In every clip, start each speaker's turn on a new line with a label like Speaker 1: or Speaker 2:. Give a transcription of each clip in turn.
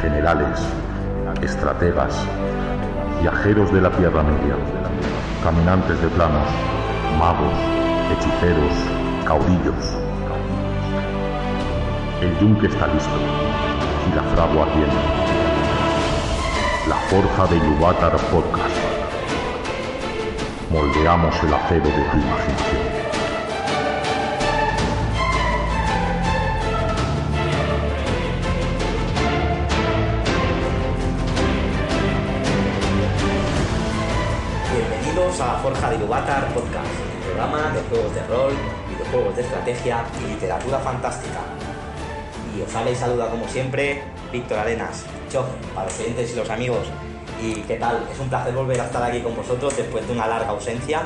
Speaker 1: generales, estrategas, viajeros de la Tierra Media, caminantes de planos, magos, hechiceros, caudillos. El yunque está listo y la fragua viene. La forja de Yuvatar Podcast. Moldeamos el acero de tu imaginación.
Speaker 2: Bienvenidos a Forja de Iluvatar Podcast, el programa de juegos de rol, videojuegos de estrategia y literatura fantástica. Y os habéis saluda como siempre, Víctor Arenas, Chof, para los oyentes y los amigos. Y qué tal, es un placer volver a estar aquí con vosotros después de una larga ausencia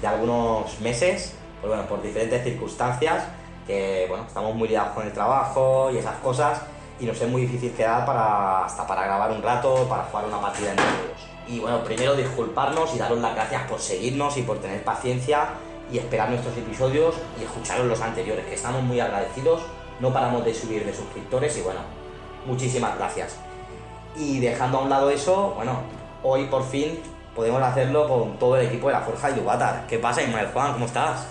Speaker 2: de algunos meses, pues bueno, por diferentes circunstancias, que bueno, estamos muy liados con el trabajo y esas cosas, y nos es muy difícil quedar para, hasta para grabar un rato, para jugar una partida entre todos. Y bueno, primero disculparnos y daros las gracias por seguirnos y por tener paciencia y esperar nuestros episodios y escucharos los anteriores, que estamos muy agradecidos, no paramos de subir de suscriptores y bueno, muchísimas gracias. Y dejando a un lado eso, bueno, hoy por fin podemos hacerlo con todo el equipo de la Forja de Yubatar. ¿Qué pasa, Ismael Juan? ¿Cómo estás?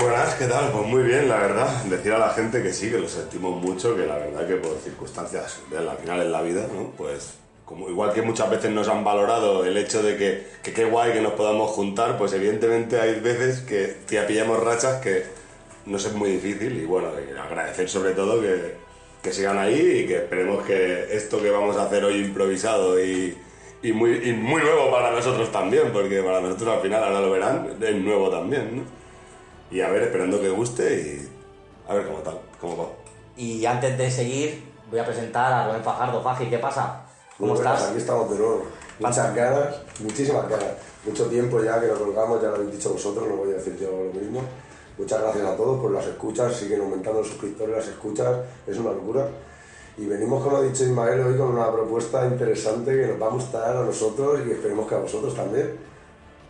Speaker 3: Buenas, ¿qué tal? Pues muy bien, la verdad. Decir a la gente que sí, que lo sentimos mucho, que la verdad que por circunstancias de la final en la vida, ¿no? Pues como igual que muchas veces nos han valorado el hecho de que, que qué guay que nos podamos juntar, pues evidentemente hay veces que te pillamos rachas que nos es muy difícil y bueno, y agradecer sobre todo que, que sigan ahí y que esperemos que esto que vamos a hacer hoy improvisado y, y muy, y muy nuevo para nosotros también, porque para nosotros al final, ahora lo verán, es nuevo también, ¿no? Y a ver, esperando que guste y a ver cómo tal, cómo va.
Speaker 2: Y antes de seguir, voy a presentar a Rubén Fajardo. Faji, ¿qué pasa? ¿Cómo
Speaker 4: Muy buenas,
Speaker 2: estás?
Speaker 4: Aquí estamos de nuevo. Muchas ganas, muchísimas ganas. Mucho tiempo ya que lo colgamos, ya lo habéis dicho vosotros, no voy a decir yo lo mismo. Muchas gracias a todos por las escuchas, siguen aumentando los suscriptores, las escuchas, es una locura. Y venimos, como ha dicho Ismael, hoy con una propuesta interesante que nos va a gustar a nosotros y esperemos que a vosotros también.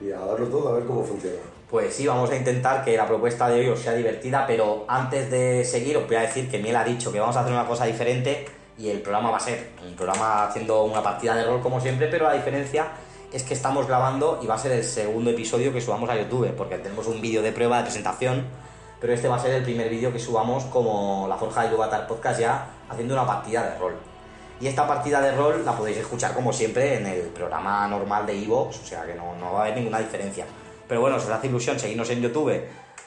Speaker 4: Y a darlo todo a ver cómo funciona.
Speaker 2: Pues sí, vamos a intentar que la propuesta de hoy os sea divertida, pero antes de seguir os voy a decir que Miel ha dicho que vamos a hacer una cosa diferente y el programa va a ser un programa haciendo una partida de rol como siempre, pero la diferencia es que estamos grabando y va a ser el segundo episodio que subamos a YouTube, porque tenemos un vídeo de prueba de presentación, pero este va a ser el primer vídeo que subamos como la Forja de Yubatar Podcast ya haciendo una partida de rol. Y esta partida de rol la podéis escuchar como siempre en el programa normal de Evox, o sea que no, no va a haber ninguna diferencia. Pero bueno, si os hace ilusión seguirnos en YouTube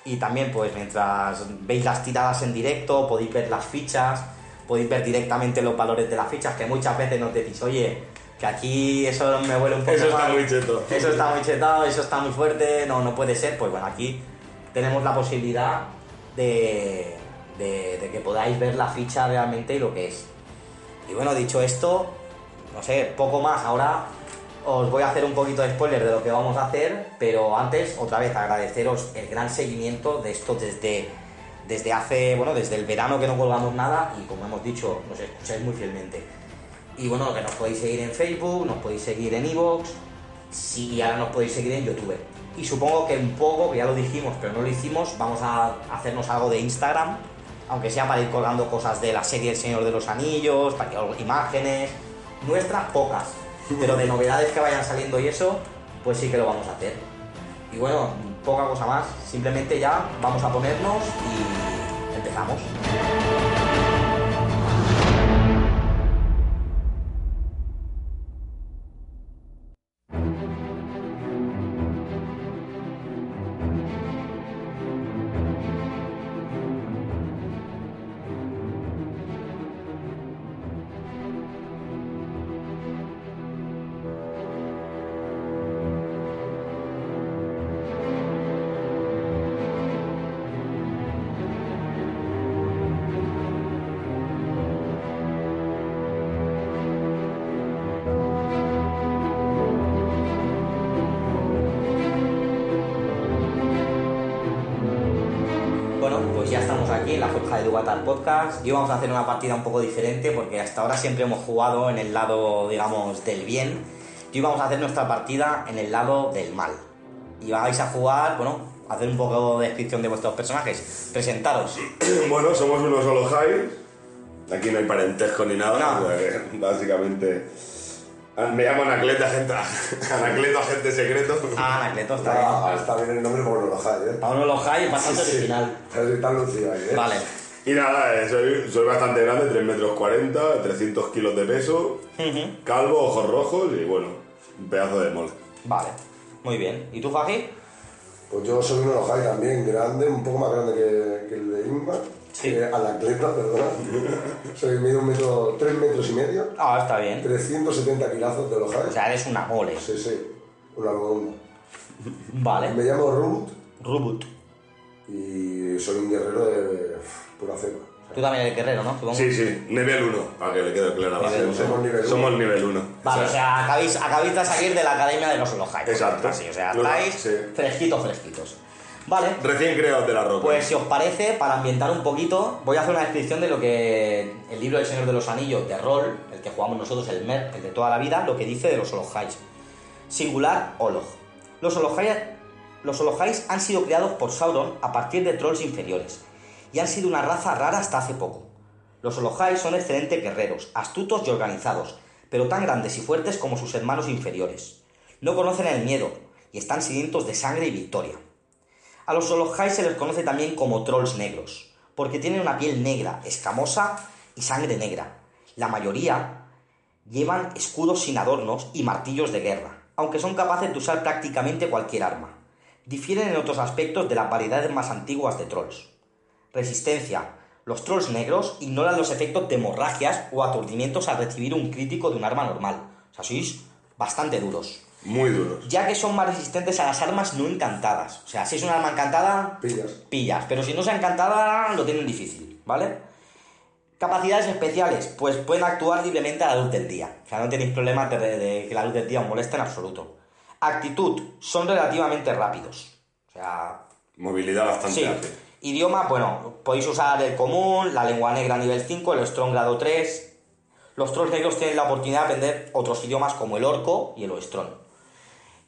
Speaker 2: y también pues mientras veis las tiradas en directo podéis ver las fichas, podéis ver directamente los valores de las fichas que muchas veces nos decís, oye, que aquí eso me huele un poco
Speaker 3: Eso está
Speaker 2: mal".
Speaker 3: muy cheto.
Speaker 2: Eso está muy chetado, eso está muy fuerte, no, no puede ser. Pues bueno, aquí tenemos la posibilidad de, de, de que podáis ver la ficha realmente y lo que es. Y bueno, dicho esto, no sé, poco más. Ahora os voy a hacer un poquito de spoiler de lo que vamos a hacer, pero antes, otra vez, agradeceros el gran seguimiento de esto desde, desde hace, bueno, desde el verano que no colgamos nada y como hemos dicho, nos escucháis muy fielmente. Y bueno, que nos podéis seguir en Facebook, nos podéis seguir en Evox, sí, y ahora nos podéis seguir en YouTube. Y supongo que un poco, que ya lo dijimos, pero no lo hicimos, vamos a hacernos algo de Instagram, aunque sea para ir colgando cosas de la serie El Señor de los Anillos, para que haga imágenes, nuestras pocas, pero de novedades que vayan saliendo y eso, pues sí que lo vamos a hacer. Y bueno, poca cosa más, simplemente ya vamos a ponernos y empezamos. Bueno, pues ya estamos aquí en la Forja de Dubatar Podcast y hoy vamos a hacer una partida un poco diferente porque hasta ahora siempre hemos jugado en el lado, digamos, del bien y hoy vamos a hacer nuestra partida en el lado del mal. Y vais a jugar, bueno, hacer un poco de descripción de vuestros personajes. Presentaros.
Speaker 3: Bueno, somos unos Olohai, Aquí no hay parentesco ni nada.
Speaker 2: No.
Speaker 3: o sea que, básicamente. ah, Me llamo Anacleta, gente. Anacleto, agente secreto.
Speaker 2: Ah, Anacleto está bien.
Speaker 4: Ah, está bien el nombre porque no lo hay, ¿eh?
Speaker 2: Paulo Lojai, bastante
Speaker 4: Sí, sí.
Speaker 2: original.
Speaker 4: Sabes que está lucido ahí, ¿eh?
Speaker 2: Vale.
Speaker 3: Y nada, eh, soy, soy bastante grande, 3 metros 40, 300 kilos de peso,
Speaker 2: Ujú.
Speaker 3: calvo, ojos rojos y bueno, un pedazo de mole.
Speaker 2: Vale. Muy bien. ¿Y tú, Faji?
Speaker 4: Pues yo soy un Ojai también, grande, un poco más grande que, que el de Inma.
Speaker 2: Sí.
Speaker 4: Eh, a la atleta, perdona. soy medio un metro, tres metros y medio,
Speaker 2: Ah, está bien.
Speaker 4: 370 kilazos de Ojai.
Speaker 2: O sea, eres ¿eh? una mole.
Speaker 4: sí, sí, una algodón. Me
Speaker 2: Vale.
Speaker 4: llamo Ruth
Speaker 2: Rubut.
Speaker 4: y soy un guerrero de uf, pura cepa.
Speaker 2: Tú también eres guerrero, ¿no? Supongo.
Speaker 3: Sí, sí, nivel 1, para que le quede clara a la
Speaker 2: Nivel
Speaker 3: gente.
Speaker 4: uno. Somos nivel
Speaker 3: Somos nivel 1.
Speaker 2: Vale, o sea, acabéis, acabáis de salir de la academia de los Olojai.
Speaker 3: Exacto.
Speaker 2: Así, o sea,
Speaker 3: Los-
Speaker 2: estáis
Speaker 3: sí.
Speaker 2: fresquitos, fresquitos. Vale.
Speaker 3: Recién creados de la roca.
Speaker 2: Pues si os parece, para ambientar un poquito, voy a hacer una descripción de lo que el libro del Señor de los Anillos de rol, el que jugamos nosotros, el Mer, el de toda la vida, lo que dice de los Olojais. Singular Oloj. Los Olojais, los Olojais han sido creados por Sauron a partir de trolls inferiores y han sido una raza rara hasta hace poco. Los Olojais son excelentes guerreros, astutos y organizados, pero tan grandes y fuertes como sus hermanos inferiores. No conocen el miedo y están sedientos de sangre y victoria. A los Olojai se les conoce también como trolls negros, porque tienen una piel negra, escamosa y sangre negra. La mayoría llevan escudos sin adornos y martillos de guerra, aunque son capaces de usar prácticamente cualquier arma. Difieren en otros aspectos de las variedades más antiguas de trolls. Resistencia. Los trolls negros ignoran los efectos de hemorragias o aturdimientos al recibir un crítico de un arma normal. O sea, sois bastante duros.
Speaker 3: Muy duros.
Speaker 2: Ya que son más resistentes a las armas no encantadas. O sea, si es una arma encantada,
Speaker 4: Pillas.
Speaker 2: pillas, pero si no sea encantada lo tienen difícil, ¿vale? Capacidades especiales, pues pueden actuar libremente a la luz del día. O sea, no tenéis problemas de, de que la luz del día os moleste en absoluto. Actitud, son relativamente rápidos. O sea,
Speaker 3: Movilidad bastante
Speaker 2: sí.
Speaker 3: ágil.
Speaker 2: Idioma, bueno, podéis usar el común, la lengua negra nivel 5, el strong grado 3. Los trolls negros tienen la oportunidad de aprender otros idiomas como el orco y el oestrón.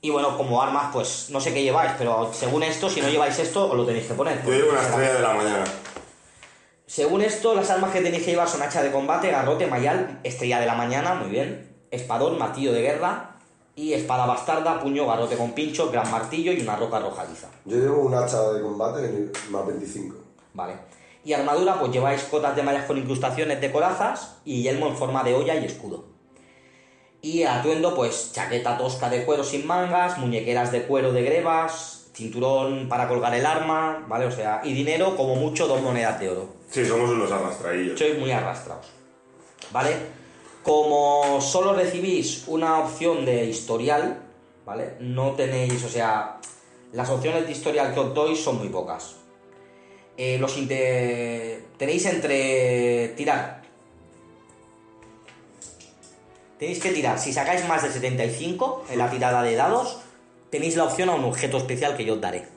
Speaker 2: Y bueno, como armas, pues no sé qué lleváis, pero según esto, si no lleváis esto, os lo tenéis que poner.
Speaker 3: Yo llevo una estrella de la mañana.
Speaker 2: Según esto, las armas que tenéis que llevar son hacha de combate, garrote, mayal, estrella de la mañana, muy bien, espadón, martillo de guerra y espada bastarda, puño, garrote con pincho, gran martillo y una roca arrojadiza.
Speaker 4: Yo llevo un hacha de combate de nivel- más 25.
Speaker 2: Vale. Y armadura, pues lleváis cotas de mallas con incrustaciones de corazas y yelmo en forma de olla y escudo. Y atuendo, pues chaqueta tosca de cuero sin mangas, muñequeras de cuero de grebas, cinturón para colgar el arma, ¿vale? O sea, y dinero como mucho dos monedas de oro.
Speaker 3: Sí, somos unos arrastraillos.
Speaker 2: Sois muy arrastrados. ¿Vale? Como solo recibís una opción de historial, ¿vale? No tenéis, o sea, las opciones de historial que os doy son muy pocas. Eh, los inte- tenéis entre tirar. Tenéis que tirar. Si sacáis más de 75 en la tirada de dados, tenéis la opción a un objeto especial que yo os daré.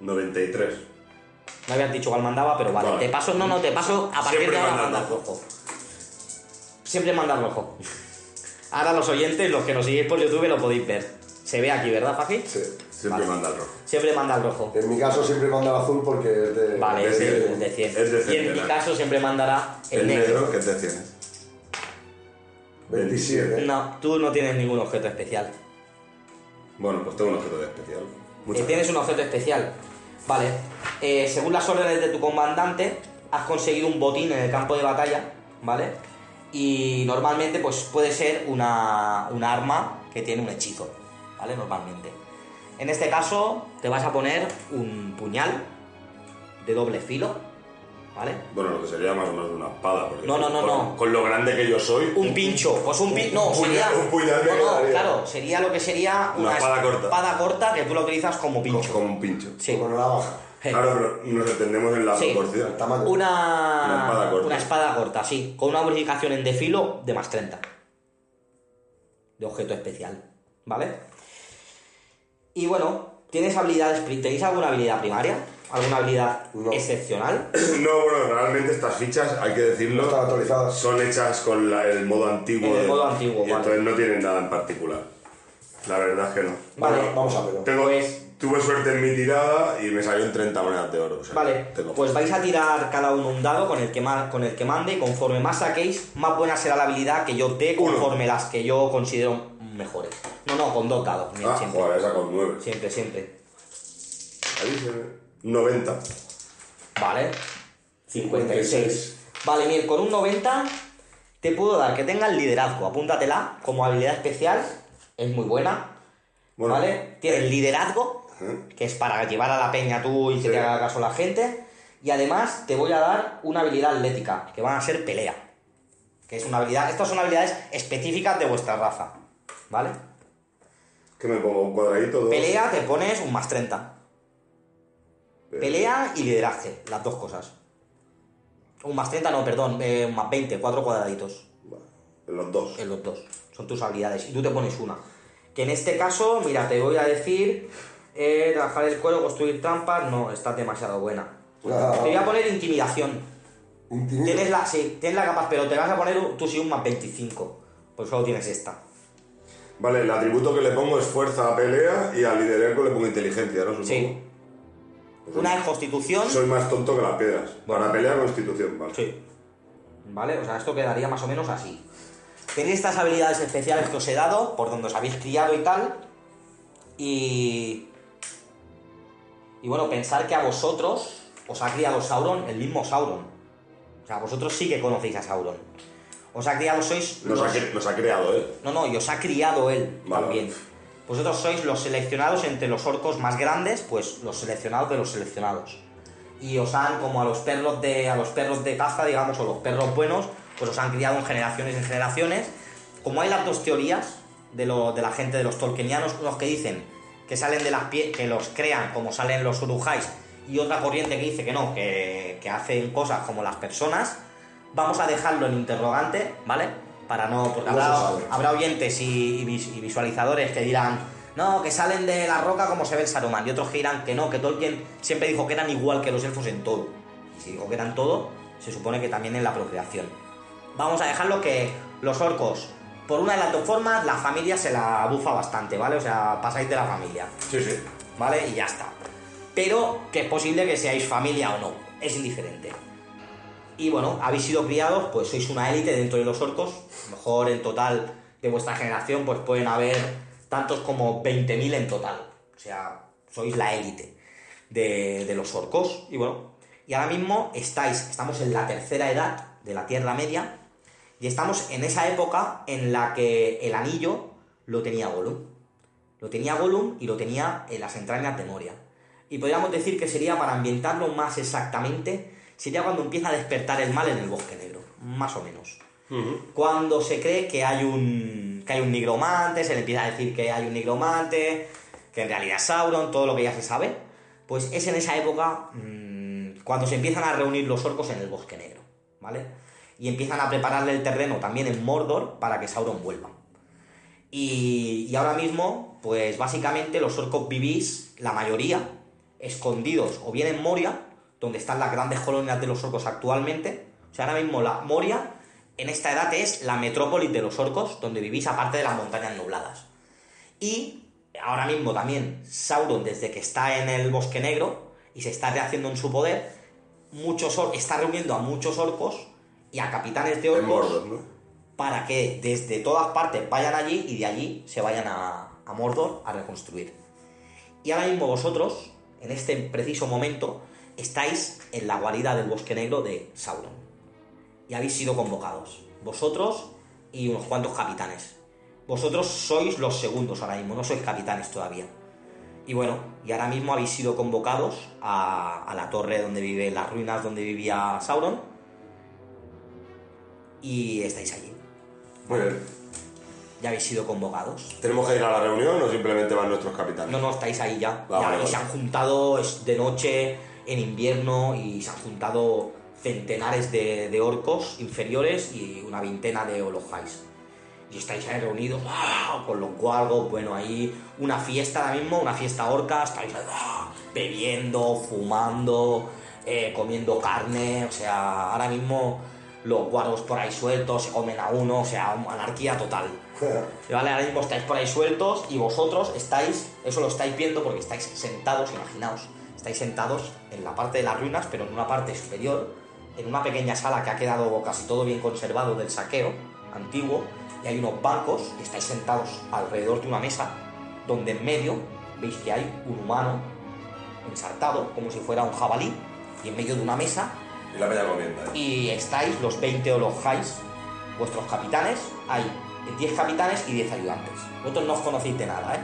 Speaker 3: 93.
Speaker 2: No habías dicho cuál mandaba, pero vale.
Speaker 3: Vale.
Speaker 2: Te paso, no, no, te paso a partir
Speaker 3: Siempre
Speaker 2: de ahora
Speaker 3: manda
Speaker 2: mandas
Speaker 3: rojo.
Speaker 2: rojo. Siempre mandas rojo. Ahora los oyentes, los que nos seguís por YouTube, lo podéis ver. Se ve aquí, ¿verdad, Faji?
Speaker 4: Sí.
Speaker 3: Siempre
Speaker 2: Vale.
Speaker 3: manda el rojo.
Speaker 2: Siempre manda el rojo.
Speaker 4: En mi caso siempre manda el azul porque es de.
Speaker 2: Vale,
Speaker 3: Es
Speaker 2: es
Speaker 3: de-
Speaker 2: el de 100.
Speaker 3: es de
Speaker 2: Y en mi
Speaker 3: centenar.
Speaker 2: caso siempre mandará el, negro.
Speaker 3: que te tienes.
Speaker 4: 27.
Speaker 2: No, tú no tienes ningún objeto especial.
Speaker 3: Bueno, pues tengo un objeto de especial.
Speaker 2: Eh,
Speaker 3: Muchas
Speaker 2: tienes un objeto especial. Vale. Eh, según las órdenes de tu comandante, has conseguido un botín en el campo de batalla, ¿vale? Y normalmente, pues puede ser una, un arma que tiene un hechizo, ¿vale? Normalmente. En este caso, te vas a poner un puñal de doble filo, ¿vale?
Speaker 3: Bueno, lo que sería más o menos una espada. Porque
Speaker 2: No, no, no,
Speaker 3: con,
Speaker 2: no.
Speaker 3: Con lo grande que yo soy.
Speaker 2: Un pincho, pues un pincho. No,
Speaker 3: un puñal-
Speaker 2: sería.
Speaker 3: un puñal me
Speaker 2: no, no,
Speaker 3: quedaría.
Speaker 2: claro, sería lo que sería
Speaker 3: Una espada corta.
Speaker 2: espada corta que tú la utilizas como
Speaker 3: co-
Speaker 2: pincho.
Speaker 3: Como un pincho.
Speaker 2: Sí.
Speaker 4: Con la baja.
Speaker 2: Eh.
Speaker 3: Claro, pero nos entendemos en la
Speaker 2: Sí.
Speaker 4: El
Speaker 3: proporción.
Speaker 4: tamaño.
Speaker 2: Una,
Speaker 3: Una espada corta.
Speaker 2: una espada corta, sí. Con una bonificación en desfilo de más 30. De objeto especial. ¿Vale? Y bueno, ¿tienes habilidades, pri- ¿tenéis alguna habilidad primaria? ¿Alguna habilidad
Speaker 4: No.
Speaker 2: excepcional?
Speaker 3: No, bueno, realmente estas fichas, hay que
Speaker 4: No están
Speaker 3: decirlo,
Speaker 4: actualizadas.
Speaker 3: son hechas con la- el modo antiguo.
Speaker 2: En el
Speaker 3: del-
Speaker 2: modo antiguo,
Speaker 3: y
Speaker 2: vale.
Speaker 3: Entonces no tienen nada en particular. La verdad es que no.
Speaker 2: Vale.
Speaker 4: Vamos a verlo.
Speaker 3: Tengo,
Speaker 2: Pues-
Speaker 3: Tuve suerte en mi tirada y me salió en 30 monedas de oro. o sea,
Speaker 2: Vale,
Speaker 3: tengo-
Speaker 2: pues vais a tirar cada uno un dado con el que, ma- con el que mande y conforme más saquéis, más buena será la habilidad que yo dé
Speaker 3: Uno.
Speaker 2: conforme las que yo considero mejores. No, no, con dos dados. mira,
Speaker 3: Ah,
Speaker 2: siempre.
Speaker 3: joder, he sacado 9.
Speaker 2: Siempre, siempre.
Speaker 3: Ahí ¿eh? se- 90.
Speaker 2: Vale. 56. Vale, Miel, con un 90 te puedo dar que tengas liderazgo. Apúntatela como habilidad especial. Es muy buena.
Speaker 3: Bueno. ¿eh?
Speaker 2: ¿Vale? Tienes liderazgo,
Speaker 3: Ajá.
Speaker 2: que es para llevar a la peña tú y que
Speaker 3: Sí.
Speaker 2: te haga caso la gente. Y además te voy a dar una habilidad atlética, que van a ser pelea. Que es una habilidad. Estas son habilidades específicas de vuestra raza. ¿Vale?
Speaker 3: ¿Qué me pongo? ¿Un cuadradito? Dos?
Speaker 2: Pelea te pones un más 30.
Speaker 3: Eh,
Speaker 2: Pelea y lideraje, las dos cosas. Un más 30, no, perdón, eh, un más 20, cuatro cuadraditos
Speaker 3: vale, Los dos.
Speaker 2: en los dos. Son tus habilidades y tú te pones una. Que en este caso, mira, te voy a decir, eh, trabajar el cuero, construir trampas, no, está demasiado buena. Pues,
Speaker 4: Ah,
Speaker 2: Te voy a poner intimidación.
Speaker 4: Intimida.
Speaker 2: Tienes la, sí, tienes la capaz, pero te vas a poner un- tú sí un más 25. Pues solo tienes esta.
Speaker 3: Vale, el atributo que le pongo es fuerza a pelea y al liderazgo le pongo inteligencia, ¿no? Supongo.
Speaker 2: Sí.
Speaker 3: Pues
Speaker 2: Una
Speaker 3: soy-
Speaker 2: es constitución.
Speaker 3: Soy más tonto que las piedras.
Speaker 2: Bueno.
Speaker 3: Para pelea, constitución, vale.
Speaker 2: Pues Sí. ¿Vale? O sea, esto quedaría más o menos así. Tenéis estas habilidades especiales que os he dado, por donde os habéis criado y tal. Y. Y bueno, pensar que a vosotros os ha criado Sauron, el mismo Sauron. O sea, vosotros sí que conocéis a Sauron. Os ha criado, sois.
Speaker 3: Nos, ha,
Speaker 2: los-
Speaker 3: cre- nos ha creado ¿eh? él.
Speaker 2: No, no, y os ha criado él
Speaker 3: Vale.
Speaker 2: también. Vosotros sois los seleccionados entre los orcos más grandes, pues los seleccionados de los seleccionados. Y os han, como a los perros de, a los perros de caza, digamos, o los perros buenos, pues os han criado en generaciones en generaciones. Como hay las dos teorías de, lo- de la gente de los tolkienianos, unos que dicen que salen de las pie que los crean como salen los urujáis, y otra corriente que dice que no, que, que hacen cosas como las personas, vamos a dejarlo en interrogante, ¿vale? Para no, porque
Speaker 4: No se
Speaker 2: habrá-
Speaker 4: sabe.
Speaker 2: habrá oyentes y, y vis- y visualizadores que dirán, no, que salen de la roca como se ve el Saruman. Y otros que dirán que no, que Tolkien siempre dijo que eran igual que los elfos en todo. Y si dijo que eran todo, se supone que también en la procreación. Vamos a dejarlo que los orcos, por una de las dos formas, la familia se la bufa bastante, ¿vale? O sea, pasáis de la familia.
Speaker 3: Sí, sí.
Speaker 2: ¿vale? Y ya está. Pero que es posible que seáis familia o no, es indiferente. Y bueno, habéis sido criados, pues sois una élite dentro de los orcos. A lo mejor en total de vuestra generación, pues pueden haber tantos como 20.000 en total. O sea, sois la élite de, de los orcos. Y bueno, y ahora mismo estáis, estamos en la tercera edad de la Tierra Media. Y estamos en esa época en la que el anillo lo tenía Gollum. Lo tenía Gollum y lo tenía en las entrañas de Moria. Y podríamos decir que sería, para ambientarlo más exactamente, sería cuando empieza a despertar el mal en el bosque negro, más o menos. Cuando se cree que hay un. que hay un nigromante, se le empieza a decir que hay un nigromante, que en realidad es Sauron, todo lo que ya se sabe. Pues es en esa época mm, cuando se empiezan a reunir los orcos en el bosque negro, ¿vale? Y empiezan a prepararle el terreno también en Mordor para que Sauron vuelva. Y, y ahora mismo, pues básicamente los orcos vivís, la mayoría, escondidos o bien en Moria, donde están las grandes colonias de los orcos actualmente. O sea, ahora mismo la Moria, en esta edad, es la metrópolis de los orcos, donde vivís aparte de las montañas nubladas. Y ahora mismo también Sauron, desde que está en el Bosque Negro y se está rehaciendo en su poder, muchos or- está reuniendo a muchos orcos y a capitanes de
Speaker 3: En
Speaker 2: orcos
Speaker 3: Mordor, ¿no?
Speaker 2: para que desde todas partes vayan allí y de allí se vayan a, a Mordor a reconstruir. Y ahora mismo vosotros, en este preciso momento, estáis en la guarida del bosque negro de Sauron. Y habéis sido convocados. Vosotros y unos cuantos capitanes. Vosotros sois los segundos ahora mismo, no sois capitanes todavía. Y bueno, y ahora mismo habéis sido convocados a, a la torre donde vive, las ruinas donde vivía Sauron. Y estáis allí
Speaker 3: Muy bien.
Speaker 2: ya habéis sido convocados.
Speaker 3: ¿Tenemos que ir a la reunión o simplemente van nuestros capitanes?
Speaker 2: No, no, estáis ahí ya.
Speaker 3: Ah, Vale,
Speaker 2: Ya,
Speaker 3: vale.
Speaker 2: y se han juntado es de noche, en invierno, y se han juntado centenares de, de orcos inferiores y una veintena de olojais. Y estáis ahí reunidos, ¡ah! con los guardos, bueno, ahí una fiesta ahora mismo, una fiesta orca, estáis ahí, ¡ah! bebiendo, fumando, eh, comiendo carne, o sea, ahora mismo los guardos por ahí sueltos, se comen a uno, o sea, anarquía total. ¿Vale? Ahora mismo estáis por ahí sueltos y vosotros estáis, eso lo estáis viendo porque estáis sentados, imaginaos, estáis sentados en la parte de las ruinas, pero en una parte superior, en una pequeña sala que ha quedado casi todo bien conservado del saqueo antiguo, y hay unos bancos y estáis sentados alrededor de una mesa, donde en medio veis que hay un humano ensartado, como si fuera un jabalí, y en medio de una mesa
Speaker 3: Y la peña ¿eh? comiendo. ahí.
Speaker 2: y estáis los 20 o los hais, vuestros capitanes, hay 10 capitanes y 10 ayudantes. Vosotros no os conocéis de nada, ¿eh?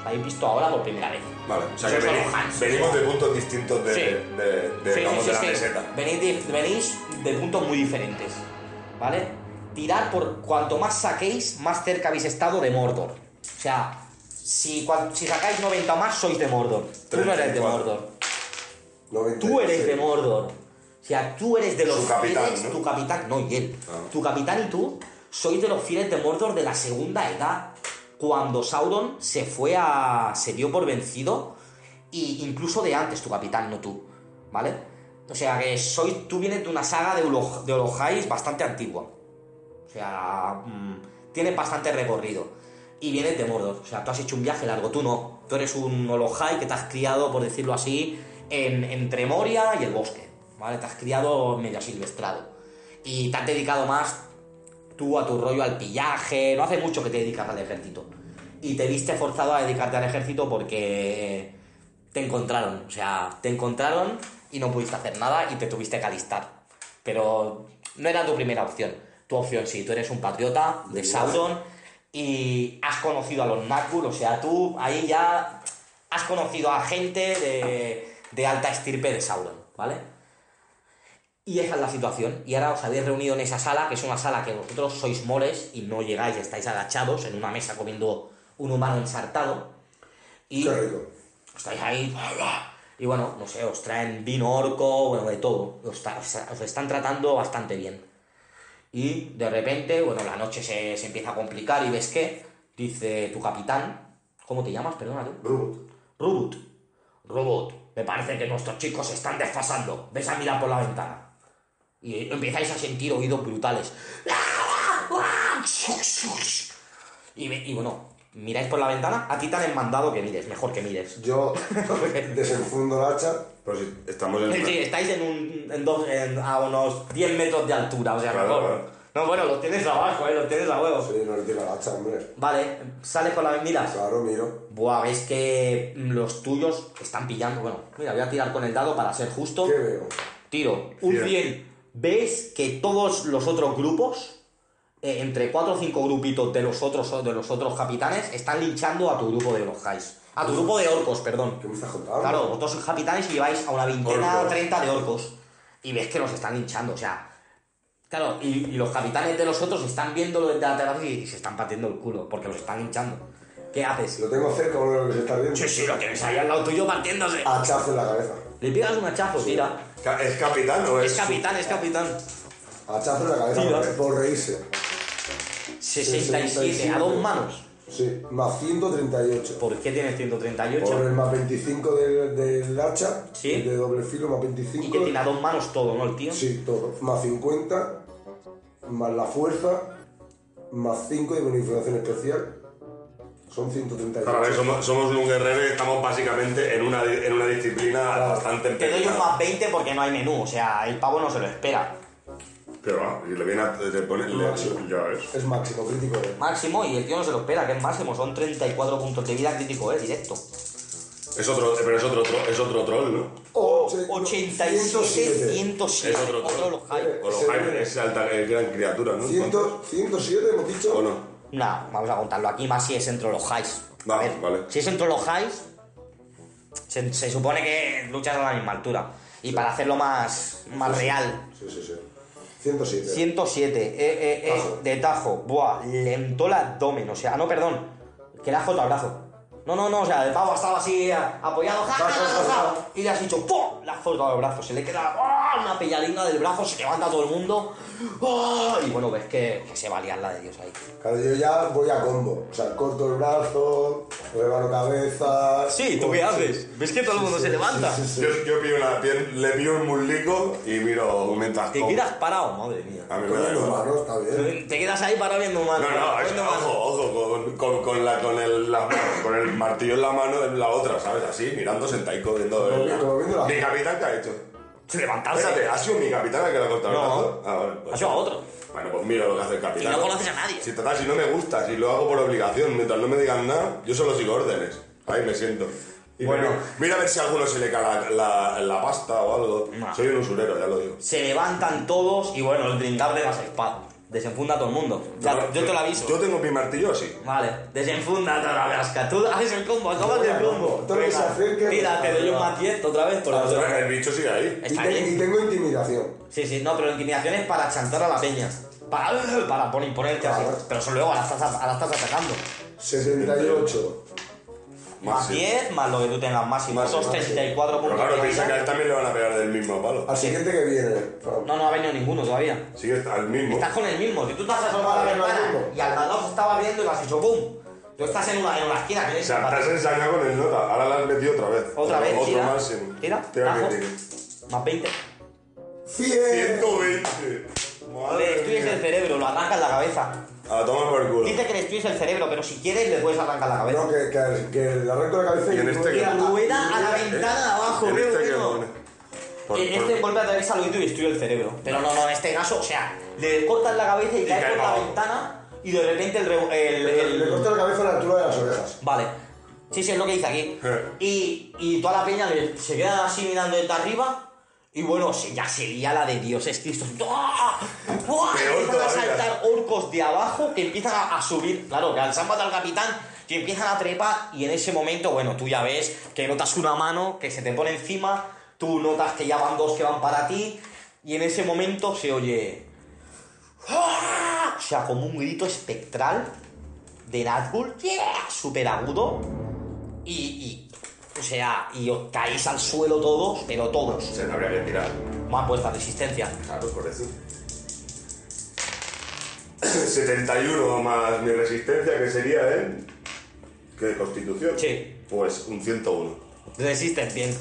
Speaker 2: Os habéis visto ahora por primera vez.
Speaker 3: Vale, o sea que
Speaker 2: Sois
Speaker 3: veni-
Speaker 2: solo Hans.
Speaker 3: venimos de puntos distintos de,
Speaker 2: Sí.
Speaker 3: de- de,
Speaker 2: Sí, sí,
Speaker 3: digamos,
Speaker 2: sí,
Speaker 3: de la
Speaker 2: sí.
Speaker 3: meseta.
Speaker 2: Venís de, venís de puntos muy diferentes, ¿vale? Tirar por cuanto más saquéis, más cerca habéis estado de Mordor. O sea, si, cuan- si sacáis 90 o más, sois de Mordor. Tú no eres de
Speaker 3: 34.
Speaker 2: Mordor.
Speaker 4: Noventa y
Speaker 2: Tú eres
Speaker 4: seis.
Speaker 2: de Mordor. O sea, tú eres de los
Speaker 3: Su capitán,
Speaker 2: fieles,
Speaker 3: ¿no?
Speaker 2: tu capitán, no, y él.
Speaker 3: Ah.
Speaker 2: Tu capitán y tú sois de los fieles de Mordor de la segunda edad, cuando Sauron se fue a... se dio por vencido, y incluso de antes tu capitán, no tú, ¿vale? O sea, que sois, tú vienes de una saga de, Ulo- de Olojais bastante antigua. O sea, mm, tiene bastante recorrido. Y vienes de Mordor. O sea, tú has hecho un viaje largo, tú no. Tú eres un Olojai que te has criado, por decirlo así, en, entre Moria y el bosque. ¿Vale? Te has criado medio silvestrado. Y te has dedicado más tú a tu rollo al pillaje. No hace mucho que te dedicas al ejército. Y te viste forzado a dedicarte al ejército porque eh, te encontraron. O sea, te encontraron y no pudiste hacer nada y te tuviste que alistar. Pero no era tu primera opción. Tu opción sí, tú eres un patriota de Sauron y has conocido a los Nakul. O sea, tú ahí ya has conocido a gente de, de alta estirpe de Sauron, ¿vale? Y esa es la situación. Y ahora os habéis reunido en esa sala, que es una sala que vosotros sois moles y no llegáis, estáis agachados en una mesa comiendo un humano ensartado. Y
Speaker 4: Qué rico.
Speaker 2: Pues estáis ahí. Y bueno, no sé, os traen vino orco, bueno, de todo. Os, tra- os- os están tratando bastante bien. Y de repente, bueno, la noche se, se empieza a complicar y ves que, dice tu capitán, ¿cómo te llamas? Perdona tú.
Speaker 4: Brut.
Speaker 2: Robot. Robot, me parece que nuestros chicos se están desfasando. Ves a mirar por la ventana. Y empezáis a sentir oídos brutales. Y, ve- y bueno, miráis por la ventana. A ti te han mandado que mires, mejor que mires.
Speaker 4: Yo desenfundo el hacha.
Speaker 3: Pero si estamos en
Speaker 2: Es
Speaker 3: una-
Speaker 2: decir, estáis en un, en dos- en- a unos 10 metros de altura, o sea,
Speaker 3: Claro,
Speaker 2: mejor.
Speaker 3: claro.
Speaker 2: No, bueno, los tienes abajo, eh, los tienes a huevos.
Speaker 4: Sí, no le tiro el hacha, hombre.
Speaker 2: Vale, sales con la miras.
Speaker 4: Claro, miro.
Speaker 2: Buah, ves que mm, los tuyos están pillando. Bueno, mira, voy a tirar con el dado para ser justo.
Speaker 4: ¿Qué veo?
Speaker 2: Tiro, un
Speaker 3: Cien.
Speaker 2: 100. ¿Ves que todos los otros grupos, eh, entre 4 o 5 grupitos de los otros de los otros capitanes, están linchando a tu grupo de los Hais? A tu grupo de orcos, perdón.
Speaker 4: ¿Qué me estás contando?
Speaker 2: Claro, vosotros sois capitanes y lleváis a una veintena o
Speaker 3: Orcos.
Speaker 2: 30 de orcos. Y ves que los están linchando, o sea. Claro, y, y los capitanes de los otros están viéndolo desde la terraza y, y se están partiendo el culo porque los están linchando. ¿Qué haces?
Speaker 4: Lo tengo cerca, o lo que Ah, se está viendo.
Speaker 2: Sí, sí, lo tienes ahí al lado tuyo partiéndose.
Speaker 4: Hachazo en la cabeza.
Speaker 2: Le pegas un hachazo, tira.
Speaker 3: Ca- ¿Es capitán o
Speaker 4: Pues
Speaker 3: es.?
Speaker 2: Es capitán, es capitán.
Speaker 4: Hachazo en la cabeza
Speaker 2: Tira.
Speaker 4: por- por reírse.
Speaker 2: 67 a dos manos.
Speaker 4: Sí, más 138.
Speaker 2: ¿Por qué tiene
Speaker 4: Por
Speaker 2: 138?
Speaker 4: el más 25 del, del hacha,
Speaker 2: Sí.
Speaker 4: el de doble filo, más
Speaker 2: Y que
Speaker 4: 25.
Speaker 2: tiene a dos manos todo, ¿no? El tío.
Speaker 4: Sí, todo. Más 50, más la fuerza, más 5 de bonificación especial. Son 138.
Speaker 3: Claro, a ver, somos, somos un guerrero y estamos básicamente en una, di- en una disciplina bastante
Speaker 2: Te doy un
Speaker 3: empeñada.
Speaker 2: más 20 porque no hay menú, o sea, el pavo no se lo espera.
Speaker 3: Pero va, y le viene a. Le pone, le-
Speaker 4: Máximo.
Speaker 3: ya ves.
Speaker 4: Es máximo, crítico. eh.
Speaker 2: Máximo y el tío no se lo espera, que es máximo, son 34 puntos de vida crítico, eh, directo.
Speaker 3: Es otro, pero es otro, tro- es otro troll, ¿no?
Speaker 2: Oh,
Speaker 4: Oche-
Speaker 2: 87, 107.
Speaker 3: Es otro
Speaker 2: Otro de los high.
Speaker 3: O los
Speaker 4: Sí.
Speaker 3: Jaime, es alta, es gran criatura, ¿no?
Speaker 4: 100, 107 hemos dicho.
Speaker 3: ¿O no?
Speaker 2: Nah, vamos a contarlo aquí, más si es entre los highs.
Speaker 3: Va,
Speaker 2: A ver,
Speaker 3: vale.
Speaker 2: Si es entre los highs, se, se supone que luchas a la misma altura. Y para hacerlo más, más real,
Speaker 4: Sí, sí, sí. 107.
Speaker 2: 107, eh, eh, eh,
Speaker 4: Tajo.
Speaker 2: de tajo, buah, lentó el abdomen, o sea, ah, no, perdón, que le has cortado el brazo. No, no, no, o sea, el eh, pavo estaba así a- apoyado, ja, ja, ja, ja, ja, y le has dicho, ¡pum! Le has cortado el brazo, se le queda ¡ah! ¡ah! una pelladina del brazo, se levanta todo el mundo. ¡ah! Y bueno, ves que, que se va a liar la de Dios ahí.
Speaker 4: Claro, yo ya voy a combo. O sea, corto el brazo, rebano cabeza.
Speaker 2: Sí, ¿tú qué haces? ¿Ves que todo el mundo se levanta?
Speaker 3: Yo, yo pillo una piel, le pillo un muslico y miro mientras
Speaker 2: Te
Speaker 3: como.
Speaker 2: quedas parado, madre mía.
Speaker 3: A mí me
Speaker 4: Coño,
Speaker 3: da
Speaker 4: los
Speaker 3: igual.
Speaker 4: manos, está bien.
Speaker 2: Te quedas ahí parado viendo mal.
Speaker 3: No, no, es- ojo, ojo, con, con, con la, con, el, la- con el martillo en la mano en la otra, ¿sabes? Así, mirando sentaico, viendo...
Speaker 4: Como
Speaker 3: el-
Speaker 4: vi- como viendo la-
Speaker 3: Mi capitán que ha hecho.
Speaker 2: Levantarse.
Speaker 3: Espérate, ¿ha sido mi capitán el que la ha cortado el
Speaker 2: No.
Speaker 3: brazo? Ah, vale, pues-
Speaker 2: Ha sido a otro.
Speaker 3: Bueno, pues mira lo que hace el
Speaker 2: Y
Speaker 3: capitán.
Speaker 2: no conoces a nadie.
Speaker 3: Si total, si no me gusta, si lo hago por obligación, mientras no me digan nada, yo solo sigo órdenes. Ahí me siento. Y
Speaker 2: Bueno.
Speaker 3: mira- mira a ver si a alguno se le cae la, la- la pasta o algo.
Speaker 2: No.
Speaker 3: Soy un usurero, ya lo digo.
Speaker 2: Se levantan todos y bueno, el brindar de las espadas. Desenfunda a todo el mundo. Ya,
Speaker 3: No,
Speaker 2: yo te lo aviso.
Speaker 3: Yo tengo mi martillo, sí.
Speaker 2: Vale, desenfunda toda la blasca. Tú haces el combo, acabas el combo.
Speaker 4: Todo lo que se
Speaker 3: pues,
Speaker 4: acerque-
Speaker 2: Tírate, doy un matiet otra vez. Por
Speaker 3: Pero El bicho sigue ahí.
Speaker 4: Y,
Speaker 2: Está
Speaker 4: te-
Speaker 2: bien.
Speaker 4: y tengo intimidación.
Speaker 2: Sí, sí, no, pero intimidación es para chantar a la peña. Para, para por imponerte así.
Speaker 4: Claro.
Speaker 2: Pero eso luego ahora estás, ahora estás atacando.
Speaker 4: 78.
Speaker 2: Más
Speaker 3: sí.
Speaker 2: 10, más lo que tú tengas máximo.
Speaker 3: Más
Speaker 2: Esos
Speaker 3: sí,
Speaker 4: más sí.
Speaker 2: 34
Speaker 3: Pero
Speaker 2: puntos. de
Speaker 3: claro, piensa que a
Speaker 2: vida.
Speaker 3: él también le van a pegar del mismo palo.
Speaker 4: Al siguiente que viene. Fran.
Speaker 2: No, no ha venido ninguno todavía.
Speaker 3: Sigue al mismo.
Speaker 2: Estás con el mismo. Si tú te has asomado a la
Speaker 4: Ah, no,
Speaker 2: ventana
Speaker 4: no.
Speaker 2: y al lado se estaba viendo y lo has hecho ¡pum! Tú estás en una, en una esquina.
Speaker 3: O
Speaker 2: tienes
Speaker 3: sea,
Speaker 2: que-
Speaker 3: estás ensañado con el nota. Ahora la has metido otra vez.
Speaker 2: Otra vez,
Speaker 3: Otro
Speaker 2: tira.
Speaker 3: máximo.
Speaker 2: Tira,
Speaker 3: Tira
Speaker 2: bajo.
Speaker 3: que tire.
Speaker 2: Más 20.
Speaker 4: 100.
Speaker 3: 120.
Speaker 2: Le
Speaker 3: Madre
Speaker 2: destruyes el
Speaker 3: mía.
Speaker 2: cerebro, lo arrancas la cabeza.
Speaker 3: A tomar por culo.
Speaker 2: Dice que destruyes el cerebro, pero si quieres le puedes arrancar la cabeza.
Speaker 4: No, que, que, que le arranco la cabeza
Speaker 3: Y en este
Speaker 4: Mira,
Speaker 3: que-
Speaker 4: ah,
Speaker 2: Rueda a la ventana de abajo,
Speaker 3: En
Speaker 2: qué
Speaker 3: este que
Speaker 2: bueno.
Speaker 3: pone. Por-
Speaker 2: E-
Speaker 3: por-
Speaker 2: este golpe atraviesa lo y destruye el cerebro. Pero no, no, en este caso, o sea, le cortas la cabeza y,
Speaker 3: Y
Speaker 2: cae
Speaker 3: cae
Speaker 2: por
Speaker 3: para
Speaker 2: la
Speaker 3: abajo.
Speaker 2: ventana y de repente el... revo- el- el-
Speaker 4: Le corto la cabeza a la altura de las orejas.
Speaker 2: Vale. Sí, sí, es lo que dice aquí.
Speaker 3: Eh.
Speaker 2: Y, y toda la peña que se queda así mirando desde arriba. Y bueno, se- ya sería la de Dios es Cristo. ¡Ah! ¡Buah!
Speaker 3: Peor
Speaker 2: Empiezan a
Speaker 3: todavía.
Speaker 2: saltar orcos de abajo que empiezan a, a subir. Claro, que alzan matado al capitán, que empiezan a trepar. Y en ese momento, bueno, tú ya ves que notas una mano que se te pone encima. Tú notas que ya van dos que van para ti. Y en ese momento se oye. ¡Ah! O sea, como un grito espectral de Nazgul, yeah, súper agudo. Y, y, o sea, y os caéis al suelo todos, pero todos.
Speaker 3: Se te habría que tirar.
Speaker 2: Más vuestra resistencia.
Speaker 3: Claro, Ah, pues por eso. 71 más mi resistencia, que sería, ¿eh? ¿Qué de constitución?
Speaker 2: Sí.
Speaker 3: Pues un 101.
Speaker 2: Resistes bien.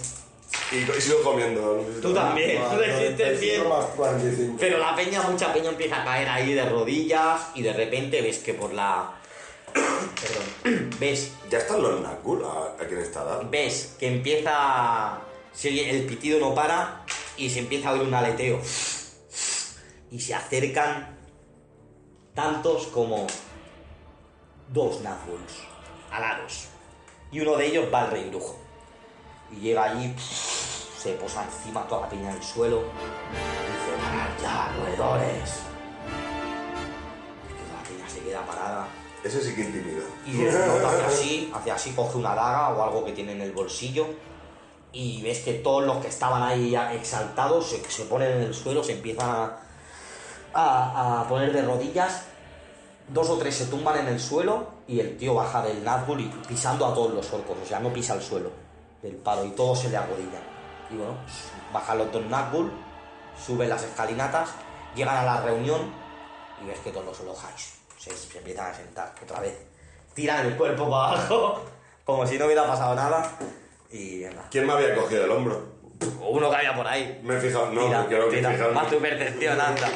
Speaker 3: Y, y sigo comiendo. no sé si-
Speaker 2: Tú también,
Speaker 4: Más
Speaker 2: resistes
Speaker 4: 95
Speaker 2: bien.
Speaker 4: Más 45.
Speaker 2: Pero la peña, mucha peña empieza a caer ahí de rodillas y de repente ves que por la... Perdón. Ves,
Speaker 3: ¿Ya están los Nakul a, a quién está dando?
Speaker 2: ves que empieza... sigue- el pitido no para y se empieza a oír un aleteo. Y se acercan tantos como dos Nazguls alados. Y uno de ellos va al rey brujo. Y llega allí, se posa encima toda la peña en el suelo. Dice, "Parad ya, roedores. Y toda la peña se queda parada.
Speaker 3: Ese sí que intimida.
Speaker 2: Y de pronto hacia así, hacia así coge una daga o algo que tiene en el bolsillo. Y ves que todos los que estaban ahí ya exaltados se, se ponen en el suelo, se empiezan a, a- a poner de rodillas. Dos o tres se tumban en el suelo y el tío baja del Nazgul y pisando a todos los orcos. O sea, no pisa el suelo del paro y todo se le arrodilla. Y bueno, bajan los dos Nazgul, suben las escalinatas, llegan a la reunión y ves que todos los alojáis. Se, se empiezan a sentar otra vez. Tiran el cuerpo para abajo, como si no hubiera pasado nada. Y venga.
Speaker 3: ¿Quién me había cogido el hombro?
Speaker 2: O uno que había por ahí.
Speaker 3: Me he fijado, no,
Speaker 2: Tira,
Speaker 3: me quiero que
Speaker 2: tira.
Speaker 3: fijarme.
Speaker 2: Más tu percepción, anda.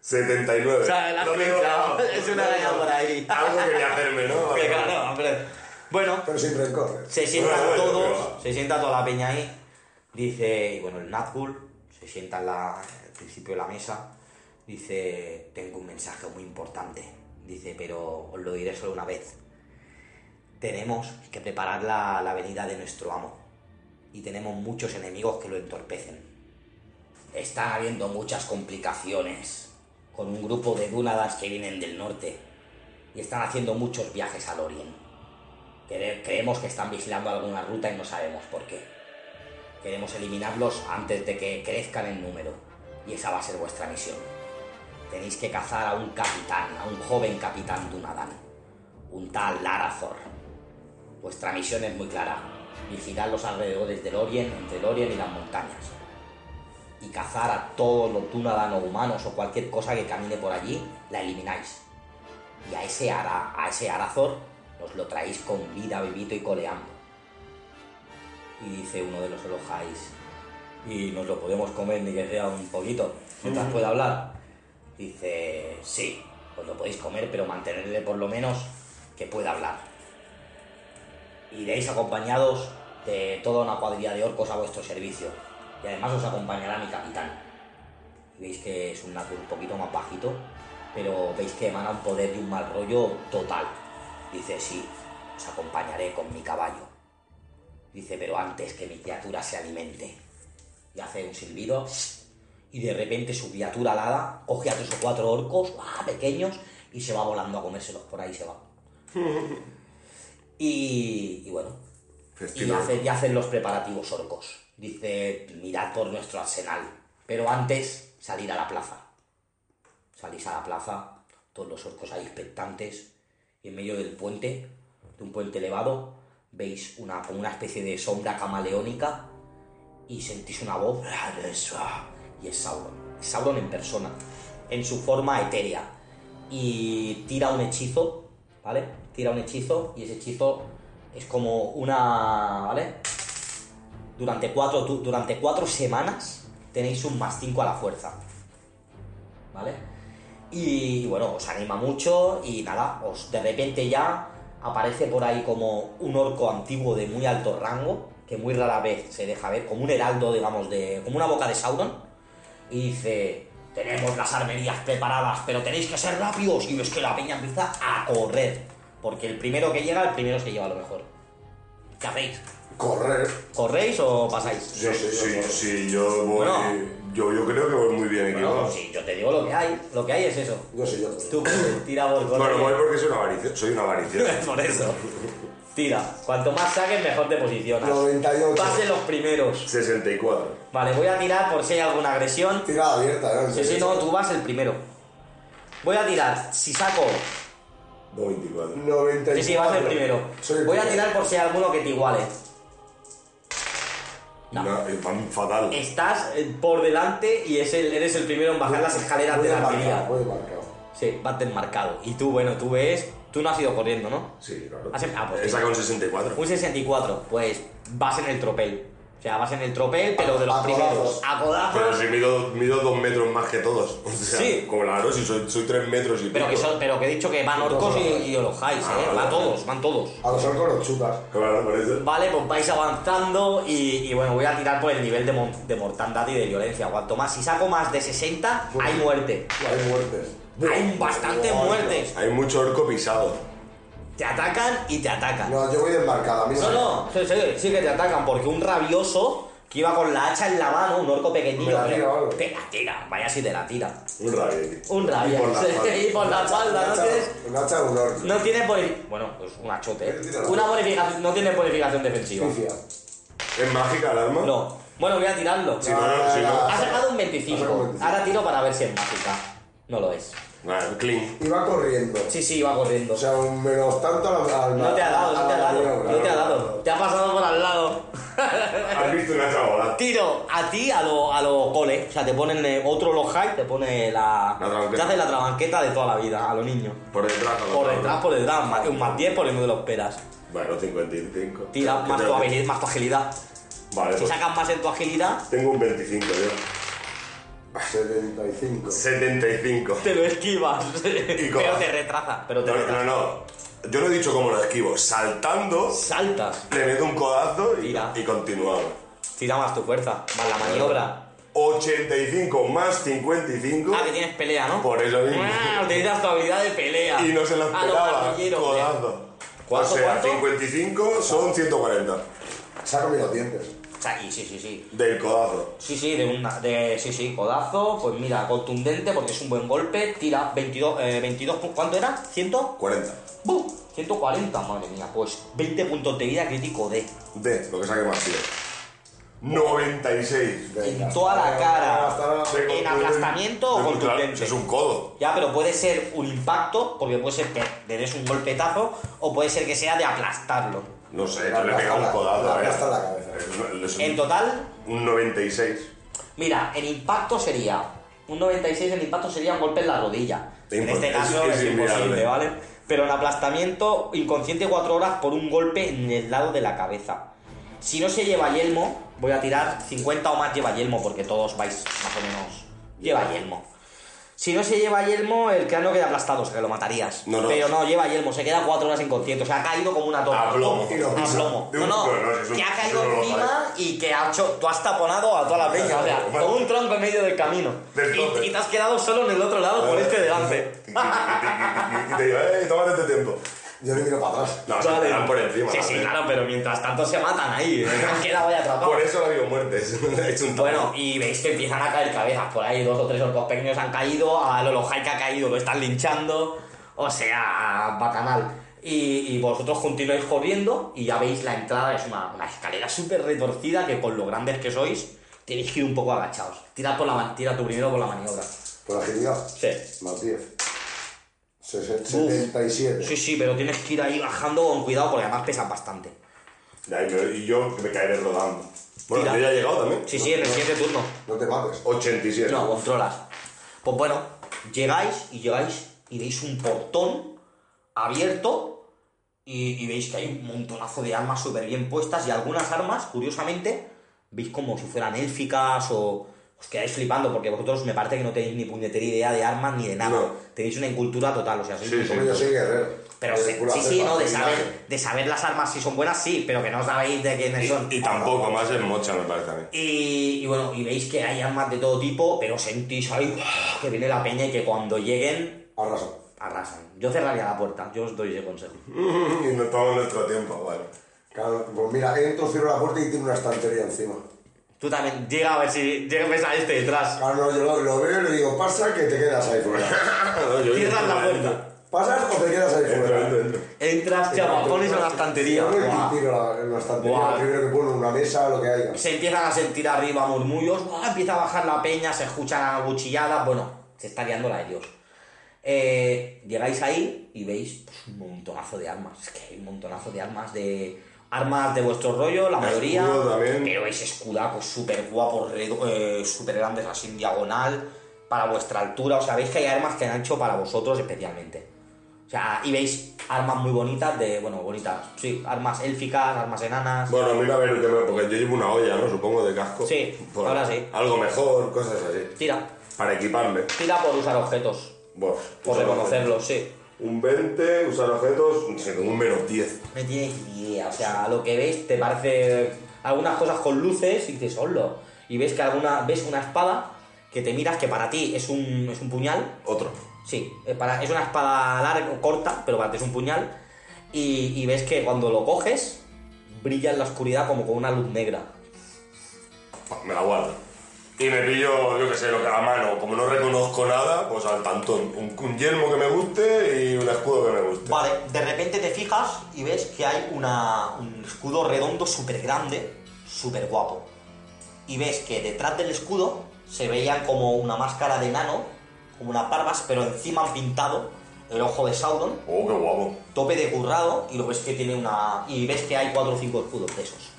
Speaker 3: 79.
Speaker 2: O sea, la has
Speaker 3: No tengo
Speaker 2: pensado.
Speaker 3: nada.
Speaker 2: Es una araña por ahí.
Speaker 3: Algo quería hacerme, ¿no?
Speaker 2: Que claro, hombre. Bueno,
Speaker 4: Pero sin rencor.
Speaker 2: se sientan
Speaker 3: Bueno, bueno,
Speaker 2: todos,
Speaker 3: bueno.
Speaker 2: se sienta toda la peña ahí. Dice, y bueno, el Nazgul se sienta en la, al principio de la mesa. Dice, tengo un mensaje muy importante. Dice, pero os lo diré solo una vez. Tenemos que preparar la, la venida de nuestro amo. Y tenemos muchos enemigos que lo entorpecen. Están habiendo muchas complicaciones con un grupo de dúnadas que vienen del norte. Y están haciendo muchos viajes al oriente. Cre- Creemos que están vigilando alguna ruta y no sabemos por qué. Queremos eliminarlos antes de que crezcan en número. Y esa va a ser vuestra misión. Tenéis que cazar a un capitán, a un joven capitán de Dunadan. Un tal Larathor. Vuestra misión es muy clara. Vigilar los alrededores del Orient, entre el Orient y las montañas. y cazar a todos los túnadan humanos o cualquier cosa que camine por allí, la elimináis. Y a ese, ara, a ese Arazor os lo traéis con vida, vivito y coleando. Y dice uno de los Elohais, y nos lo podemos comer ni que sea un poquito, mientras pueda hablar. Dice, sí, os lo podéis comer, pero mantenerle por lo menos que pueda hablar. Iréis acompañados de toda una cuadrilla de orcos a vuestro servicio. Y además os acompañará mi capitán. Veis que es un natur un poquito más bajito, pero veis que emana un poder y un mal rollo total. Dice, sí, os acompañaré con mi caballo. Dice, pero antes que mi criatura se alimente. Y hace un silbido. Y de repente su criatura alada coge a tres o cuatro orcos ¡ah, pequeños y se va volando a comérselos por ahí, se va. y, y bueno. Y
Speaker 3: Festival.
Speaker 2: hacen, y hacen los preparativos orcos. Dice, mirad por nuestro arsenal. Pero antes, salir a la plaza. Salís a la plaza, todos los orcos ahí expectantes, y en medio del puente, de un puente elevado, veis una, como una especie de sombra camaleónica y sentís una voz. ah, Y es Sauron. Es Sauron en persona, en su forma etérea. Y tira un hechizo, ¿vale? Tira un hechizo y ese hechizo es como una. ¿Vale? Durante cuatro, tu- durante cuatro semanas tenéis un más 5 a la fuerza. ¿vale? Y bueno, os anima mucho y nada, os de repente ya aparece por ahí como un orco antiguo de muy alto rango, que muy rara vez se deja ver, como un heraldo, digamos, de como una boca de Sauron, y dice, tenemos las armerías preparadas, pero tenéis que ser rápidos, y es que la peña empieza a correr, porque el primero que llega, el primero se lleva lo mejor. ¿Qué hacéis?
Speaker 4: Correr.
Speaker 2: ¿Corréis o pasáis?
Speaker 3: Sí, sí, sí, sí, yo voy.
Speaker 2: Bueno.
Speaker 3: Yo, yo creo que voy muy bien
Speaker 2: Bueno,
Speaker 3: equipado.
Speaker 2: sí, yo te digo lo que hay, lo que hay es eso.
Speaker 4: Yo sé, yo
Speaker 2: Tú tira por correr.
Speaker 3: Bueno, pues voy porque soy un avaricioso. Soy un avaricioso.
Speaker 2: Por eso. Tira. Cuanto más saques, mejor te posicionas.
Speaker 4: 98.
Speaker 2: Pasen los primeros.
Speaker 3: 64.
Speaker 2: Vale, voy a tirar por si hay alguna agresión.
Speaker 4: Tirada abierta, ¿no?
Speaker 2: Si si no, tú vas el primero. Voy a tirar. Si saco.
Speaker 3: 24.
Speaker 4: 94.
Speaker 2: Sí, sí, vas el primero.
Speaker 4: Soy el
Speaker 2: Voy a
Speaker 4: primero.
Speaker 2: tirar por si hay alguno que te iguale. No.
Speaker 3: No, es tan eh, fatal.
Speaker 2: Estás eh, por delante y es el- eres el primero en bajar las escaleras
Speaker 4: Voy
Speaker 2: de la
Speaker 4: marcado,
Speaker 2: armería.
Speaker 4: voy marcado.
Speaker 2: Sí, vas desmarcado. Y tú, bueno, tú ves. Tú no has ido corriendo, ¿no?
Speaker 3: Sí, claro.
Speaker 2: Has- ah, pues
Speaker 3: He
Speaker 2: sí.
Speaker 3: sacado un 64.
Speaker 2: Un 64, pues vas en el tropel. O sea, vas en el tropel, pero de los
Speaker 4: A
Speaker 2: primeros.
Speaker 4: codazos.
Speaker 2: A codazos.
Speaker 3: Pero si mido, mido dos metros más que todos. O sea,
Speaker 2: Sí.
Speaker 3: claro, si soy, soy tres metros y
Speaker 2: Pero que,
Speaker 3: pico.
Speaker 2: son- pero que he dicho que van orcos y, y olojáis,
Speaker 3: Ah,
Speaker 2: ¿eh?
Speaker 3: vale,
Speaker 2: Van
Speaker 3: vale.
Speaker 2: todos, van todos.
Speaker 4: A los orcos los chutas.
Speaker 3: Claro, por eso.
Speaker 2: Vale, pues vais avanzando y, y bueno, voy a tirar por el nivel de, mon- de mortandad y de violencia. Cuanto más, si saco más de 60,
Speaker 4: Bueno.
Speaker 2: hay muerte.
Speaker 4: Hay muertes.
Speaker 2: Hay bastantes
Speaker 4: Bueno.
Speaker 2: muertes.
Speaker 3: Hay mucho orco pisado.
Speaker 2: Te atacan y te atacan.
Speaker 4: No, yo voy desmarcado. A mí
Speaker 2: No, no, sí, sí, sí que te atacan porque un rabioso que iba con la hacha en la mano, un orco pequeñito,
Speaker 4: Me la
Speaker 2: pero-
Speaker 4: tira o algo.
Speaker 2: te la tira, vaya si te la tira.
Speaker 3: Un rabia.
Speaker 2: Un
Speaker 3: Y
Speaker 2: rabia.
Speaker 3: por la espalda.
Speaker 2: Y por la espalda,
Speaker 4: Me
Speaker 2: ¿no
Speaker 4: ha
Speaker 2: tienes?
Speaker 4: echado- Me ha echado un orco.
Speaker 2: No tiene bonificación. Bueno, pues un achote. ¿eh?
Speaker 4: Tírala.
Speaker 2: Una bonificación. No tiene bonificación defensiva.
Speaker 4: Sucia.
Speaker 3: ¿Es mágica el arma?
Speaker 2: No. Bueno, voy a tirarlo.
Speaker 3: Sí, no, no, sí, no.
Speaker 2: Ha sacado un
Speaker 4: Ha sacado un
Speaker 2: 25.
Speaker 4: 25.
Speaker 2: Ahora tiro para ver si es mágica. No lo es.
Speaker 3: Vale, Ah, clean.
Speaker 4: Iba corriendo.
Speaker 2: Sí, sí, va corriendo.
Speaker 4: O sea, un menos tanto a la. a la-
Speaker 2: No te ha dado, no te ha
Speaker 4: a la
Speaker 2: dado.
Speaker 4: maniobra.
Speaker 2: No te ha dado. Te ha pasado por al lado.
Speaker 3: Has visto una chabola.
Speaker 2: Tiro a ti, a los a lo cole. O sea, te ponen eh, otro los high, te pone la.
Speaker 3: La trabanqueta.
Speaker 2: Te hace la trabanqueta de toda la vida, a los niños.
Speaker 3: Por detrás. a la
Speaker 2: Por
Speaker 3: otra.
Speaker 2: detrás, por detrás. más- Un más 10 por el medio de los peras.
Speaker 3: Bueno, 55.
Speaker 2: Tira,
Speaker 3: ¿Qué
Speaker 2: más
Speaker 3: te-
Speaker 2: tu habilidad, más tu agilidad.
Speaker 3: Vale,
Speaker 2: Si
Speaker 3: pues
Speaker 2: sacas más en tu agilidad,
Speaker 3: tengo un 25 yo.
Speaker 4: 75.
Speaker 3: 75.
Speaker 2: Te lo esquivas.
Speaker 3: cómo?
Speaker 2: pero te retrasa. Pero te
Speaker 3: No,
Speaker 2: retrasa.
Speaker 3: no, no. Yo no he dicho cómo lo esquivo. Saltando,
Speaker 2: Saltas.
Speaker 3: le meto un codazo y,
Speaker 2: Tira.
Speaker 3: y continuamos.
Speaker 2: Tira más tu fuerza, más la maniobra.
Speaker 3: 85 más 55.
Speaker 2: Ah, que tienes pelea, ¿no?
Speaker 3: Por eso mismo.
Speaker 2: Ah, utilizas tu habilidad de pelea.
Speaker 3: Y no se lo
Speaker 2: Ah,
Speaker 3: esperaba.
Speaker 2: parrillero,
Speaker 3: codazo. O
Speaker 2: ¿Cuánto,
Speaker 3: sea,
Speaker 2: cuánto?
Speaker 3: 55 son 140
Speaker 4: Se ha comido los dientes.
Speaker 2: O sea, y sí, sí, sí.
Speaker 3: del codazo.
Speaker 2: Sí, sí, de una. De, sí, sí, codazo. Pues mira, contundente porque es un buen golpe. Tira 22. Eh, 22 pu- ¿Cuánto era? ¿100?
Speaker 3: 40.
Speaker 2: ¡Bum! 140, madre mía. Pues 20 puntos de vida crítico de.
Speaker 3: D, lo que saque más tío. 96.
Speaker 4: Venga,
Speaker 2: En toda la
Speaker 4: hasta
Speaker 2: cara.
Speaker 4: hasta la-
Speaker 3: De
Speaker 2: ¿En
Speaker 3: contundente.
Speaker 2: aplastamiento o
Speaker 3: De- claro,
Speaker 2: contundente?
Speaker 3: Es un codo.
Speaker 2: Ya, pero puede ser un impacto, porque puede ser que le des un golpetazo, o puede ser que sea de aplastarlo.
Speaker 3: No sé,
Speaker 4: La
Speaker 3: yo le he
Speaker 4: aplasta
Speaker 3: pegado un
Speaker 4: la-
Speaker 3: codazo. eh.
Speaker 4: la
Speaker 3: a ver.
Speaker 4: aplasta la cabeza.
Speaker 3: Es un- es un-
Speaker 2: En total,
Speaker 3: Un 96.
Speaker 2: Mira, en impacto sería. Un 96 en impacto sería un golpe en la rodilla. En
Speaker 3: Impos-
Speaker 2: este caso
Speaker 3: es-
Speaker 2: es,
Speaker 3: es
Speaker 2: imposible,
Speaker 3: inviable.
Speaker 2: ¿vale? Pero en aplastamiento inconsciente 4 horas por un golpe en el lado de la cabeza. Si no se lleva yelmo, voy a tirar 50 o más lleva yelmo, porque todos vais más o menos. Lleva yelmo. Si no se lleva yelmo, el cráneo queda aplastado, o sea que lo matarías.
Speaker 3: No, no.
Speaker 2: Pero no lleva yelmo, se queda 4 horas inconsciente, o sea, ha caído como una toma.
Speaker 3: A plomo.
Speaker 2: A plomo.
Speaker 3: De un-
Speaker 2: No,
Speaker 3: bueno, no,
Speaker 2: no,
Speaker 3: eso-
Speaker 2: que ha
Speaker 3: eso
Speaker 2: caído
Speaker 3: no lo
Speaker 2: encima y que ha hecho. Tú has taponado a toda la peña, o sea,
Speaker 3: Vale.
Speaker 2: con un tronco en medio del camino.
Speaker 3: Del
Speaker 2: Y,
Speaker 3: tope. Eh,
Speaker 2: y te has quedado solo en el otro lado por este delante.
Speaker 3: y te digo, eh, tómate este tiempo.
Speaker 4: Yo le miro para atrás.
Speaker 3: No, se
Speaker 2: Vale.
Speaker 3: pegan por encima.
Speaker 2: Sí,
Speaker 3: la
Speaker 2: sí,
Speaker 3: verdad.
Speaker 2: claro, pero mientras tanto se matan ahí. ¿eh? Han quedado ahí atrapados.
Speaker 3: Por eso la biomuertes. He hecho un
Speaker 2: Bueno, y veis que empiezan a caer cabezas por ahí. Dos o tres orcos pequeños han caído. A Lolojai que ha caído lo están linchando. O sea, bacanal. Y, y vosotros continuáis corriendo y ya veis la entrada. Es una, una escalera súper retorcida que con lo grandes que sois tenéis que ir un poco agachados. Tira, por la, man- tira tú primero por la maniobra.
Speaker 4: Por agilidad.
Speaker 2: Sí.
Speaker 4: Más 10. Sesen- 77.
Speaker 2: Sí, sí, pero tienes que ir ahí bajando con cuidado porque además pesan bastante.
Speaker 3: Ya, y, me- y yo me caeré rodando. Bueno,
Speaker 2: Tira.
Speaker 3: yo ya he llegado también.
Speaker 2: Sí, sí, en el siguiente turno.
Speaker 4: No te mates.
Speaker 3: 87.
Speaker 2: No, controlas. Pues bueno, llegáis y llegáis y veis un portón abierto y, y veis que hay un montonazo de armas súper bien puestas y algunas armas, curiosamente, veis como si fueran élficas o os quedáis flipando porque vosotros me parece que no tenéis ni puñetera idea de armas ni de nada.
Speaker 3: No.
Speaker 2: Tenéis una incultura total, o sea, sois
Speaker 3: Sí,
Speaker 2: muy
Speaker 3: sí.
Speaker 4: Hombre, yo soy guerrero.
Speaker 2: Pero
Speaker 4: De
Speaker 2: se-
Speaker 4: pura
Speaker 2: sí, sí,
Speaker 4: cepa,
Speaker 2: no, de
Speaker 4: de
Speaker 2: saber,
Speaker 4: linaje.
Speaker 2: de saber las armas si son buenas, sí, pero que no sabéis de quiénes son.
Speaker 3: Y, y tampoco, más en mocha me parece a mí.
Speaker 2: Y, y bueno, y veis que hay armas de todo tipo, pero sentís ahí ¡guau! que viene la peña y que cuando lleguen
Speaker 4: Arrasa.
Speaker 2: arrasan. Yo cerraría la puerta, yo os doy ese consejo.
Speaker 3: y nos tomamos nuestro tiempo, bueno.
Speaker 4: Claro, pues mira, entro, cierro la puerta y tiene una estantería encima.
Speaker 2: Tú también, llega a ver si llega ves a este detrás.
Speaker 4: Claro, no, yo lo, lo veo y le digo, pasa que te quedas ahí fuera.
Speaker 2: Ah,
Speaker 3: No, yo-
Speaker 2: Cierras la puerta.
Speaker 4: ¿Pasas o te quedas ahí
Speaker 3: Entro,
Speaker 4: fuera?
Speaker 3: entro, entro.
Speaker 2: Entras, chaval, pones en la estantería.
Speaker 4: Cierro
Speaker 2: ¡guau!
Speaker 4: y tiro la, en la estantería,
Speaker 2: Buah.
Speaker 4: lo primero que pongo, una mesa, lo que haya.
Speaker 2: Se empiezan a sentir arriba murmullos, ¡guau! empieza a bajar la peña, se escuchan aguchilladas, bueno, se está liando la de Dios. Eh, llegáis ahí y veis pues, un montonazo de armas, es que hay un montonazo de armas de... Armas de vuestro rollo, la mayoría,
Speaker 3: Escudo también.
Speaker 2: pero veis escudacos súper guapos, redo- eh, súper grandes así en diagonal, para vuestra altura, o sea, veis que hay armas que han hecho para vosotros especialmente. O sea, y veis armas muy bonitas de, bueno, bonitas, sí, armas élficas, armas enanas.
Speaker 3: Bueno, mira a ver qué me. Porque yo llevo una olla, ¿no? Supongo de casco.
Speaker 2: Sí,
Speaker 3: Por-
Speaker 2: ahora sí.
Speaker 3: Algo mejor, cosas así.
Speaker 2: Tira,
Speaker 3: Para equiparme.
Speaker 2: Tira por usar objetos,
Speaker 3: Vos.
Speaker 2: por reconocerlos, sí.
Speaker 3: Un 20, usar objetos, sí, un menos 10.
Speaker 2: No tienes ni idea, o sea, lo que ves te parece algunas cosas con luces y dices, solo Y ves que alguna ves una espada que te miras que para ti es un, es un puñal,
Speaker 3: Otro.
Speaker 2: sí, es, para, es una espada larga, corta, pero para ti es un puñal. Y, y ves que cuando lo coges, brilla en la oscuridad como con una luz negra.
Speaker 3: Pa, Me la guardo. Y me pillo, yo qué sé, lo que a mano. Como no reconozco nada, pues al tantón. Un, un yelmo que me guste y un escudo que me guste.
Speaker 2: Vale, de repente te fijas y ves que hay una, un escudo redondo súper grande, súper guapo. Y ves que detrás del escudo se veían como una máscara de nano, como una parvas, pero encima han pintado el ojo de Sauron,
Speaker 3: Oh, qué guapo.
Speaker 2: tope de currado, y lo ves que tiene una. Y ves que hay cuatro o cinco escudos de esos.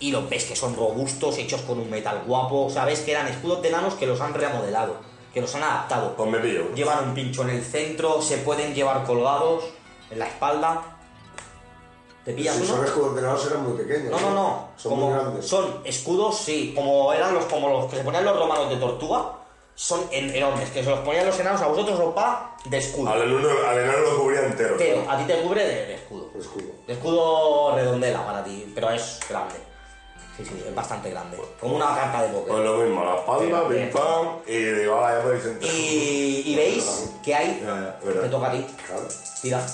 Speaker 2: Y los ves que son robustos, hechos con un metal guapo. O sea, ves que eran escudos de nanos que los han remodelado, que los han adaptado.
Speaker 3: Pues me pillo. uno.
Speaker 2: Llevan un pincho en el centro, se pueden llevar colgados en la espalda. ¿Te pillas
Speaker 4: Si son
Speaker 2: uno?
Speaker 4: escudos de nanos eran muy pequeños.
Speaker 2: No, no, no.
Speaker 4: Son
Speaker 2: Como-
Speaker 4: muy grandes.
Speaker 2: Son escudos, sí. Como eran los, como los que se ponían los romanos de tortuga, son en- enormes. Que se los ponían los enanos a vosotros ropa de escudo.
Speaker 3: Al enano, al enano lo cubría entero.
Speaker 2: Pero a ti te cubre de, de escudo.
Speaker 4: Escudo.
Speaker 2: De escudo redondela para ti, pero es grande. Sí, sí, es bastante grande. Como una carta de póker.
Speaker 3: Pues lo mismo, la espalda,
Speaker 2: Pero,
Speaker 3: pim
Speaker 2: eh.
Speaker 3: pam, y digo, ah, ya podéis entrar.
Speaker 2: Y, y veis que hay.
Speaker 3: Ya, ya,
Speaker 2: Te
Speaker 3: verdad.
Speaker 2: toca a ti.
Speaker 4: Claro.
Speaker 2: Tira.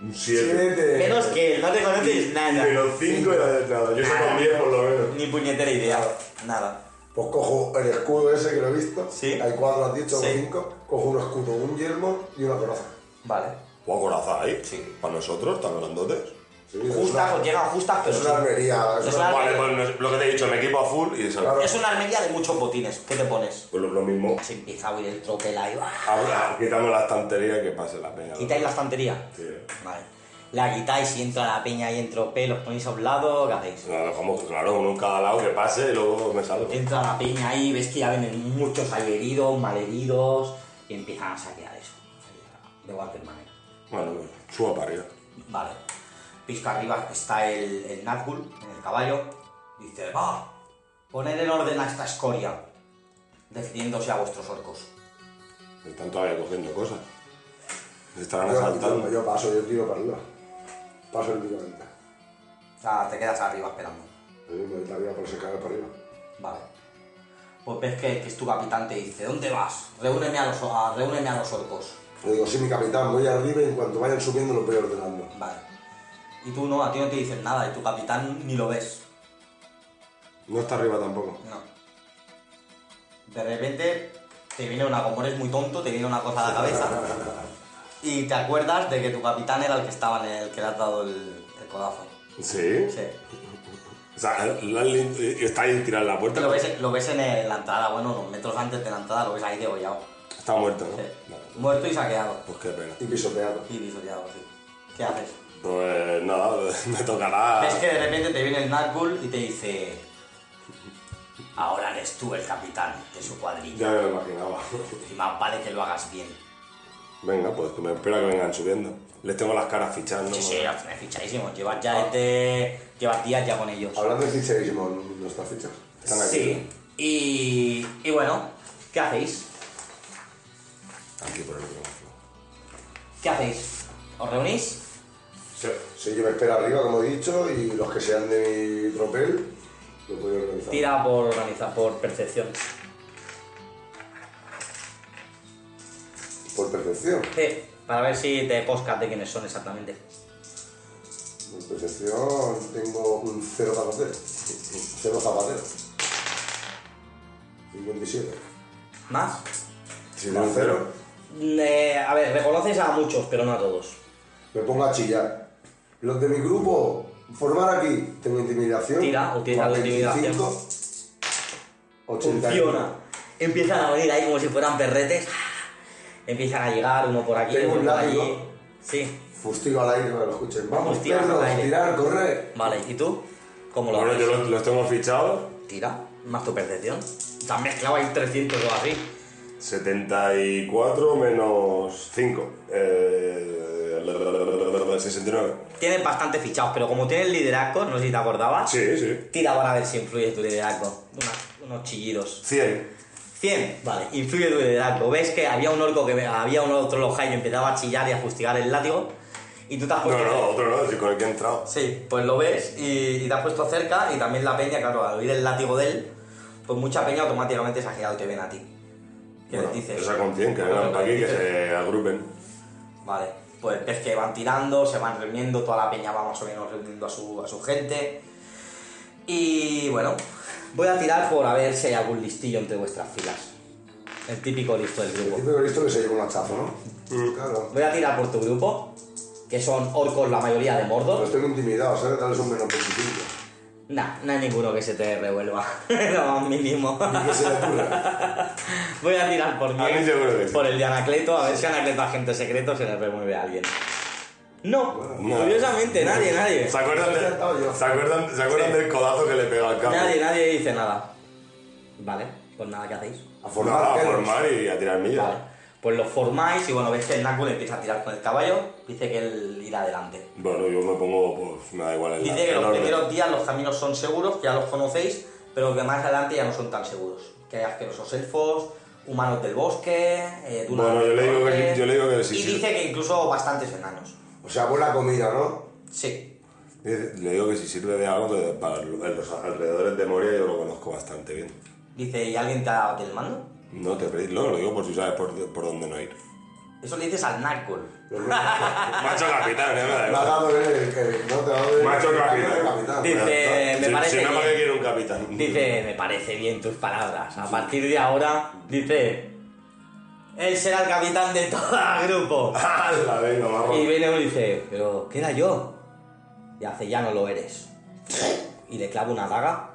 Speaker 3: Un 7.
Speaker 2: Menos que él, no te conoces nada.
Speaker 3: Menos 5 era de nada. Yo soy con 10 por lo menos.
Speaker 2: Ni puñetera idea. Nada.
Speaker 4: Pues cojo el escudo ese que lo he visto.
Speaker 2: Sí.
Speaker 4: Hay cuatro, has dicho, o
Speaker 2: Sí.
Speaker 4: cinco. Cojo un escudo, un yelmo y una coraza.
Speaker 2: Vale.
Speaker 3: Guau, coraza ahí.
Speaker 2: Sí.
Speaker 3: Para nosotros, tan grandotes.
Speaker 4: Sí, es
Speaker 2: Justas,
Speaker 4: una-
Speaker 2: os llegan justas, pero
Speaker 4: Es una
Speaker 2: sí.
Speaker 4: armería.
Speaker 2: Es
Speaker 4: Es
Speaker 2: una-
Speaker 4: una...
Speaker 3: Vale, pues no- lo que te he dicho, me equipo a full y salgo.
Speaker 4: Claro.
Speaker 2: Es una armería de muchos botines. ¿Qué te pones?
Speaker 3: Pues lo, lo mismo.
Speaker 2: Se empieza a oír el tropel ahí. ¡ah!
Speaker 3: Ahora quitamos la estantería y que pase la peña.
Speaker 2: Quitáis la estantería.
Speaker 3: Sí.
Speaker 2: Vale. la quitáis y entra la peña y entra OP, los ponéis a un lado, ¿qué hacéis?
Speaker 3: La dejamos, claro, uno en cada lado que pase y luego me salgo.
Speaker 2: Entra la peña ahí, ves que ya vienen muchos ahí heridos, malheridos, y empiezan a saquear eso. De cualquier manera.
Speaker 3: Bueno, suba para arriba.
Speaker 2: Vale. Pisca arriba está el, el Nazgûl en el caballo. Dice, va, poner en orden a esta escoria, defendiéndose a vuestros orcos.
Speaker 3: Están todavía cogiendo cosas. Estarán
Speaker 4: Yo,
Speaker 3: asaltando.
Speaker 4: yo- yo paso, yo tiro para arriba. Paso olímpicamente.
Speaker 2: O sea, te quedas arriba esperando.
Speaker 4: Yo me doy la vida para sacar para arriba.
Speaker 2: Vale. Pues ves que, que es tu capitán te dice, ¿dónde vas? Reúneme a los, a- reúneme a los orcos.
Speaker 4: Le digo, sí, mi capitán, voy arriba y en cuanto vayan subiendo los voy ordenando.
Speaker 2: Vale. Y tú no, a ti no te dicen nada, y tu capitán ni lo ves.
Speaker 3: No está arriba tampoco.
Speaker 2: No. De repente te viene una, como eres muy tonto, te viene una cosa a la cabeza. y te acuerdas de que tu capitán era el que estaba en el que le has dado el, el codazo.
Speaker 3: ¿Sí?
Speaker 2: Sí.
Speaker 3: O sea, la han lin- está ahí tirado en la puerta.
Speaker 2: Lo ves, lo ves en el- la entrada, bueno, unos metros antes de la entrada, lo ves ahí degollado.
Speaker 3: Está muerto, ¿no?
Speaker 2: Sí.
Speaker 3: Vale.
Speaker 2: Muerto y saqueado.
Speaker 3: Pues qué pena.
Speaker 4: Y pisoteado.
Speaker 2: Y disolleado, sí. ¿Qué haces?
Speaker 3: Pues nada, me tocará.
Speaker 2: Ves que de repente te viene el Nazgûl y te dice... Ahora eres tú el capitán de su cuadrilla.
Speaker 3: Ya me lo imaginaba.
Speaker 2: Y más vale que lo hagas bien.
Speaker 3: Venga, pues que me espera que vengan subiendo. Les tengo las caras fichando.
Speaker 2: Sí, sí, los tenés fichadísimos. Llevas
Speaker 3: Ah.
Speaker 2: ya desde. Llevas días ya con ellos.
Speaker 4: Hablando de ficherismo, nuestras fichas.
Speaker 3: Están aquí.
Speaker 2: Sí. Y. Y bueno, ¿qué hacéis?
Speaker 3: Aquí por el triunfo.
Speaker 2: ¿Qué hacéis? ¿Os reunís?
Speaker 3: Sí.
Speaker 4: Sí, yo me espero arriba, como he dicho, y los que sean de mi tropel, lo voy a organizar.
Speaker 2: Tira por organizar por percepción.
Speaker 4: Por perfección.
Speaker 2: Sí, para ver si te poscas de quiénes son exactamente.
Speaker 4: Por perfección tengo un cero zapatero. Cero zapatero. 57.
Speaker 2: ¿Más?
Speaker 4: Si no, cero.
Speaker 2: Eh, a ver, reconoces a muchos, pero no a todos.
Speaker 4: Me pongo a chillar. Los de mi grupo, formar aquí. Tengo intimidación.
Speaker 2: Tira, utiliza
Speaker 4: Más
Speaker 2: la intimidación.
Speaker 4: 25, 81.
Speaker 2: Funciona. Empiezan a venir ahí como si fueran perretes. Empiezan a llegar uno por aquí,
Speaker 4: Tengo
Speaker 2: uno
Speaker 4: un
Speaker 2: por
Speaker 4: látigo.
Speaker 2: allí. Sí.
Speaker 4: Fustigo al aire cuando lo escuchen. Vamos,
Speaker 2: Fustigo al
Speaker 4: perros,
Speaker 2: aire.
Speaker 4: tirar, correr.
Speaker 2: Vale, ¿y tú? ¿Cómo lo
Speaker 3: Bueno,
Speaker 2: haces?
Speaker 3: yo los, los tengo fichados.
Speaker 2: Tira, más tu percepción. Te has mezclado ahí 300 o así.
Speaker 3: 74 menos 5. Eh, 69.
Speaker 2: Tienes bastante fichados, pero como tienes liderazgo, no sé si te acordabas.
Speaker 3: Sí, sí.
Speaker 2: Tira para ver si influye tu liderazgo. Una- unos chillidos.
Speaker 3: 100.
Speaker 2: 100, vale, influye tu liderazgo. Ves que había un orco que había un otro loja y empezaba a chillar y a fustigar el látigo. Y tú te has
Speaker 3: No,
Speaker 2: puesto.
Speaker 3: no, otro no, sí, con el que he entrado.
Speaker 2: Sí, pues lo ves y, y te has puesto cerca. Y también la peña, claro, al oír el látigo de él, pues mucha peña automáticamente se ha girado y te ven a ti. ¿Qué
Speaker 3: Bueno,
Speaker 2: les dices?
Speaker 3: Esa con 100, que
Speaker 2: Bueno,
Speaker 3: vengan
Speaker 2: ¿qué
Speaker 3: para aquí,
Speaker 2: les
Speaker 3: que
Speaker 2: dices?
Speaker 3: se agrupen.
Speaker 2: Vale, pues ves que van tirando, se van reuniendo, toda la peña va más o menos reuniendo a su, a su gente. Y bueno, voy a tirar por a ver si hay algún listillo entre vuestras filas. El típico listo del
Speaker 4: El
Speaker 2: grupo.
Speaker 4: típico listo que se lleva un hachazo, ¿no? Claro.
Speaker 2: Voy a tirar por tu grupo, que son orcos la mayoría de Mordor.
Speaker 4: Los tengo intimidados, ¿sabes? Dales un menos 25.
Speaker 2: Nah, no hay ninguno que se te revuelva, lo más mínimo.
Speaker 4: ¿Y qué se le ocurre?
Speaker 2: Voy a tirar por mí,
Speaker 3: A mí seguro que sí.
Speaker 2: por el de Anacleto, a ver si Anacleto agente secreto se le remueve a alguien. No,
Speaker 3: No.
Speaker 2: curiosamente, nadie, nadie.
Speaker 3: ¿Se acuerdan, de-
Speaker 4: He acertado yo.
Speaker 3: ¿se acuerdan, ¿se acuerdan
Speaker 2: Sí.
Speaker 3: del codazo que le pegó al campo?
Speaker 2: Nadie, nadie dice nada. Vale, pues nada, ¿qué hacéis?
Speaker 4: A
Speaker 3: Formar, a
Speaker 4: perros.
Speaker 3: formar y a tirar millas.
Speaker 2: Vale. Pues lo formáis y bueno, veis que el Nakul empieza a tirar con el caballo, dice que él irá adelante.
Speaker 3: Bueno, yo me pongo, pues me da igual el
Speaker 2: Dice que los
Speaker 3: el orden.
Speaker 2: primeros días los caminos son seguros, que ya los conocéis, pero que más adelante ya no son tan seguros. Que hay asquerosos elfos, humanos del bosque, eh, dunas
Speaker 3: Bueno, yo le digo que-
Speaker 2: del
Speaker 3: yo le digo que sí,
Speaker 2: Y
Speaker 3: sí.
Speaker 2: dice que incluso bastantes enanos.
Speaker 4: O sea, buena comida, ¿no?
Speaker 2: Sí.
Speaker 3: Dice- Le digo que si sirve de algo, que para el- los alrededores de Moria yo lo conozco bastante bien.
Speaker 2: Dice, ¿y alguien te ha dado del mando?
Speaker 3: No te pedís, no, lo digo por si sabes por, por dónde no ir.
Speaker 2: Eso le dices al Nakul. Ah,
Speaker 3: Macho capitán, eh, me da
Speaker 4: Me ha
Speaker 3: igual.
Speaker 4: dado él el que no te ha dado el
Speaker 3: Macho
Speaker 4: el
Speaker 3: capitán.
Speaker 4: capitán.
Speaker 2: Dice,
Speaker 3: Bueno,
Speaker 2: me
Speaker 3: si-
Speaker 2: parece
Speaker 3: Si no, ¿para qué
Speaker 2: bien.
Speaker 3: quiero un capitán?
Speaker 2: Dice, me parece bien tus palabras. A partir de ahora, dice, él será el capitán de todo el grupo.
Speaker 3: ¡Hala, venga, marrón!
Speaker 2: Y viene uno y dice, pero ¿qué era yo? Y hace, ya no lo eres. Y le clava una daga.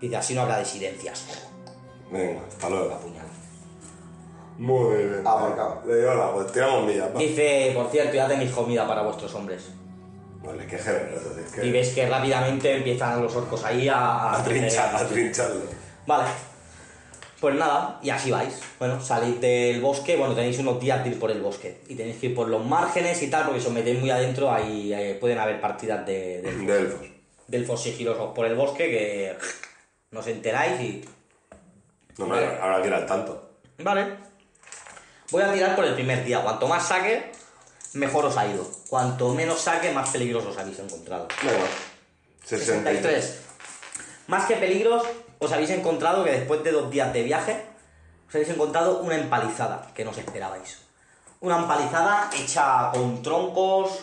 Speaker 2: Dice, así no habrá disidencias.
Speaker 3: Venga, hasta
Speaker 2: La
Speaker 3: luego.
Speaker 2: puñal.
Speaker 3: Muy bien.
Speaker 4: Ah, marcado.
Speaker 3: Le digo, hola, pues tiramos millas. va.
Speaker 2: Dice, por cierto, ya tenéis comida para vuestros hombres.
Speaker 3: Vale, qué generoso. es que-
Speaker 2: Y ves que rápidamente empiezan los orcos ahí a...
Speaker 3: A trinchar, a trincharlo.
Speaker 2: Vale. Pues nada, y así vais. Bueno, salid del bosque, bueno, tenéis unos días de ir por el bosque. Y tenéis que ir por los márgenes y tal, porque si os metéis muy adentro, ahí eh, pueden haber partidas de, de-
Speaker 3: De elfos.
Speaker 2: delfos sigilosos por el bosque que no os enteráis y...
Speaker 3: No, hombre, ahora que era al tanto.
Speaker 2: Vale. Voy a tirar por el primer día. Cuanto más saque, mejor os ha ido. Cuanto menos saque, más peligrosos os habéis encontrado.
Speaker 3: Venga.
Speaker 2: 63. Más que peligros, os habéis encontrado que después de dos días de viaje, os habéis encontrado una empalizada que no os esperabais. Una empalizada hecha con troncos,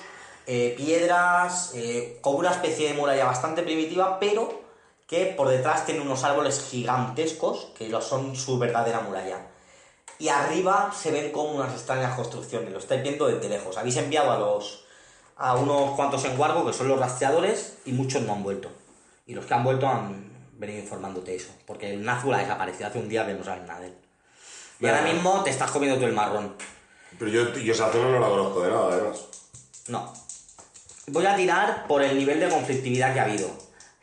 Speaker 2: eh, piedras, eh, con una especie de muralla bastante primitiva, pero que por detrás tiene unos árboles gigantescos que lo son su verdadera muralla. Y arriba se ven como unas extrañas construcciones, lo estáis viendo desde lejos. Habéis enviado a los a unos cuantos enguargos que son los rastreadores y muchos no han vuelto. Y los que han vuelto han venido informándote eso, porque el Nazgul ha desaparecido hace un día que no sabes nada de él. Y
Speaker 3: Ya.
Speaker 2: ahora mismo te estás comiendo tú el marrón.
Speaker 3: Pero yo, yo esa zona no la conozco de nada, además.
Speaker 2: No. Voy a tirar por el nivel de conflictividad que ha habido.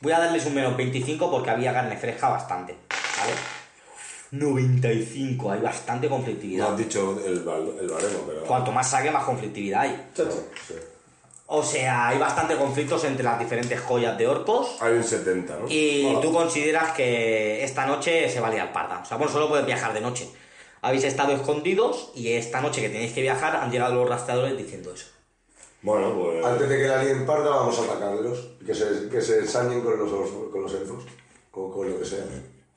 Speaker 2: Voy a darles un menos 25 porque había carne fresca bastante, ¿vale? 95, hay bastante
Speaker 3: No
Speaker 2: conflictividad.
Speaker 3: has dicho el, val- el baremo, pero.
Speaker 2: Cuanto más saque, más conflictividad hay.
Speaker 4: Chacho.
Speaker 3: Sí.
Speaker 2: O sea, hay bastante conflictos entre las diferentes joyas de orcos.
Speaker 3: Hay un 70, ¿no?
Speaker 2: Y
Speaker 3: Mola.
Speaker 2: tú consideras que esta noche se va a liar parda. O sea, bueno, solo puedes viajar de noche. Habéis estado escondidos y esta noche que tenéis que viajar han llegado los rastreadores diciendo eso.
Speaker 3: Bueno, pues.
Speaker 4: Antes de que la lien parda, vamos a atacarlos. Que se, que se ensañen con los, con los elfos. O con lo que sea.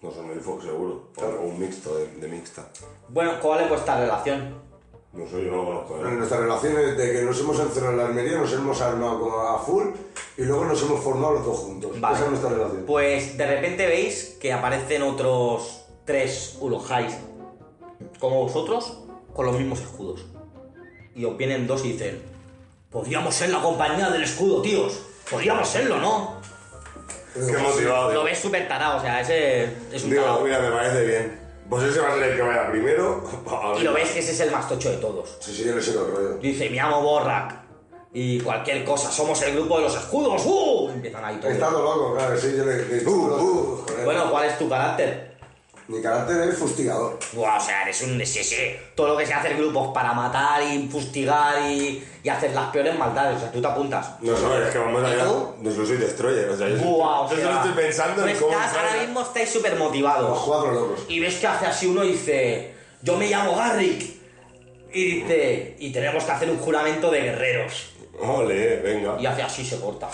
Speaker 3: No son elfos, seguro. O, o un mixto de, de mixta.
Speaker 2: Bueno, ¿cuál es vuestra relación?
Speaker 3: No sé, yo no conozco ¿eh? de
Speaker 4: En
Speaker 3: nada.
Speaker 4: nuestras relaciones, de que nos hemos encerrado en la armería, nos hemos armado como a full y luego nos hemos formado los dos juntos.
Speaker 2: Vale.
Speaker 4: Esa es nuestra relación.
Speaker 2: Pues de repente veis que aparecen otros tres Ulohais como vosotros con los mismos escudos. Y os vienen dos y dicen, podríamos ser la compañía del escudo, tíos. Podríamos serlo, ¿no?
Speaker 3: Qué motivado.
Speaker 2: Lo
Speaker 3: digo.
Speaker 2: ves súper tarado, o sea, ese es un
Speaker 3: Digo,
Speaker 2: tarao.
Speaker 3: mira, me parece bien. Pues ese va a ser el que vaya primero.
Speaker 2: Y lo ves que ese es el más tocho de todos.
Speaker 4: Sí, sí, yo le sé el rollo.
Speaker 2: Dice, me amo Borrak. Y cualquier cosa, somos el grupo de los escudos. ¡Uh! Empiezan ahí todos.
Speaker 4: Estando loco, claro, sí, yo le he
Speaker 3: Uh, uh.
Speaker 2: Bueno, ¿cuál es tu carácter?
Speaker 4: Mi carácter es fustigador.
Speaker 2: Buah, o sea, eres un... Sí, sí. Todo lo que se hace en grupos para matar y fustigar y, y hacer las peores maldades. O sea, tú te apuntas.
Speaker 3: No, no, es que vamos a ir a-
Speaker 2: ¿Tú?
Speaker 3: No, yo soy destroyer, o sea, yo,
Speaker 2: Buah, o
Speaker 3: yo
Speaker 2: sea,
Speaker 3: solo estoy pensando
Speaker 2: no
Speaker 3: en cómo.
Speaker 2: estás- ahora mismo estáis súper motivados.
Speaker 4: Los cuatro locos.
Speaker 2: Y ves que hace así uno y dice, yo me llamo Garrick. Y dice, y tenemos que hacer un juramento de guerreros.
Speaker 3: Ole, venga.
Speaker 2: Y hace así, se corta.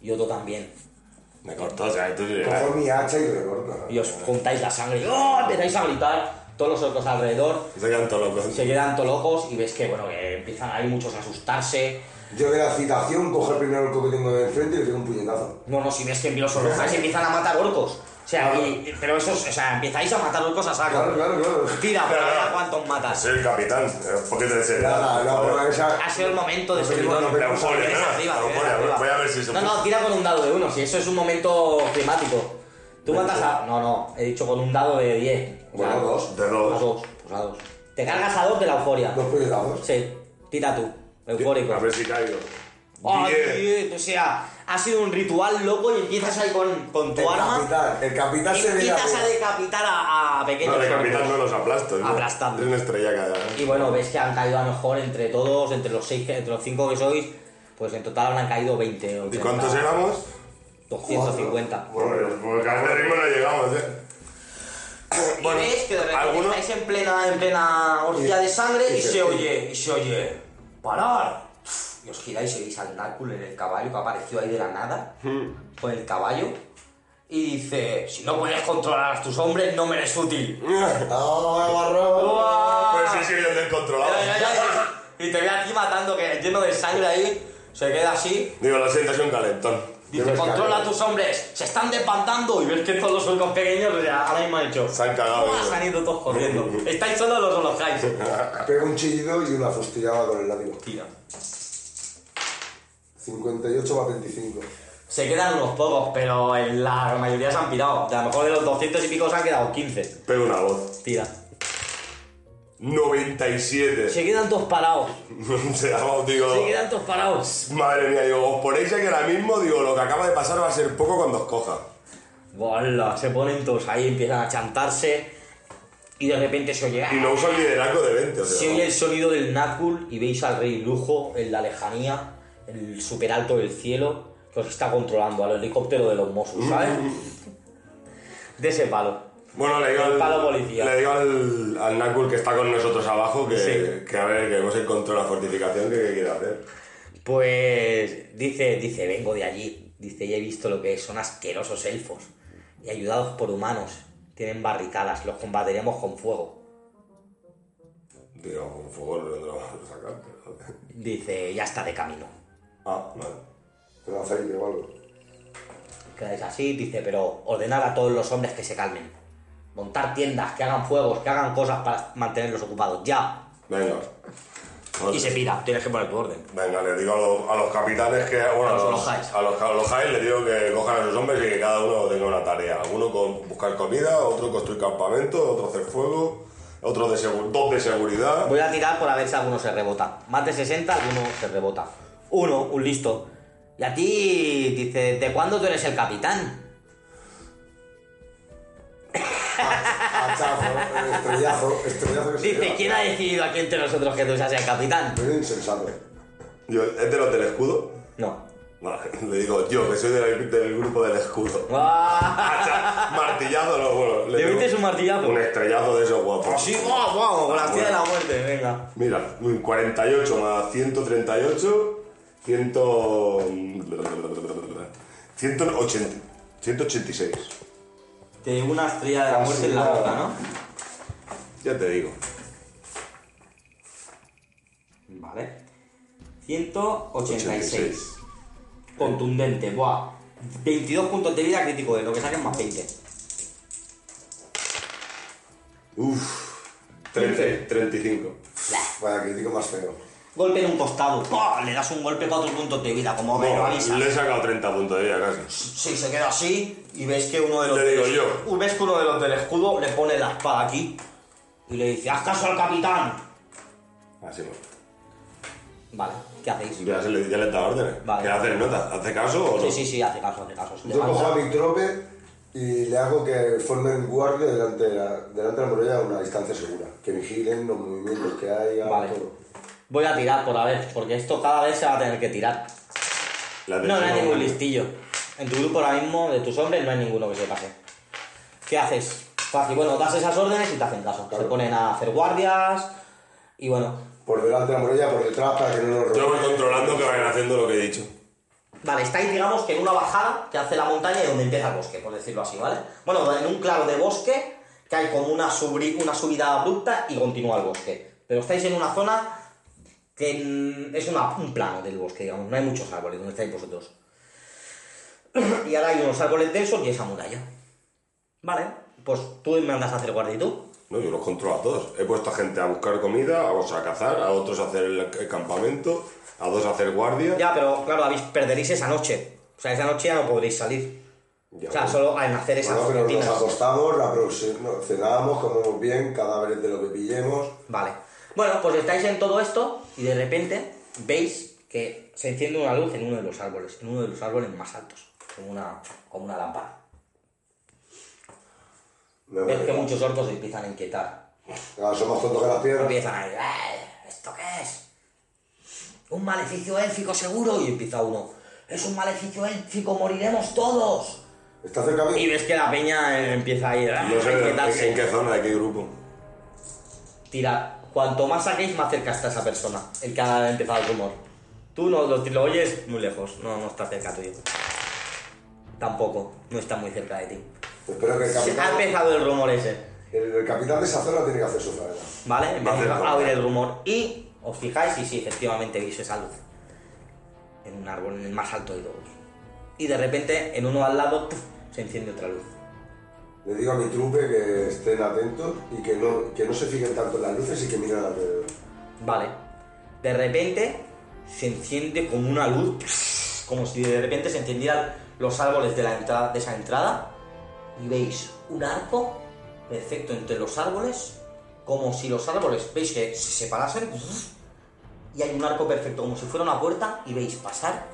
Speaker 2: Y otro también.
Speaker 3: Me cortó, o sea, tú sí.
Speaker 4: Cojo mi hacha y recorta.
Speaker 2: Y os juntáis la sangre y ¡oh! empezáis a gritar. Todos los otros alrededor
Speaker 3: Se quedan todos locos.
Speaker 2: se quedan todos locos y ves que, bueno, que empiezan ahí muchos a asustarse.
Speaker 4: Yo de la citación cojo el primer orco que tengo de enfrente y le pego un puñetazo.
Speaker 2: No, no, si ves que en los orcos empiezan a matar orcos. O sea, y- pero eso, es- o sea, empezáis a matar orcos a
Speaker 4: Claro,
Speaker 2: saco.
Speaker 4: claro, claro.
Speaker 2: Tira, pero
Speaker 3: Pero,
Speaker 2: a ver a
Speaker 3: pero,
Speaker 2: cuántos matas.
Speaker 3: Soy el capitán. eh, ¿Por qué te
Speaker 4: Nada, la broma esa.
Speaker 2: Ha sido el momento de
Speaker 4: Nos
Speaker 2: subir
Speaker 4: vemos,
Speaker 2: los-
Speaker 4: nos
Speaker 2: los
Speaker 4: vemos.
Speaker 2: niveles
Speaker 3: Joder,
Speaker 2: arriba,
Speaker 3: no,
Speaker 2: niveles
Speaker 3: voy a-
Speaker 2: arriba.
Speaker 3: voy a ver si se
Speaker 2: No,
Speaker 3: puede.
Speaker 2: no, tira con un dado de uno, si eso es un momento climático. Tú matas a. No, no, he dicho con un dado de 10. O
Speaker 4: Bueno,
Speaker 2: sea,
Speaker 4: dos.
Speaker 3: De
Speaker 2: A
Speaker 3: dos.
Speaker 2: dos, pues a dos. Te cargas a dos de la euforia.
Speaker 4: Dos puñetazos.
Speaker 2: Sí, tira tú, eufórico.
Speaker 3: A ver si caigo.
Speaker 2: Ay,
Speaker 3: Diez.
Speaker 2: O sea, ha sido un ritual loco y empiezas ahí con, con tu
Speaker 4: El
Speaker 2: arma.
Speaker 4: capitán. El capitán
Speaker 2: Y
Speaker 4: se ve la
Speaker 2: empiezas a decapitar a, a pequeños.
Speaker 3: No, de
Speaker 2: orcos.
Speaker 3: capitán no los aplasto. ¿no?
Speaker 2: Aplastando.
Speaker 3: Es una estrella cada.
Speaker 2: Y bueno, ves que han caído a lo mejor entre todos, entre los seis, que- entre los cinco que sois, pues en total habrán caído 20.
Speaker 3: ¿Y
Speaker 2: 80,
Speaker 3: cuántos éramos?
Speaker 2: 250.
Speaker 3: Bueno, porque a ese ritmo no llegamos, ¿eh?
Speaker 2: Y
Speaker 3: Bueno,
Speaker 2: ves que de repente
Speaker 3: algunos-
Speaker 2: estáis en plena, en plena orgía de sangre y,
Speaker 4: y se-
Speaker 2: se oye, y se oye, ¡parar! Y os giráis y veis al Nácul en el caballo que apareció ahí de la nada,
Speaker 3: Hmm.
Speaker 2: con el caballo, y dice, si no puedes controlar a tus hombres, no me eres útil.
Speaker 3: Hmm. Pues sí, sí, el descontrolado.
Speaker 2: Y te ve aquí matando, que lleno de sangre ahí, se queda así,
Speaker 3: Digo, lo siento, soy un calentón.
Speaker 2: dice,
Speaker 4: Debes
Speaker 2: controla a
Speaker 4: cagar".
Speaker 2: tus hombres, se están desbandando, y ves que todos los orcos pequeños o sea, ahora mismo han hecho...
Speaker 3: Se han cagado.
Speaker 2: ¡buah! Se han ido todos corriendo. Estáis solos los holocays.
Speaker 4: Pego un chillido y una fustillada con el látigo.
Speaker 2: Tira.
Speaker 4: 58 más 25.
Speaker 2: Se quedan unos pocos, pero en la mayoría se han pirado. De a lo mejor de los 200 y pico se han quedado 15.
Speaker 3: Pego una voz.
Speaker 2: Tira.
Speaker 3: 97.
Speaker 2: Se quedan todos parados.
Speaker 3: Se llama, digo,
Speaker 2: Se quedan todos parados.
Speaker 3: madre mía, digo, os ponéis aquí ahora mismo, digo, lo que acaba de pasar va a ser poco cuando os coja.
Speaker 2: Voilà, se ponen todos ahí, empiezan a chantarse. Y de repente se oye. "Ah,
Speaker 3: Y no usa el liderazgo de 20, o sea,
Speaker 2: Se oye el sonido del Nakul y veis al rey Lujo en la lejanía, el super alto del cielo, que os está controlando al helicóptero de los Mossos, ¿sabes? De ese palo.
Speaker 3: Bueno, le digo,
Speaker 2: El
Speaker 3: al,
Speaker 2: palo policía.
Speaker 3: le digo al, al Nakul que está con nosotros abajo que,
Speaker 2: Sí.
Speaker 3: que a ver, que hemos encontrado la fortificación que, que quiere hacer.
Speaker 2: Pues dice, dice, vengo de allí. Dice, y he visto lo que es, son asquerosos elfos. Y ayudados por humanos, tienen barricadas, los combatiremos con fuego.
Speaker 3: Digo, con fuego no lo vamos a sacar. pero-
Speaker 2: Dice, ya está de camino.
Speaker 3: Ah, vale.
Speaker 4: Con aceite o algo.
Speaker 2: Quedáis así, dice, pero ordenar a todos los hombres que se calmen. Montar tiendas, que hagan fuegos, que hagan cosas para mantenerlos ocupados, ya.
Speaker 3: Venga.
Speaker 2: Y se pira, tienes que poner tu orden.
Speaker 3: Venga, le digo a los, a los capitanes que. Bueno,
Speaker 2: A los
Speaker 3: a
Speaker 2: Olojais.
Speaker 3: a los, a los Olojais les digo que cojan a sus hombres y que cada uno tenga una tarea. Uno con buscar comida, otro construir campamento, otro hacer fuego, otro de segu- dos de seguridad.
Speaker 2: Voy a tirar por a ver si alguno se rebota. Más de 60, alguno se rebota. Uno, un listo. Y a ti, dice, ¿de cuándo tú eres el capitán?
Speaker 4: Hachazo, estrellazo, estrellazo que se
Speaker 2: Dice,
Speaker 4: lleva.
Speaker 2: ¿quién ha decidido aquí entre nosotros que tú seas el capitán?
Speaker 4: Es insensato.
Speaker 3: Yo, ¿Es de los del escudo?
Speaker 2: No.
Speaker 3: Vale, le digo yo, que soy del, del grupo del escudo.
Speaker 2: ¡Ah!
Speaker 3: Hacha, martillazo, no, bueno.
Speaker 2: ¿Le
Speaker 3: digo
Speaker 2: metes un martillazo?
Speaker 3: Un estrellazo de esos guapos.
Speaker 2: Así, vamos, vamos, con la estrella de la muerte, venga.
Speaker 3: Mira, un 48 más 138, 100... 180, 186.
Speaker 2: Te digo una estrella de la muerte en la
Speaker 4: Casi
Speaker 2: boca,
Speaker 4: nada.
Speaker 2: ¿no?
Speaker 3: Ya te digo.
Speaker 2: Vale. 186. Contundente, buah. 22 puntos de vida crítico de lo que saquen más 20.
Speaker 3: Uf. 30, 35.
Speaker 4: Vaya crítico más feo.
Speaker 2: Golpe en un costado. ¡Pah! Le das un golpe para otro punto de vida, como Homero, avisa.
Speaker 3: No, le he sacado 30 puntos de vida casi.
Speaker 2: Sí, se queda así y ves que uno de los
Speaker 3: Le
Speaker 2: del-
Speaker 3: digo yo.
Speaker 2: ves que uno de los del escudo le pone la espada aquí y le dice, haz caso al capitán.
Speaker 3: Así no.
Speaker 2: Vale, ¿qué hacéis?
Speaker 3: Ah, Ya, se le, ya le he dado órdenes.
Speaker 2: Vale.
Speaker 3: ¿Qué haces, nota? ¿Hace caso o no?
Speaker 2: Sí, sí, sí, hace caso, hace caso. Se
Speaker 4: Yo cojo
Speaker 2: levanta.
Speaker 4: a mi trope y le hago que formen guardia delante de la, delante de la muralla a una distancia segura. Que vigilen los movimientos que hay,
Speaker 2: Vale.
Speaker 4: todo.
Speaker 2: Voy a tirar por a ver, porque esto cada vez se va a tener que tirar.
Speaker 3: La
Speaker 2: No, no
Speaker 3: tensión
Speaker 2: hay ningún
Speaker 3: aumenta.
Speaker 2: listillo. En tu grupo ahora mismo, de tus hombres, no hay ninguno que se pase. ¿Qué haces? Fácil, bueno, das esas órdenes y te hacen caso.
Speaker 4: Claro.
Speaker 2: Se ponen a hacer guardias y bueno.
Speaker 4: Por delante de la muralla, por detrás, para que no nos
Speaker 3: Yo
Speaker 4: roben.
Speaker 3: voy controlando que vayan haciendo lo que he dicho.
Speaker 2: Vale, estáis, digamos, que en una bajada que hace la montaña y donde empieza el bosque, por decirlo así, ¿vale? Bueno, en un claro de bosque que hay como una, subri- una subida abrupta y continúa el bosque. Pero estáis en una zona que mm, es una- un plano del bosque, digamos. No hay muchos árboles donde estáis vosotros. y ahora hay unos árboles densos y esa muralla. Vale, pues tú me mandas a hacer guardia y tú.
Speaker 3: No, yo los controlo a todos. He puesto a gente a buscar comida, a otros a cazar, a otros a hacer el, el campamento, a dos a hacer guardia.
Speaker 2: Ya, pero claro, habéis, perderéis esa noche. O sea, esa noche ya no podréis salir.
Speaker 3: Ya,
Speaker 2: o sea,
Speaker 3: bueno.
Speaker 2: solo al nacer esas
Speaker 4: Bueno, pero nos
Speaker 2: rutinas.
Speaker 4: acostamos, la próxima- no, cenamos, comemos bien, cadáveres de lo que pillemos.
Speaker 2: Vale. Bueno, pues estáis en todo esto y de repente veis que se enciende una luz en uno de los árboles, en uno de los árboles más altos, como una, como una lámpara.
Speaker 4: Me
Speaker 2: Ves que
Speaker 4: voy.
Speaker 2: muchos orcos se empiezan a inquietar.
Speaker 4: Ah, somos tontos que las piedras.
Speaker 2: Empiezan a decir, "Eh, ¿esto qué es? Un maleficio élfico seguro. Y empieza uno, es un maleficio élfico, moriremos todos.
Speaker 4: Está cerca a
Speaker 2: Y
Speaker 4: mí.
Speaker 2: ves que la peña eh, empieza a ir, "Ah",
Speaker 3: No sé
Speaker 2: a
Speaker 3: de- en,
Speaker 2: inquietarse.
Speaker 3: en qué zona, de qué grupo.
Speaker 2: Tira, cuanto más saquéis, más cerca está esa persona, el que ha empezado el rumor. Tú no lo, lo oyes muy lejos, no, no está cerca tuyo. Tampoco, no está muy cerca de ti.
Speaker 4: Espero que el
Speaker 2: Se ha
Speaker 4: capitán,
Speaker 2: empezado el rumor ese,
Speaker 4: el, el capitán de esa zona tiene que hacer su tarea.
Speaker 2: ¿vale?
Speaker 3: Va a hacer
Speaker 2: Empieza a
Speaker 3: rumor.
Speaker 2: oír el rumor y os fijáis y sí, efectivamente veis esa luz. En un árbol, en el más alto de todos. Y de repente, en uno al lado, ¡puf! se enciende otra luz.
Speaker 4: Le digo a mi trupe que estén atentos y que no, que no se fijen tanto en las luces y que miren alrededor.
Speaker 2: Vale. De repente se enciende como una luz, como si de repente se encendieran los árboles de, la entrada, de esa entrada. Y veis un arco perfecto entre los árboles, como si los árboles, veis que se separasen y hay un arco perfecto, como si fuera una puerta y veis pasar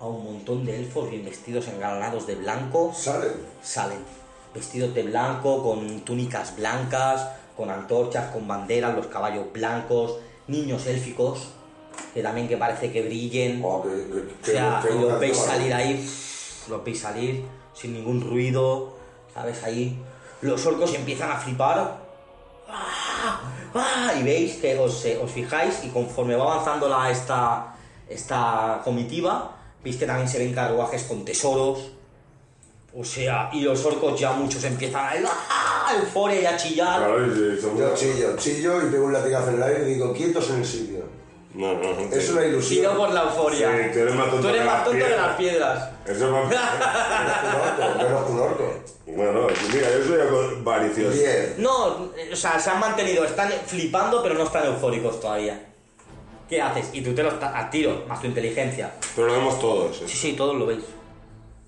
Speaker 2: a un montón de elfos bien vestidos, engalanados de blanco.
Speaker 4: Salen.
Speaker 2: Salen vestidos de blanco, con túnicas blancas, con antorchas, con banderas, los caballos blancos, niños élficos, que también que parece que brillen.
Speaker 4: Oh, que, que-
Speaker 2: O
Speaker 4: que-
Speaker 2: sea,
Speaker 4: que-
Speaker 2: y
Speaker 4: que-
Speaker 2: los veis
Speaker 4: que-
Speaker 2: salir ahí, los veis salir sin ningún ruido, ¿sabes? Ahí los orcos empiezan a flipar. ¡Ah! ¡Ah! Y veis que os, eh, os fijáis y conforme va avanzando la, esta, esta comitiva, veis que también se ven carruajes con tesoros. O sea, y los orcos ya muchos empiezan a ¡Ah! a euforia y a chillar.
Speaker 3: Claro, y- y son-
Speaker 4: Yo chillo, chillo y pego un latigazo en el aire y digo, quietos en el sitio.
Speaker 3: No, no, no.
Speaker 4: Es una ilusión.
Speaker 2: Tiro por la euforia.
Speaker 3: Sí, tú eres más tonto que las
Speaker 2: tonto que
Speaker 3: piedras.
Speaker 2: las piedras.
Speaker 3: Eso va-
Speaker 4: Menos que un orco, menos que un orco.
Speaker 3: Bueno, mira, yo soy avaricioso.
Speaker 4: Bien.
Speaker 2: No, eh, o sea, se han mantenido, están flipando, pero no están eufóricos todavía. ¿Qué haces? Y tú te lo estás a tiro, más tu inteligencia.
Speaker 3: Pero lo vemos todos. ¿eh?
Speaker 2: Sí, sí, todos lo veis.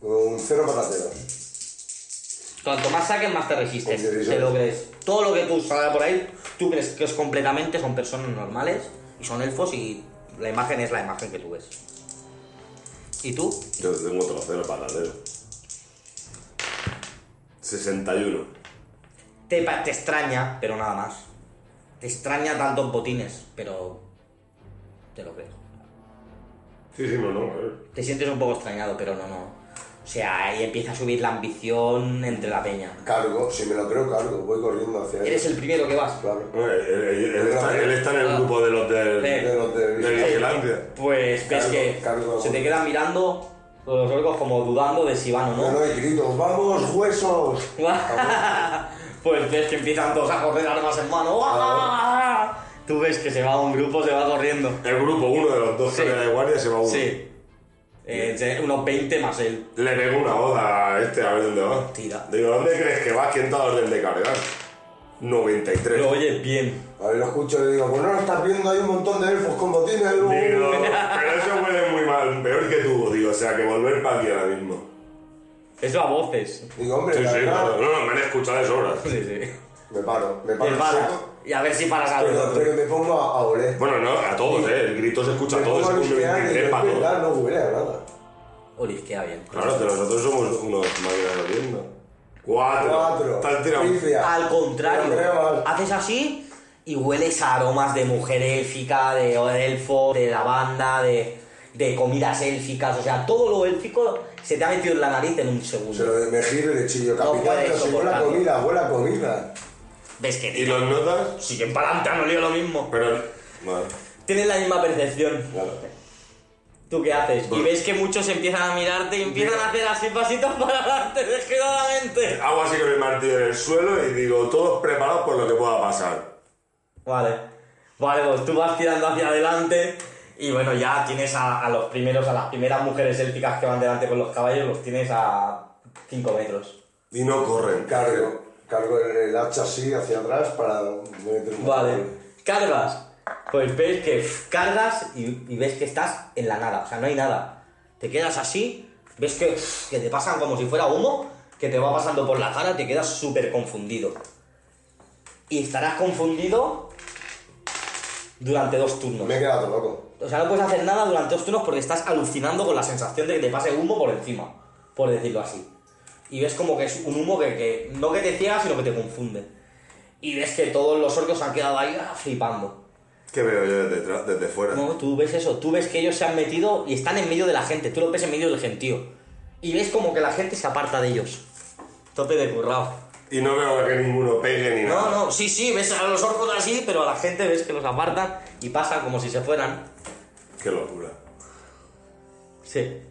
Speaker 4: Un cero patatero.
Speaker 2: Cuanto más saques, más te resistes.
Speaker 4: Hombre, eso
Speaker 2: Te lo
Speaker 4: es.
Speaker 2: crees. Todo lo que tú salga por ahí, tú crees que es completamente, son personas normales y son elfos y la imagen es la imagen que tú ves. ¿Y tú?
Speaker 3: Yo tengo otro cero patatero. 61.
Speaker 2: Te, pa- te extraña, pero nada más. Te extraña tantos botines, pero te lo crees.
Speaker 3: Sí, sí, no, no. a ver.
Speaker 2: Te sientes un poco extrañado, pero no, no. O sea, ahí empieza a subir la ambición entre la peña.
Speaker 4: Cargo, si me lo creo, cargo. Voy corriendo hacia él.
Speaker 2: Eres el primero que vas.
Speaker 4: Claro.
Speaker 3: Bueno, Él, él- él está, él está en el grupo de los del-
Speaker 2: Sí.
Speaker 3: de,
Speaker 4: De los de-
Speaker 3: vigilancia.
Speaker 2: Pues ves
Speaker 4: Cargo,
Speaker 2: que
Speaker 4: cargo.
Speaker 2: se te quedan mirando los orcos como dudando de si van o
Speaker 4: No,
Speaker 2: no.
Speaker 4: no, y grito, ¡vamos, huesos!
Speaker 2: pues ves que empiezan todos a correr armas en mano. ¡Ah! Tú ves que se va un grupo, se va corriendo.
Speaker 3: El grupo, uno de los dos
Speaker 2: Sí.
Speaker 3: que era de guardia, se va uno.
Speaker 2: Sí. Eh, se- unos 20 más él.
Speaker 3: Le pego una oda a este a ver dónde va.
Speaker 2: Tira.
Speaker 3: Digo, ¿dónde crees que va? ¿Quién te ha dado orden de cargar? 93.
Speaker 2: Lo oyes bien.
Speaker 4: A ver, lo escucho y le digo, pues no lo estás viendo, hay un montón de elfos con botines. uh".
Speaker 3: Digo, pero eso huele muy mal, peor que tú, digo, o sea, que volver para aquí ahora mismo.
Speaker 2: Eso a voces.
Speaker 4: Digo, hombre,
Speaker 3: Sí,
Speaker 4: la
Speaker 3: sí,
Speaker 4: verdad,
Speaker 3: claro. No, no, me han escuchado de sobra.
Speaker 2: Sí, sí.
Speaker 4: me paro, me
Speaker 2: Y
Speaker 4: paro.
Speaker 2: para. Y a ver si paras a
Speaker 4: Pero pero que me pongo a, a oler.
Speaker 3: Bueno, no, a todos, ¿eh? El grito se escucha a
Speaker 4: me
Speaker 3: todos,
Speaker 4: pongo
Speaker 3: es
Speaker 4: a
Speaker 3: un
Speaker 4: limpiar y
Speaker 3: 23
Speaker 4: es
Speaker 3: para todos.
Speaker 4: verdad, no huele a nada.
Speaker 2: Olisquea bien.
Speaker 3: Claro, pero nosotros somos unos máquinas de oliendo. Cuatro.
Speaker 4: Cuatro.
Speaker 3: Están tirados.
Speaker 4: Pifia.
Speaker 2: Al
Speaker 4: No creo,
Speaker 2: contrario,
Speaker 4: vale.
Speaker 2: haces así y hueles a aromas de mujer élfica, de o de elfo, de lavanda, de, de comidas élficas, o sea, todo lo élfico se te ha metido en la nariz en un
Speaker 4: Se
Speaker 2: segundo.
Speaker 4: lo me giro y le chillo, capitán,
Speaker 2: puede
Speaker 4: pero si huele a
Speaker 2: soportarlo.
Speaker 4: comida, huele a comida.
Speaker 2: ¿Ves que
Speaker 3: ¿Y
Speaker 2: tira?
Speaker 3: los notas?
Speaker 2: siguen para adelante, han olido lo mismo?
Speaker 3: Pero. Vale,
Speaker 2: Tienes la misma percepción.
Speaker 3: claro.
Speaker 2: ¿Tú qué haces? Y
Speaker 3: Bueno.
Speaker 2: ves que muchos empiezan a mirarte y empiezan a hacer así pasitos para adelante, desesperadamente.
Speaker 3: Hago así con el martillo en el suelo y digo, todos preparados por lo que pueda pasar.
Speaker 2: Vale, vale, pues tú vas tirando hacia adelante y bueno, ya tienes a, a los primeros, a las primeras mujeres élficas que van delante con los caballos, los tienes a 5 metros.
Speaker 3: Y no corren.
Speaker 4: Cargo, cargo el, el hacha así hacia atrás para meter un
Speaker 2: Vale,
Speaker 4: botón.
Speaker 2: cargas. Pues ves que pff, cargas y, y ves que estás en la nada, o sea, no hay nada. Te quedas así, ves que, pff, que te pasan como si fuera humo, que te va pasando por la cara, te quedas súper confundido. Y estarás confundido durante dos turnos.
Speaker 4: Me he quedado loco.
Speaker 2: O sea, no puedes hacer nada durante dos turnos porque estás alucinando con la sensación de que te pase humo por encima, por decirlo así. Y ves como que es un humo que, que- no que te ciega, sino que te confunde. Y ves que todos los orcos han quedado ahí ah, flipando.
Speaker 3: ¿Qué veo yo desde, tra- desde fuera?
Speaker 2: No, tú ves eso, tú ves que ellos se han metido y están en medio de la gente, tú lo ves en medio del gentío. Y ves como que la gente se aparta de ellos. Tope de currao.
Speaker 3: Y no veo que ninguno pegue ni
Speaker 2: No,
Speaker 3: nada.
Speaker 2: no, sí, sí, ves a los orcos así, pero a la gente ves que los apartan y pasan como si se fueran.
Speaker 3: Qué locura.
Speaker 2: Sí.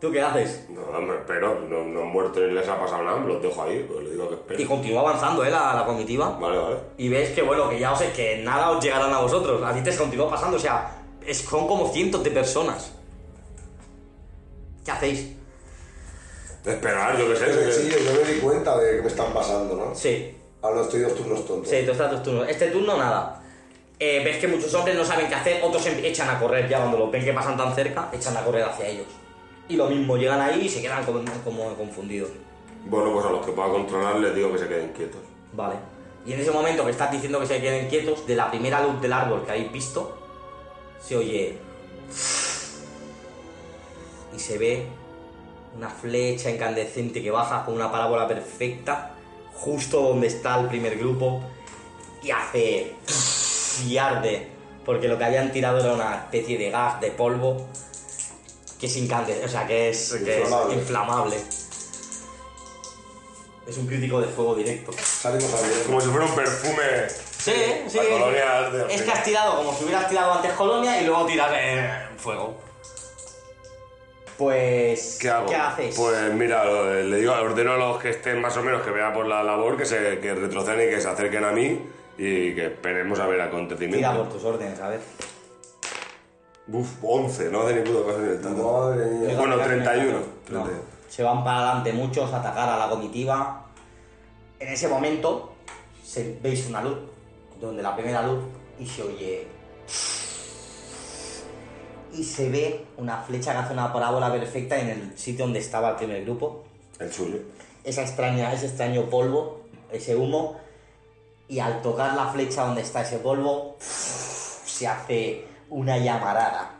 Speaker 2: ¿Tú qué haces?
Speaker 3: No, me espero. No, no han muerto ni les ha pasado nada. Los dejo ahí, pues les digo que
Speaker 2: Y
Speaker 3: esperen.
Speaker 2: continúa avanzando, ¿eh? La, la comitiva.
Speaker 3: Vale, vale.
Speaker 2: Y ves que, bueno, que ya os que nada os llegarán a vosotros. A ti te continúa pasando, o sea, es, son como cientos de personas. ¿Qué hacéis?
Speaker 3: Esperar, yo qué sé.
Speaker 4: Pero
Speaker 3: que-
Speaker 4: sí, yo me di cuenta de que me están pasando, ¿no?
Speaker 2: Sí,
Speaker 4: Ahora estoy dos turnos tontos.
Speaker 2: sí, tú estás tus turnos. Este turno, nada. Eh, ves que muchos hombres no saben qué hacer, otros em- echan a correr ya cuando los ven que pasan tan cerca, echan a correr hacia ellos. Y lo mismo, llegan ahí y se quedan como, como confundidos.
Speaker 3: Bueno, pues a los que pueda controlar les digo que se queden quietos.
Speaker 2: Vale. Y en ese momento que estás diciendo que se queden quietos, de la primera luz del árbol que habéis visto, se oye. Y se ve una flecha incandescente que baja con una parábola perfecta, justo donde está el primer grupo, y hace. Y arde, porque lo que habían tirado era una especie de gas, de polvo, que es incandescente, o sea, que es, que es
Speaker 4: Inflamable.
Speaker 2: inflamable. Es un crítico de fuego directo.
Speaker 4: Salimos a ver.
Speaker 3: Como si fuera un perfume.
Speaker 2: Sí, sí.
Speaker 3: La colonia de
Speaker 2: Es que has tirado como si hubieras tirado antes colonia y luego tiras eh, fuego. Pues.
Speaker 3: ¿Qué hago?
Speaker 2: hacéis?
Speaker 3: Pues mira, lo- le digo, ordeno a los que estén más o menos que vean por la labor, que se que retrocedan y que se acerquen a mí y que esperemos a ver
Speaker 2: Tira por
Speaker 3: acontecimientos.
Speaker 2: tus órdenes, a ver.
Speaker 3: Uf, 11, no hace ni puto caso ni el tanto.
Speaker 4: Madre mía.
Speaker 3: Bueno, 31.
Speaker 2: No,
Speaker 3: 31.
Speaker 2: se van para adelante muchos a atacar a la comitiva. En ese momento se, veis una luz, donde la primera luz, y se oye. Y se ve una flecha que hace una parábola perfecta en el sitio donde estaba el primer grupo.
Speaker 3: El suyo.
Speaker 2: esa extraña, ese extraño polvo, ese humo, y al tocar la flecha donde está ese polvo, se hace una llamarada.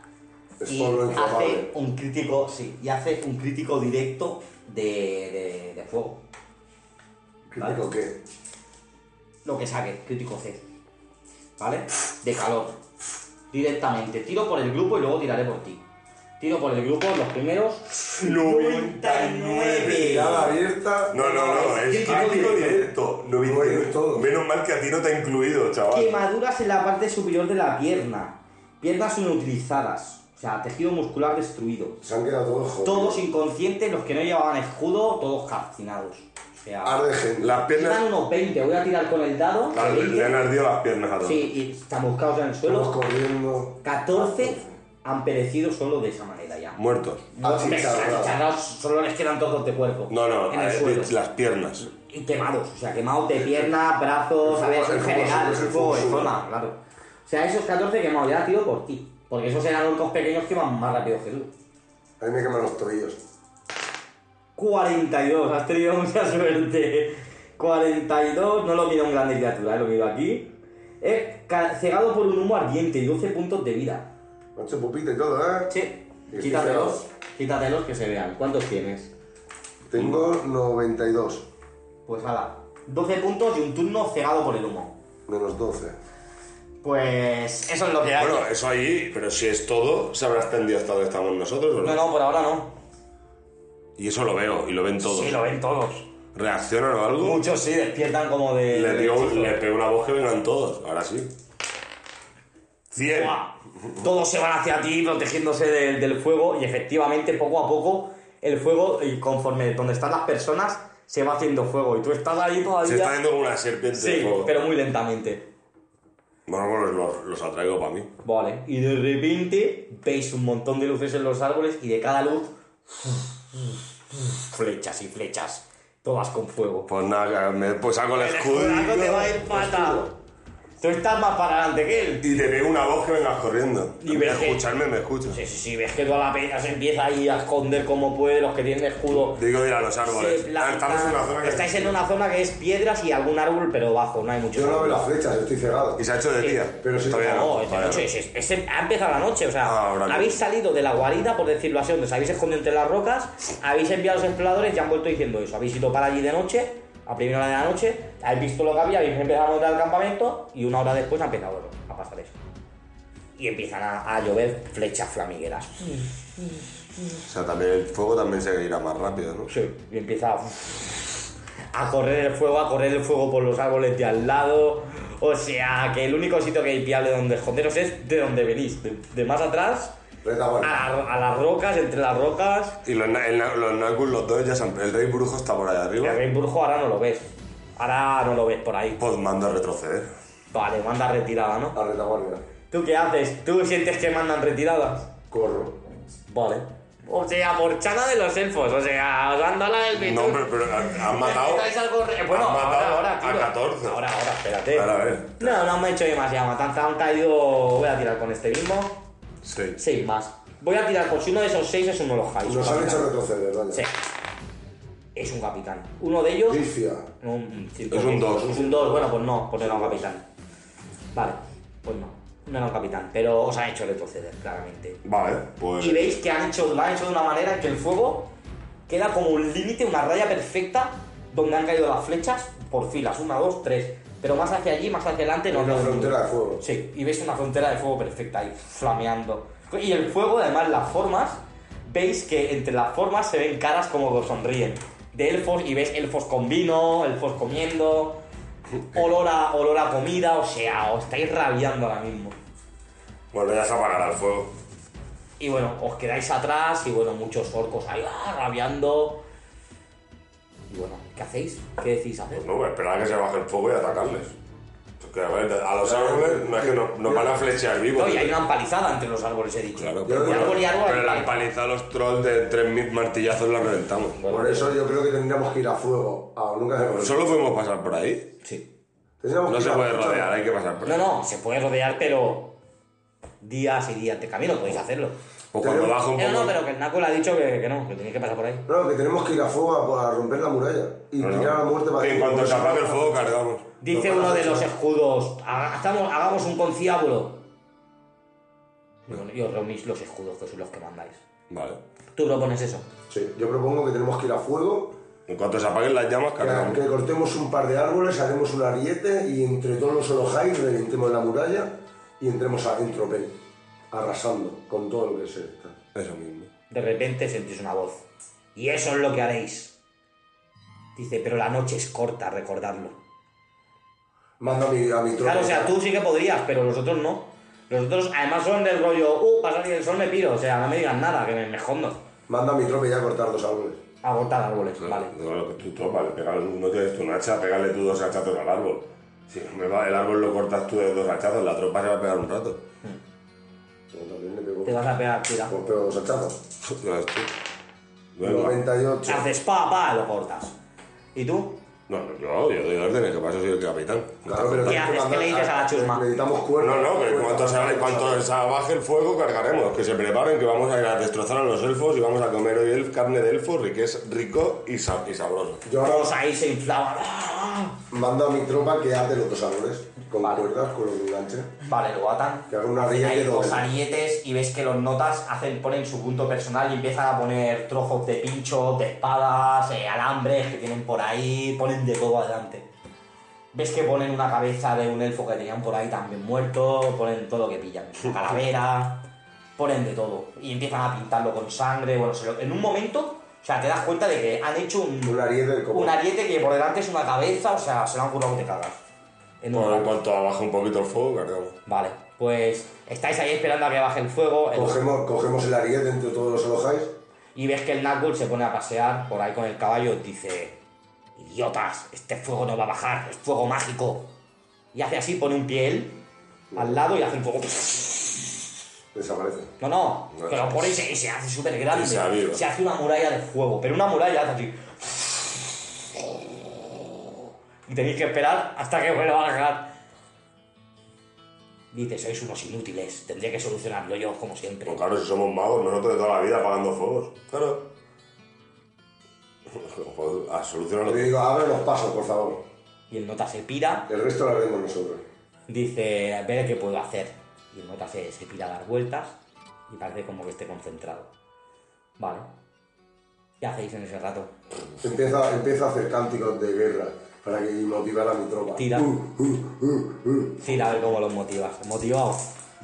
Speaker 4: Es
Speaker 2: Y
Speaker 4: polvo
Speaker 2: hace
Speaker 4: inflamable.
Speaker 2: un crítico, sí, y hace un crítico directo de, de- de fuego.
Speaker 4: ¿Crítico qué?
Speaker 2: Lo que saque, crítico C. ¿Vale? De calor. Directamente. Tiro por el grupo y luego tiraré por ti. Tiro por el grupo, los primeros. 99.
Speaker 4: Mirada abierta.
Speaker 3: No, no, no,
Speaker 2: ¿Qué
Speaker 3: es
Speaker 2: crítico
Speaker 3: crítico directo. No vi-
Speaker 4: Bueno, todo.
Speaker 3: Menos mal que a ti no te ha incluido, chaval.
Speaker 2: Quemaduras en la parte superior de la pierna. Piernas inutilizadas. O sea, tejido muscular destruido.
Speaker 4: Se han quedado todos jodidos.
Speaker 2: Todos inconscientes, los que no llevaban escudo, todos calcinados. O sea,
Speaker 4: Arde gente.
Speaker 3: Las
Speaker 2: quedan
Speaker 3: piernas.
Speaker 2: unos 20. Voy a tirar con el dado.
Speaker 3: Claro, le,
Speaker 2: 20.
Speaker 3: le han ardido las piernas a todos.
Speaker 2: Sí, y están buscados en el
Speaker 4: Todos
Speaker 2: suelo.
Speaker 4: corriendo.
Speaker 2: 14 han perecido solo de esa manera ya.
Speaker 3: Muertos.
Speaker 4: Achicharrados.
Speaker 2: Achicharrados, solo les quedan trozos de cuerpo.
Speaker 3: No, no,
Speaker 2: en el
Speaker 3: eh,
Speaker 2: suelo.
Speaker 3: las piernas.
Speaker 2: Y quemados, o sea, quemados de piernas, brazos,
Speaker 4: El
Speaker 2: a ver,
Speaker 4: fuego-
Speaker 2: en
Speaker 4: el fuego
Speaker 2: general,
Speaker 4: sube,
Speaker 2: es
Speaker 4: el
Speaker 2: un fuego de
Speaker 4: fuego sube.
Speaker 2: zona, claro. O sea, esos 14 quemados ya, tío, por ti. Porque esos eran orcos pequeños que van más rápido que tú.
Speaker 4: A mí me queman los tobillos.
Speaker 2: 42, has tenido mucha suerte. 42, no lo miro en grande criatura, eh, lo miro aquí. Eh, ca- cegado por un humo ardiente y 12 puntos de vida.
Speaker 4: Me han hecho pupita y todo, ¿eh?
Speaker 2: Sí,
Speaker 4: ¿Y estoy
Speaker 2: quítatelos,
Speaker 4: cegado?
Speaker 2: quítatelos que se vean. ¿Cuántos tienes?
Speaker 4: Tengo 92.
Speaker 2: Pues nada, 12 puntos y un turno cegado por el humo.
Speaker 4: Menos 12.
Speaker 2: Pues eso es lo que hay.
Speaker 3: Bueno, eso ahí, pero si es todo, se habrá extendido hasta donde estamos nosotros, ¿o no?
Speaker 2: No, no, por ahora no.
Speaker 3: Y eso lo veo, y lo ven todos.
Speaker 2: Sí, lo ven todos.
Speaker 3: ¿Reaccionan o algo?
Speaker 2: Muchos sí, despiertan como de.
Speaker 3: Le,
Speaker 2: de
Speaker 3: digo-
Speaker 2: hechizo.
Speaker 3: le pego una voz que vengan todos, ahora sí. 100.
Speaker 2: Buah. Todos se van hacia ti protegiéndose del, del fuego y efectivamente poco a poco el fuego, y conforme donde están las personas, se va haciendo fuego y tú estás ahí todavía.
Speaker 3: Se está yendo como una serpiente de
Speaker 2: sí,
Speaker 3: fuego.
Speaker 2: pero muy lentamente.
Speaker 3: Bueno, bueno, los, los atraigo para mí.
Speaker 2: Vale, y de repente veis un montón de luces en los árboles y de cada luz flechas y flechas, todas con fuego.
Speaker 3: Pues nada, me, pues saco el escudo
Speaker 2: Juraco te va a ir
Speaker 3: y,
Speaker 2: fatal. Tú estás más para adelante que él.
Speaker 3: y le veo una voz que vengas corriendo.
Speaker 2: Y
Speaker 3: Y
Speaker 2: ve que-
Speaker 3: escucharme, me escucha.
Speaker 2: Sí, sí, sí, ves que toda la peña se empieza ahí a esconder como puede, los que tienen escudo.
Speaker 3: Digo, ir a los árboles.
Speaker 2: se
Speaker 3: Ah,
Speaker 2: plantan.
Speaker 3: estamos en una zona que...
Speaker 2: Estáis en una zona que es piedras y algún árbol, pero bajo, no hay mucho.
Speaker 4: Yo no veo las flechas, estoy cegado.
Speaker 3: Y se ha hecho de día.
Speaker 4: Pero sí,
Speaker 3: Todavía
Speaker 2: No, es de
Speaker 3: Vale,
Speaker 2: noche, es- es- es- ha empezado la noche, o sea,
Speaker 3: Ah, ahora
Speaker 2: habéis salido de la guarida, por decirlo así, donde os habéis escondido entre las rocas, habéis enviado a los exploradores y han vuelto diciendo eso, habéis ido para allí de noche, a primera hora de la noche, habéis visto lo que había, habéis empezado a montar el campamento y una hora después ha empezado bueno, a pasar eso. Y empiezan a, a llover flechas flamígeras.
Speaker 3: O sea, también el fuego también se irá más rápido, ¿no?
Speaker 2: Sí, y empieza a, a correr el fuego, a correr el fuego por los árboles de al lado. O sea, que el único sitio que hay viable donde esconderos es de donde venís, de, de más atrás
Speaker 4: Reta
Speaker 2: a,
Speaker 4: buena.
Speaker 2: la- a las rocas, entre las rocas.
Speaker 3: Y los, na- el na- los Nakus, los dos, ya se han- El rey brujo está por allá arriba.
Speaker 2: El rey Burjo ahora no lo ves. Ahora no lo ves por ahí.
Speaker 3: Pues manda a retroceder.
Speaker 2: Vale, manda retirada, ¿no?
Speaker 4: A retaguardia.
Speaker 2: ¿Tú qué haces? ¿Tú sientes que mandan retiradas?
Speaker 4: Corro.
Speaker 2: Vale. O sea, porchada de los elfos. O sea, os han dado la del
Speaker 3: No,
Speaker 2: pitón.
Speaker 3: hombre, pero han- han matado.
Speaker 2: ¿Estáis al corre- Bueno,
Speaker 3: han
Speaker 2: ahora,
Speaker 3: matado
Speaker 2: ahora,
Speaker 3: a
Speaker 2: tío.
Speaker 3: 14.
Speaker 2: Ahora, ahora, espérate.
Speaker 3: Ahora, a ver.
Speaker 2: No, no me he hecho demasiada matanza. Han caído. Voy a tirar con este mismo.
Speaker 3: Sí.
Speaker 2: Seis más. Voy a tirar por si uno de esos seis es uno de los highs.
Speaker 4: Nos han hecho retroceder, vaya.
Speaker 2: Sí. es un capitán. Uno de ellos.
Speaker 4: Grifia.
Speaker 2: No, un circo.
Speaker 3: Es un dos.
Speaker 2: Es un 2, bueno, pues no, pues no era un capitán. Vale, pues no, no era un capitán, pero os han hecho retroceder, claramente.
Speaker 3: Vale, pues.
Speaker 2: Y veis que han hecho, lo han hecho de una manera en que el fuego queda como un límite, una raya perfecta donde han caído las flechas por filas, una, dos, tres. Pero más hacia allí, más hacia adelante, no
Speaker 4: Una
Speaker 2: no, no.
Speaker 4: frontera de fuego.
Speaker 2: Sí, y veis una frontera de fuego perfecta ahí, flameando. Y el fuego, además, las formas, veis que entre las formas se ven caras como que sonríen. De elfos, y ves elfos con vino, elfos comiendo, olor a, olor a comida, o sea, os estáis rabiando ahora mismo.
Speaker 3: Bueno, ya se apagará el fuego.
Speaker 2: Y bueno, os quedáis atrás y bueno, muchos orcos ahí ah, rabiando. Y bueno, ¿qué hacéis? ¿Qué decís hacer?
Speaker 3: Pues no, esperar a que se baje el fuego y atacarles. Porque, a, ver, a los árboles no es que no- nos van a flechar vivos.
Speaker 2: No, y hay una empalizada entre los árboles, he dicho.
Speaker 3: Claro,
Speaker 2: pero,
Speaker 3: pero,
Speaker 4: de
Speaker 2: árbol y árbol
Speaker 3: pero
Speaker 2: hay-
Speaker 3: la empalizada de los trolls de 3.000 martillazos la reventamos.
Speaker 2: Bueno,
Speaker 4: Por eso yo creo que tendríamos que ir a fuego. A nunca se conoce.
Speaker 3: Solo podemos pasar por ahí.
Speaker 2: Sí.
Speaker 4: Tendríamos
Speaker 3: No
Speaker 4: que
Speaker 3: se
Speaker 4: ir a
Speaker 3: puede
Speaker 4: mucho-
Speaker 3: rodear, ¿eh? hay que pasar por ahí.
Speaker 2: No, no, se puede rodear, pero días y días de camino podéis hacerlo.
Speaker 3: O cuando
Speaker 4: Pero-
Speaker 3: baja un
Speaker 2: Pero
Speaker 3: poco.
Speaker 2: no, pero que el Naco le ha dicho que, que no, que tenéis que pasar por ahí.
Speaker 4: No, que tenemos que ir a fuego a, por- a romper la muralla. Y
Speaker 3: No, no.
Speaker 4: tirar a la muerte para
Speaker 3: Que en cuanto se apague el fuego, cargamos.
Speaker 2: Dice
Speaker 4: No,
Speaker 2: uno de
Speaker 4: no,
Speaker 2: los
Speaker 4: no.
Speaker 2: escudos, "Haga- hagamos, hagamos un conciábulo. Y bueno, Y os reunís los escudos, que son los que mandáis.
Speaker 3: Vale.
Speaker 2: Tú propones eso.
Speaker 4: Sí, yo propongo que tenemos que ir a fuego.
Speaker 3: En cuanto se apaguen las llamas,
Speaker 4: Que,
Speaker 3: cargamos.
Speaker 4: que cortemos un par de árboles, haremos un ariete y entre todos los olojáis reventemos la muralla y entremos adentro, ven, arrasando con todo lo que se está.
Speaker 3: Eso mismo.
Speaker 2: De repente sentís una voz. Y eso es lo que haréis. Dice, pero la noche es corta, recordadlo.
Speaker 4: Mando a mi, a mi tropa.
Speaker 2: Claro, o sea, tú sí que podrías, pero los otros no. Los otros además son del rollo, uh, pasa el sol, me piro. O sea, no me digas nada, que me, me escondo.
Speaker 4: Mando a mi tropa ya a cortar dos árboles.
Speaker 2: A cortar árboles, vale.
Speaker 3: No, lo que tú tropa, que pégale- no tienes tu hacha, pégale tú dos hachazos al árbol. Si no me va, el árbol lo cortas tú de dos hachazos, la tropa se va a pegar un rato.
Speaker 4: Yo también le pego.
Speaker 2: Te vas a pegar, tira.
Speaker 4: Pues pego dos hachazos.
Speaker 3: Ya ves tú. Venga.
Speaker 4: 98.
Speaker 2: Haces pa, pa, lo cortas. ¿Y tú?
Speaker 3: No, no, yo, yo doy órdenes, que paso soy el capitán.
Speaker 4: Claro, pero
Speaker 2: ¿Qué haces? ¿Qué le dices a la chusma?
Speaker 4: Necesitamos cuernos.
Speaker 3: No, no, pero en cuanto, se, en cuanto se baje el fuego cargaremos. Que se preparen, que vamos a ir a destrozar a los elfos y vamos a comer hoy elf- carne de elfo, que es rico y, sa- y sabroso.
Speaker 4: Yo ahora
Speaker 2: Todos ahí se inflaban. ¡Ah!
Speaker 4: mando a mi tropa que ate los dos árboles con
Speaker 2: Vale.
Speaker 4: cuerdas, con los enganches.
Speaker 2: Vale, lo atan.
Speaker 4: Que haga una
Speaker 2: Hacen
Speaker 4: rilla
Speaker 2: ahí
Speaker 4: que lo
Speaker 2: los
Speaker 4: vea.
Speaker 2: arietes y ves que los notas hacen, ponen su punto personal y empiezan a poner trozos de pinchos, de espadas, eh, alambres que tienen por ahí, ponen de todo adelante. Ves que ponen una cabeza de un elfo que tenían por ahí también muerto, ponen todo lo que pillan, su calavera, ponen de todo. Y empiezan a pintarlo con sangre, bueno, se lo- en un momento, o sea, te das cuenta de que han hecho un,
Speaker 4: Un ariete del
Speaker 2: un ariete que por delante es una cabeza, o sea, se lo han currado que te cagas. En un
Speaker 3: Bueno, en
Speaker 2: rato.
Speaker 3: cuanto baje un poquito el fuego, cargamos.
Speaker 2: Vale, pues estáis ahí esperando a que baje el fuego el-
Speaker 4: Cogemos, cogemos el ariete entre todos los alojáis.
Speaker 2: y ves que el Nazgûl se pone a pasear por ahí con el caballo y dice, idiotas, este fuego no va a bajar, es fuego mágico. Y hace así, pone un pie él al lado y hace un fuego.
Speaker 4: Desaparece.
Speaker 2: No, no, que lo pone y se, y se hace súper grande.
Speaker 3: Se aviva.
Speaker 2: Se hace una muralla de fuego, pero una muralla hace así. Y tenéis que esperar hasta que vuelva a bajar. Dice, sois unos inútiles, tendré que solucionarlo yo como siempre.
Speaker 3: Pues claro, si somos magos, nosotros de toda la vida apagando fuegos. Claro. Joder, ah, A solucionarlo.
Speaker 4: Le digo, abre los pasos, por favor.
Speaker 2: Y el nota se pira,
Speaker 4: El resto lo haremos nosotros.
Speaker 2: dice, ver qué puedo hacer. Y el nota se, se pira a dar vueltas y parece como que esté concentrado. Vale. ¿Qué hacéis en ese rato?
Speaker 4: Empieza, empieza a hacer cánticos de guerra para que motivar a mi tropa.
Speaker 2: Tira.
Speaker 4: Uh, uh, uh, uh.
Speaker 2: Tira a ver cómo los motivas. Motivaos.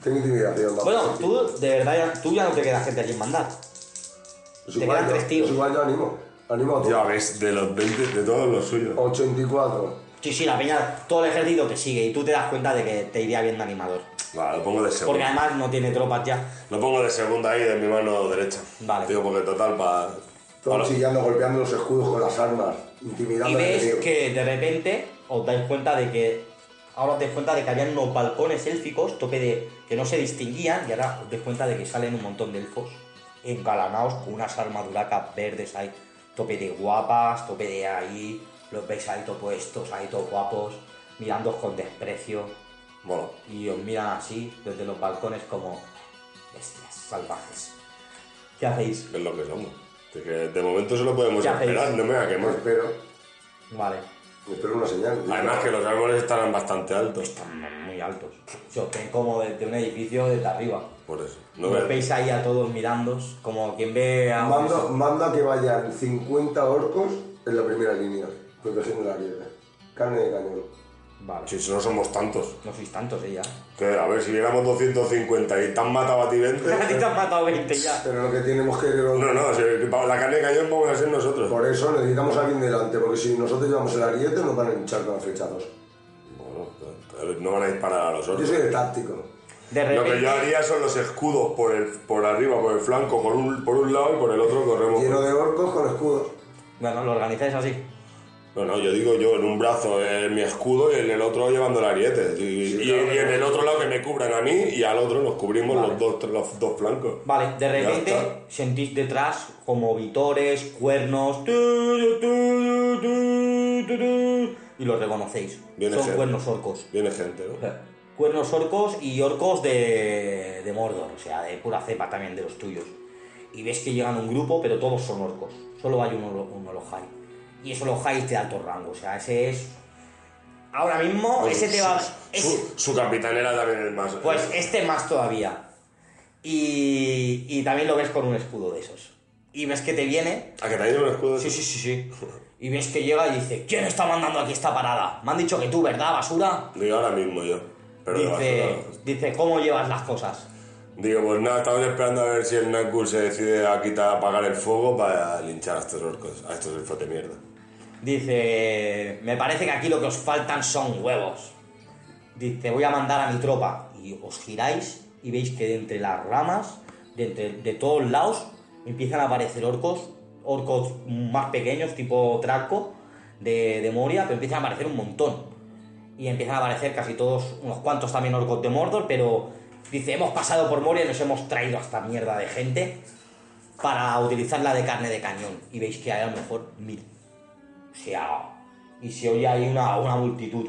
Speaker 4: Tengo intimidación. vamos.
Speaker 2: Bueno, tú de verdad ya, tú ya no te queda gente a quien mandar.
Speaker 4: Pues
Speaker 2: te
Speaker 4: igual
Speaker 2: quedan
Speaker 4: yo-
Speaker 2: tres tíos.
Speaker 4: pues igual yo animo. Animo a
Speaker 3: Ya
Speaker 4: todos.
Speaker 3: ves, de los 20, de todos los suyos.
Speaker 4: Oh. 84.
Speaker 2: Sí, sí, la peña, todo el ejército te sigue y tú te das cuenta de que te iría bien de animador.
Speaker 3: Vale, lo pongo de
Speaker 2: Porque
Speaker 3: segunda.
Speaker 2: además no tiene tropas ya.
Speaker 3: Lo pongo de segunda ahí, de mi mano derecha.
Speaker 2: Vale.
Speaker 3: Digo, porque total, para.
Speaker 4: Todos chillando, golpeando los escudos con las armas. Intimidando
Speaker 2: Y
Speaker 4: al
Speaker 2: ves
Speaker 4: enemigo.
Speaker 2: que de repente os dais cuenta de que. Ahora os dais cuenta de que habían unos balcones élficos, tope de. que no se distinguían, y ahora os dais cuenta de que salen un montón de elfos engalanados con unas armaduracas verdes ahí, tope de guapas, tope de ahí, los veis ahí todo puestos, ahí todos guapos, mirándoos con desprecio,
Speaker 3: Bueno,
Speaker 2: y os miran así desde los balcones como. bestias salvajes. ¿Qué hacéis?
Speaker 3: es lo que somos. Así que de momento solo podemos
Speaker 2: Ya,
Speaker 3: esperar,
Speaker 2: feliz.
Speaker 3: no me voy a
Speaker 4: Yo
Speaker 3: quemar.
Speaker 4: espero,
Speaker 2: Vale.
Speaker 4: espero una señal.
Speaker 3: Además que los árboles estarán bastante altos.
Speaker 2: Están muy altos. Se os ven como desde un edificio desde arriba.
Speaker 3: Por eso. No
Speaker 2: Los
Speaker 3: veas.
Speaker 2: veis ahí a todos mirándos, como quien ve a un-
Speaker 4: Mando, mando a que vayan 50 orcos en la primera línea, protegiendo la liebre. Carne de cañón.
Speaker 2: Vale.
Speaker 3: Si no somos tantos.
Speaker 2: No sois tantos, eh, ya.
Speaker 3: Que, a ver, si viéramos 250 y tan matado a ti 20.
Speaker 2: A ti te han matado 20 ya.
Speaker 4: Pero lo que tenemos que...
Speaker 3: No, no, si la carne de cañón vamos a ser nosotros.
Speaker 4: Por eso necesitamos a alguien delante, porque si nosotros llevamos el ariete nos van a hinchar con flechazos.
Speaker 3: Bueno, pero no van a disparar a los
Speaker 4: Yo
Speaker 3: otros.
Speaker 4: soy de táctico.
Speaker 2: De
Speaker 3: Lo que yo
Speaker 2: repente,
Speaker 3: haría son los escudos por, el, por arriba, por el flanco, por un, por un lado y por el otro corremos.
Speaker 4: Lleno de orcos con escudos.
Speaker 2: bueno, lo organizáis así.
Speaker 3: No, no, yo digo yo en un brazo eh, mi escudo y en el otro llevando el ariete. Y, y-
Speaker 4: claro,
Speaker 3: y en el otro lado que me cubran a mí y al otro nos cubrimos
Speaker 2: Vale.
Speaker 3: los, dos, los dos flancos.
Speaker 2: Vale, de
Speaker 3: Ya
Speaker 2: repente
Speaker 3: está.
Speaker 2: sentís detrás como vitores, cuernos. tu, tu, tu, tu, tu, tu, y los reconocéis.
Speaker 3: Viene
Speaker 2: Son
Speaker 3: gente.
Speaker 2: cuernos orcos.
Speaker 3: Viene gente, ¿no?
Speaker 2: Cuernos orcos y orcos de, de Mordor, o sea, de pura cepa también, de los tuyos. Y ves que llegan un grupo, pero todos son orcos. Solo hay un, olo- un Olohai. Y es Olohai de alto rango, o sea, ese es. Ahora mismo, ese te va.
Speaker 3: Su,
Speaker 2: ese-
Speaker 3: su- su capitán era también el más. eh,
Speaker 2: pues este más todavía. Y, y también lo ves con un escudo de esos. Y ves que te viene.
Speaker 3: ¿A que también lleva un escudo?
Speaker 2: Sí, sí, sí, sí. Y ves que llega y dice, ¿quién está mandando aquí esta parada? Me han dicho que tú, ¿verdad, basura?
Speaker 3: Digo ahora mismo yo. Pero de
Speaker 2: dice,
Speaker 3: basura.
Speaker 2: dice, ¿cómo llevas las cosas?
Speaker 3: Digo, pues nada, estamos esperando a ver si el Nakul se decide a quitar, apagar el fuego para linchar a estos orcos, a estos elfos de mierda.
Speaker 2: Dice, me parece que aquí lo que os faltan son huevos. Dice, voy a mandar a mi tropa. Y os giráis y veis que de entre las ramas, de, entre- de todos lados, empiezan a aparecer orcos, orcos más pequeños, tipo Draco, de, de Moria, pero empiezan a aparecer un montón. Y empiezan a aparecer casi todos, unos cuantos también orcos de Mordor, pero dice, hemos pasado por Moria y nos hemos traído a esta mierda de gente para utilizarla de carne de cañón. Y veis que hay a lo mejor mil. O sea, y se oye ahí una, una multitud.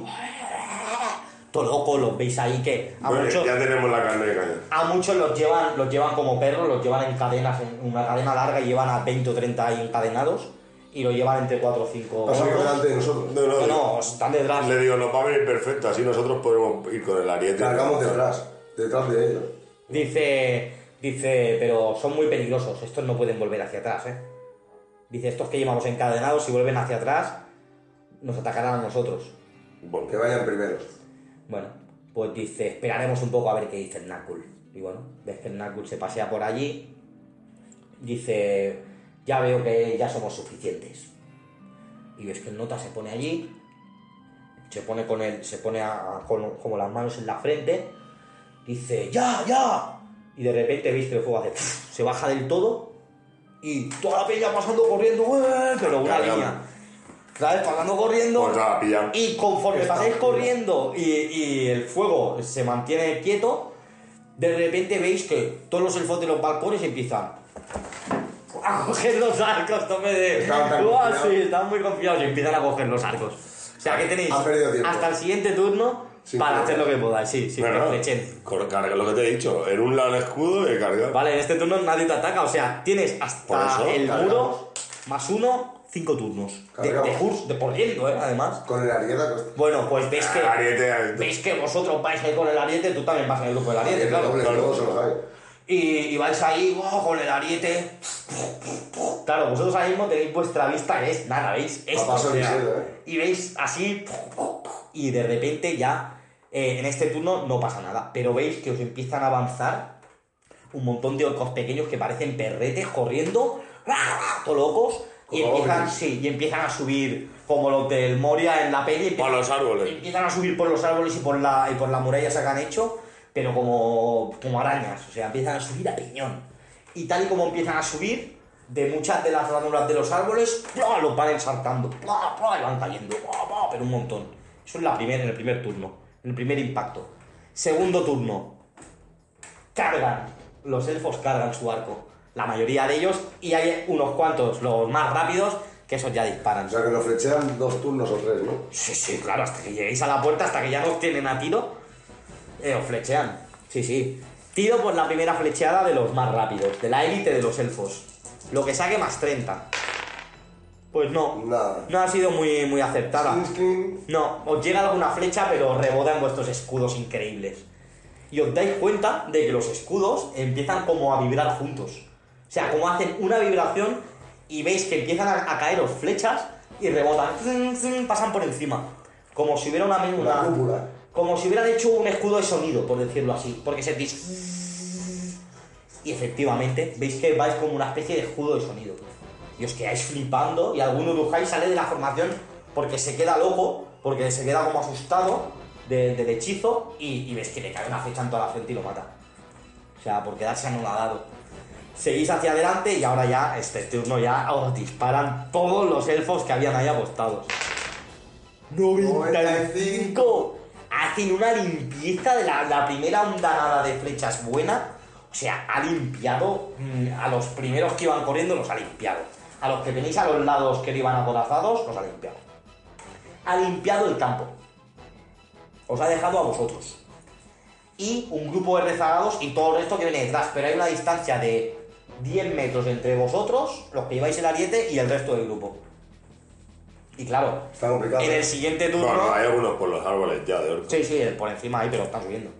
Speaker 2: Todo loco, los veis ahí que a
Speaker 3: Bueno,
Speaker 2: muchos,
Speaker 3: ya tenemos la carne de cañón.
Speaker 2: a muchos los, llevan, los llevan como perros, los llevan en cadenas, en una cadena larga y llevan a 20 o 30 ahí encadenados y lo llevan entre 4 o 5.
Speaker 4: Pasan por delante de nosotros.
Speaker 3: No, no,
Speaker 2: No,
Speaker 3: digo-
Speaker 2: no, están detrás.
Speaker 3: Le digo, nos va a venir perfecto, así nosotros podemos ir con el ariete.
Speaker 4: Cargamos detrás, detrás de ellos.
Speaker 2: Dice, dice, pero son muy peligrosos, estos no pueden volver hacia atrás, ¿eh? Dice, estos que llevamos encadenados, si vuelven hacia atrás, nos atacarán a nosotros.
Speaker 3: Bueno,
Speaker 4: Que vayan primeros.
Speaker 2: Bueno, pues dice, esperaremos un poco a ver qué dice el Nakul. Y bueno, ves que el Nakul se pasea por allí. Dice, ya veo que ya somos suficientes. Y ves que el nota se pone allí. Se pone con el, se pone a- a- con- como las manos en la frente. Dice, ya, ya. Y de repente veis que el fuego hace, se baja del todo. Y toda la peña pasando corriendo, ¡eh! pero una
Speaker 3: Cargando.
Speaker 2: línea. Claro, pasando corriendo.
Speaker 3: pues nada, pillamos.
Speaker 2: Y conforme
Speaker 4: Está
Speaker 2: pasáis
Speaker 4: oscuro.
Speaker 2: corriendo y, y el fuego se mantiene quieto, de repente veis que todos los elfos de los balcones empiezan a coger los arcos, tome de.
Speaker 4: Están tan
Speaker 2: Buah,
Speaker 4: confiados.
Speaker 2: sí, están muy confiados y empiezan a coger los arcos. O sea que tenéis
Speaker 4: Han perdido tiempo.
Speaker 2: hasta el siguiente turno
Speaker 4: Sí,
Speaker 2: para
Speaker 4: pero-
Speaker 2: hacer lo que podáis, sí, sí,
Speaker 3: Bueno,
Speaker 2: que flechen.
Speaker 3: cor- carga lo que te he dicho, en un lado el escudo y el cargado.
Speaker 2: Vale, en este turno nadie te ataca, o sea, tienes
Speaker 3: Por
Speaker 2: hasta
Speaker 3: eso,
Speaker 2: el
Speaker 4: cargamos.
Speaker 2: muro más uno, cinco turnos. De, de,
Speaker 4: Cargamos.
Speaker 2: hurs- de por yendo, ¿eh? Además.
Speaker 4: Con el ariete a costa.
Speaker 2: Bueno, pues veis que.
Speaker 4: Ah,
Speaker 3: El ariete al-
Speaker 2: Veis que vosotros vais ahí con el ariete, tú también vas en el grupo del ariete, claro.
Speaker 4: Doble, todos se los hay.
Speaker 2: Y, y vais ahí ¡guau!, con el ariete. Claro, vosotros ahora mismo tenéis vuestra vista que es nada, veis esto.
Speaker 4: paso
Speaker 2: o sea,
Speaker 4: ligero, ¿eh?
Speaker 2: Y veis así. Y de repente ya eh, en este turno no pasa nada. Pero veis que os empiezan a avanzar un montón de orcos pequeños que parecen perretes corriendo, todo locos. Y
Speaker 4: Como
Speaker 2: empiezan,
Speaker 4: ovnis.
Speaker 2: sí, y empiezan a subir como los del Moria en la peli.
Speaker 3: Por los árboles.
Speaker 2: Empiezan a subir por los árboles y por, la, y por las murallas que han hecho, pero como, como arañas, o sea, empiezan a subir a piñón. Y tal y como empiezan a subir, de muchas de las ranuras de los árboles, ¡plá! los van ensartando, ¡plá! ¡plá! y van cayendo, ¡plá! ¡plá! pero un montón. Eso es la primera en el primer turno, en el primer impacto. Segundo turno, cargan, los elfos cargan su arco. La mayoría de ellos, y hay unos cuantos, los más rápidos, que esos ya disparan.
Speaker 4: O sea que nos flechean dos turnos o tres, ¿no?
Speaker 2: Sí, sí, claro, hasta que lleguéis a la puerta, hasta que ya nos tienen a tiro, eh, os flechean. Sí, sí. Tiro por la primera flecheada de los más rápidos, de la élite de los elfos. Lo que saque más 30. Pues no.
Speaker 4: Nada.
Speaker 2: No ha sido muy, muy aceptada.
Speaker 4: Clean, clean.
Speaker 2: No, os llega alguna flecha, pero rebota en vuestros escudos increíbles. Y os dais cuenta de que los escudos empiezan como a vibrar juntos. O sea, como hacen una vibración y veis que empiezan a, a caeros flechas y rebotan. Zun, zun, pasan por encima. Como si hubiera una,
Speaker 4: Una
Speaker 2: una,
Speaker 4: cúpula.
Speaker 2: como si hubieran hecho un escudo de sonido, por decirlo así, porque se dis... Y efectivamente, veis que vais como una especie de escudo de sonido. Y os quedáis flipando y algún Urujai sale de la formación porque se queda loco, porque se queda como asustado de- del hechizo y, y ves que le cae una fecha en toda la frente y lo mata. O sea, por quedarse anonadado. Seguís hacia adelante y ahora ya, este turno ya, os disparan todos los elfos que habían ahí apostados. 95. Hacen una limpieza de la, la primera ondanada de flechas buena. O sea, ha limpiado mm, a los primeros que iban corriendo, los ha limpiado. A los que tenéis a los lados que le iban acorazados, los ha limpiado. Ha limpiado el campo. Os ha dejado a vosotros. Y un grupo de rezagados y todo el resto que viene detrás. Pero hay una distancia de 10 metros entre vosotros, los que lleváis el ariete, y el resto del grupo. Y claro,
Speaker 4: Está complicado.
Speaker 2: en el siguiente turno.
Speaker 3: Bueno, hay algunos por los árboles ya de orco.
Speaker 2: Sí, sí, por encima ahí, pero está subiendo.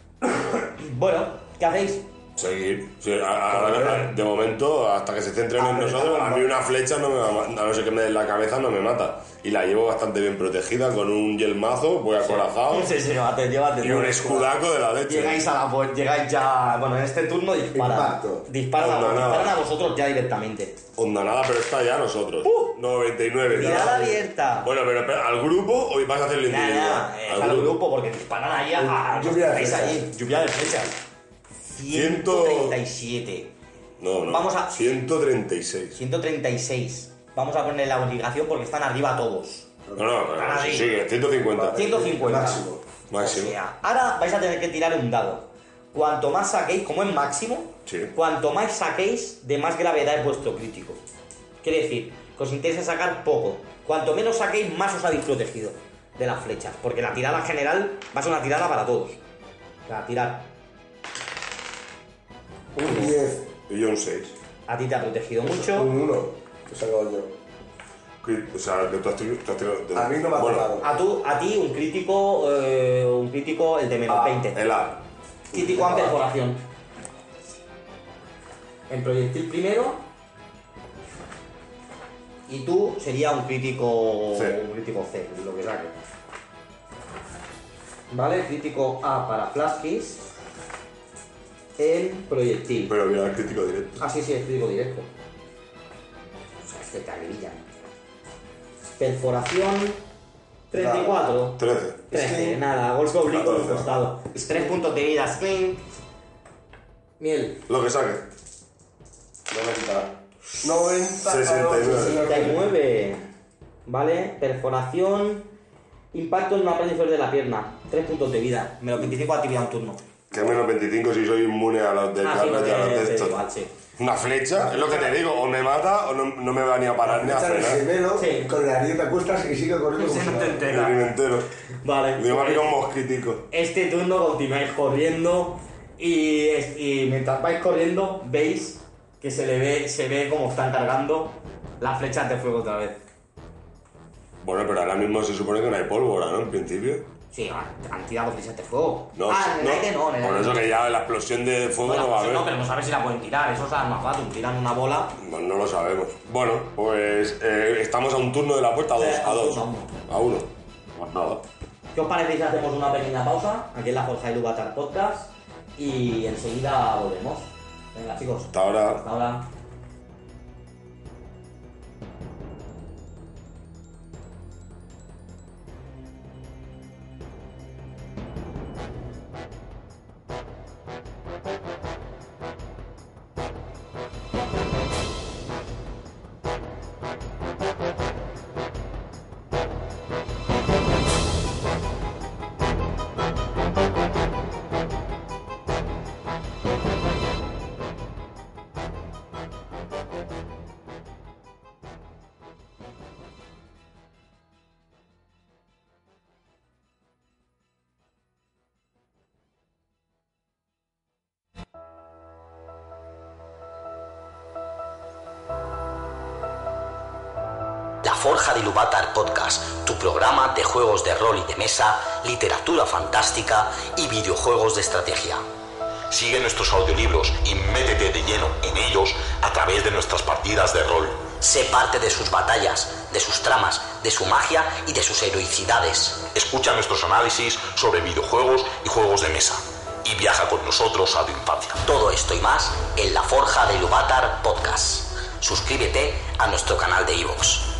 Speaker 2: bueno, ¿qué hacéis?
Speaker 3: Seguir. Sí, a- a- a- de momento, hasta que se centren en
Speaker 4: Apretar,
Speaker 3: nosotros, a
Speaker 4: ¿no?
Speaker 3: mí una flecha, no me va a ma- a no ser que me den la cabeza, no me mata. Y la llevo bastante bien protegida con un yelmazo, voy acorazado
Speaker 2: Sí, sí, llévate, llévate.
Speaker 3: y un escudaco de la leche.
Speaker 2: Llegáis a la puer- llegáis ya. Bueno, en este turno disparan.
Speaker 4: Impacto.
Speaker 2: Disparan, a,
Speaker 3: No, no, no.
Speaker 2: disparan a vosotros ya directamente.
Speaker 3: Onda nada, pero está ya a nosotros.
Speaker 2: Uh.
Speaker 3: 99.
Speaker 2: Mirada
Speaker 3: ya.
Speaker 2: abierta.
Speaker 3: Bueno, pero espera, ¿al grupo o vas a hacerlo
Speaker 2: Ya,
Speaker 3: individual?
Speaker 2: ya, eh, al grupo, porque disparan ahí a. a los
Speaker 4: Lluvia de
Speaker 2: que estáis
Speaker 4: flechas.
Speaker 2: allí. Lluvia de flechas.
Speaker 3: Ciento-
Speaker 2: 137.
Speaker 3: No, no.
Speaker 2: Vamos a-
Speaker 3: 136.
Speaker 2: 136. Vamos a poner la obligación porque están arriba todos.
Speaker 3: No, no, no,
Speaker 2: Ah,
Speaker 3: sí,
Speaker 2: sí.
Speaker 3: sigue, 150.
Speaker 4: Vale.
Speaker 2: 150.
Speaker 4: Máximo.
Speaker 3: Máximo.
Speaker 2: O sea, ahora vais a tener que tirar un dado. Cuanto más saquéis, como es máximo,
Speaker 3: Sí.
Speaker 2: cuanto más saquéis, de más gravedad es vuestro crítico. Quiere decir, que os interesa sacar poco. Cuanto menos saquéis, más os habéis protegido de las flechas. Porque la tirada general va a ser una tirada para todos. O sea, tirar.
Speaker 4: Un 10.
Speaker 3: Y yo un 6.
Speaker 2: A ti te ha protegido mucho.
Speaker 4: Un 1. Que se ha acabado yo.
Speaker 3: O sea, que tú has tirado- tú has tirado- tú-
Speaker 4: A mí no me ha
Speaker 3: bueno,
Speaker 4: tocado.
Speaker 2: A, tú, a ti un crítico, eh, un crítico, el de menos
Speaker 4: Ah,
Speaker 2: 20.
Speaker 3: El A.
Speaker 2: Crítico a
Speaker 3: Ah.
Speaker 2: perforación. En proyectil primero. Y tú sería un crítico.
Speaker 3: C.
Speaker 2: Un crítico C, lo que saque. Vale, crítico A para Flaskis. En proyectil.
Speaker 3: Pero mira, el crítico directo.
Speaker 2: Ah, sí, sí, es crítico directo. O sea, es que te agrillan. Perforación 34.
Speaker 3: 13.
Speaker 2: Trece, nada, golpe oblicuo en el
Speaker 3: Catorce.
Speaker 2: costado. Tres puntos de vida, clink. Miel.
Speaker 3: Lo que saque.
Speaker 4: 90. 90.
Speaker 3: 69.
Speaker 2: 39. Vale, perforación. Impacto en una parte inferior de la pierna. Tres puntos de vida. Menos 25 actividad un turno.
Speaker 3: Que menos 25 si soy inmune a los de,
Speaker 2: Ah,
Speaker 3: a
Speaker 2: sí,
Speaker 3: los
Speaker 2: no
Speaker 3: de- a los
Speaker 2: te-
Speaker 3: de
Speaker 2: te
Speaker 3: estos.
Speaker 2: igual, sí.
Speaker 3: Una flecha, es lo que te digo, o me mata o no, no me va ni a parar ni a
Speaker 4: Echar el
Speaker 3: frenar.
Speaker 4: gemelo
Speaker 2: Sí.
Speaker 4: con la dieta cuestas y sigue corriendo como si nada.
Speaker 3: El inventero.
Speaker 2: Vale.
Speaker 3: Digo, me ha picado un mosquitico.
Speaker 2: Este turno continuáis corriendo y, y mientras vais corriendo veis que se le ve, se ve como están cargando las flechas de fuego otra vez.
Speaker 3: Bueno, pero ahora mismo se supone que no hay pólvora, ¿no? En principio.
Speaker 2: Sí, han- han tirado flechas de fuego.
Speaker 3: No,
Speaker 2: ah, en el aire no, en el
Speaker 3: Por
Speaker 2: aire
Speaker 3: eso
Speaker 2: no.
Speaker 3: que ya la explosión de fuego
Speaker 2: Bueno,
Speaker 3: no va a
Speaker 2: pues
Speaker 3: haber.
Speaker 2: no, pero no sabes si la pueden tirar, eso es armas fatum, tiran una bola.
Speaker 3: No, no lo sabemos. Bueno, pues eh, estamos a un turno de la puerta, a dos,
Speaker 2: Eh,
Speaker 3: a dos,
Speaker 2: a uno.
Speaker 3: a uno. Pues nada.
Speaker 2: ¿Qué os parece si hacemos una pequeña pausa? Aquí en la Forja de Lubatar Podcast y enseguida volvemos. Venga, chicos,
Speaker 3: Hasta ahora.
Speaker 2: hasta ahora.
Speaker 5: Forja de Ilúvatar Podcast, tu programa de juegos de rol y de mesa, literatura fantástica y videojuegos de estrategia. Sigue nuestros audiolibros y métete de lleno en ellos a través de nuestras partidas de rol. Sé parte de sus batallas, de sus tramas, de su magia y de sus heroicidades. Escucha nuestros análisis sobre videojuegos y juegos de mesa. Y viaja con nosotros a tu infancia. Todo esto y más en La Forja de Ilúvatar Podcast. Suscríbete a nuestro canal de iVoox.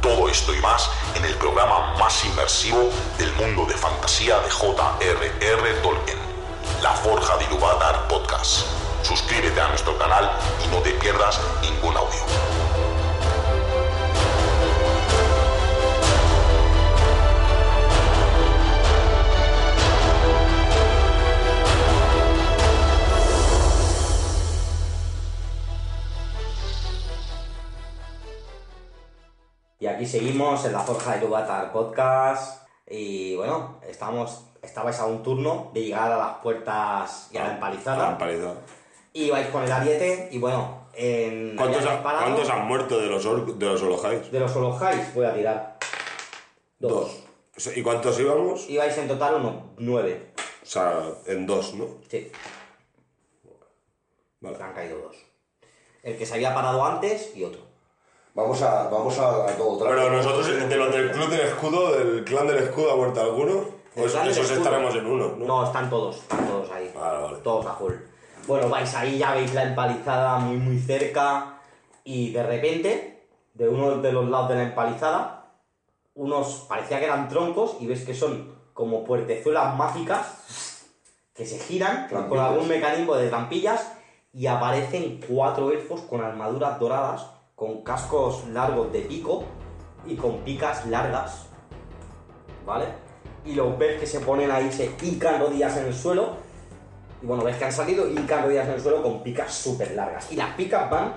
Speaker 5: Todo esto y más en el programa más inmersivo del mundo de fantasía de J.R.R. Tolkien. La Forja de Ilúvatar Podcast. Suscríbete a nuestro canal y no te pierdas ningún audio.
Speaker 2: Y aquí seguimos en la Forja de Lubatar Podcast. Y bueno, estamos, estabais a un turno de llegar a las puertas y a la
Speaker 3: La
Speaker 2: empalizada.
Speaker 3: empalizada.
Speaker 2: Y vais con el ariete y bueno, en
Speaker 3: ¿Cuántos,
Speaker 2: habían
Speaker 3: han-
Speaker 2: disparado
Speaker 3: cuántos han muerto de los, or- de los Olojais?
Speaker 2: de los Olojais voy a tirar. Dos.
Speaker 3: O sea, ¿Y cuántos íbamos?
Speaker 2: Y vais en total uno, nueve.
Speaker 3: O sea, en dos, ¿no?
Speaker 2: Sí,
Speaker 3: Vale.
Speaker 2: han caído dos. El que se había parado antes y otro.
Speaker 4: Vamos a, vamos a, a todo otra
Speaker 3: Pero nosotros, de los del Club del Escudo, del Clan del Escudo, ¿ha muerto alguno?
Speaker 2: El
Speaker 3: Pues
Speaker 2: plan del
Speaker 3: esos
Speaker 2: escudo.
Speaker 3: estaremos en uno, ¿no?
Speaker 2: No, están todos, están todos ahí.
Speaker 3: Vale, vale.
Speaker 2: Todos a full. Bueno, vais ahí, ya veis la empalizada muy, muy cerca. Y de repente, de uno de los lados de la empalizada, unos parecía que eran troncos y ves que son como puertezuelas mágicas que se giran con
Speaker 4: Trampillas.
Speaker 2: algún mecanismo de trampillas y aparecen cuatro elfos con armaduras doradas, con cascos largos de pico y con picas largas ¿vale? Y los ves que se ponen ahí, se hincan rodillas en el suelo. Y bueno, ves que han salido y hincan rodillas en el suelo con picas súper largas. Y las picas van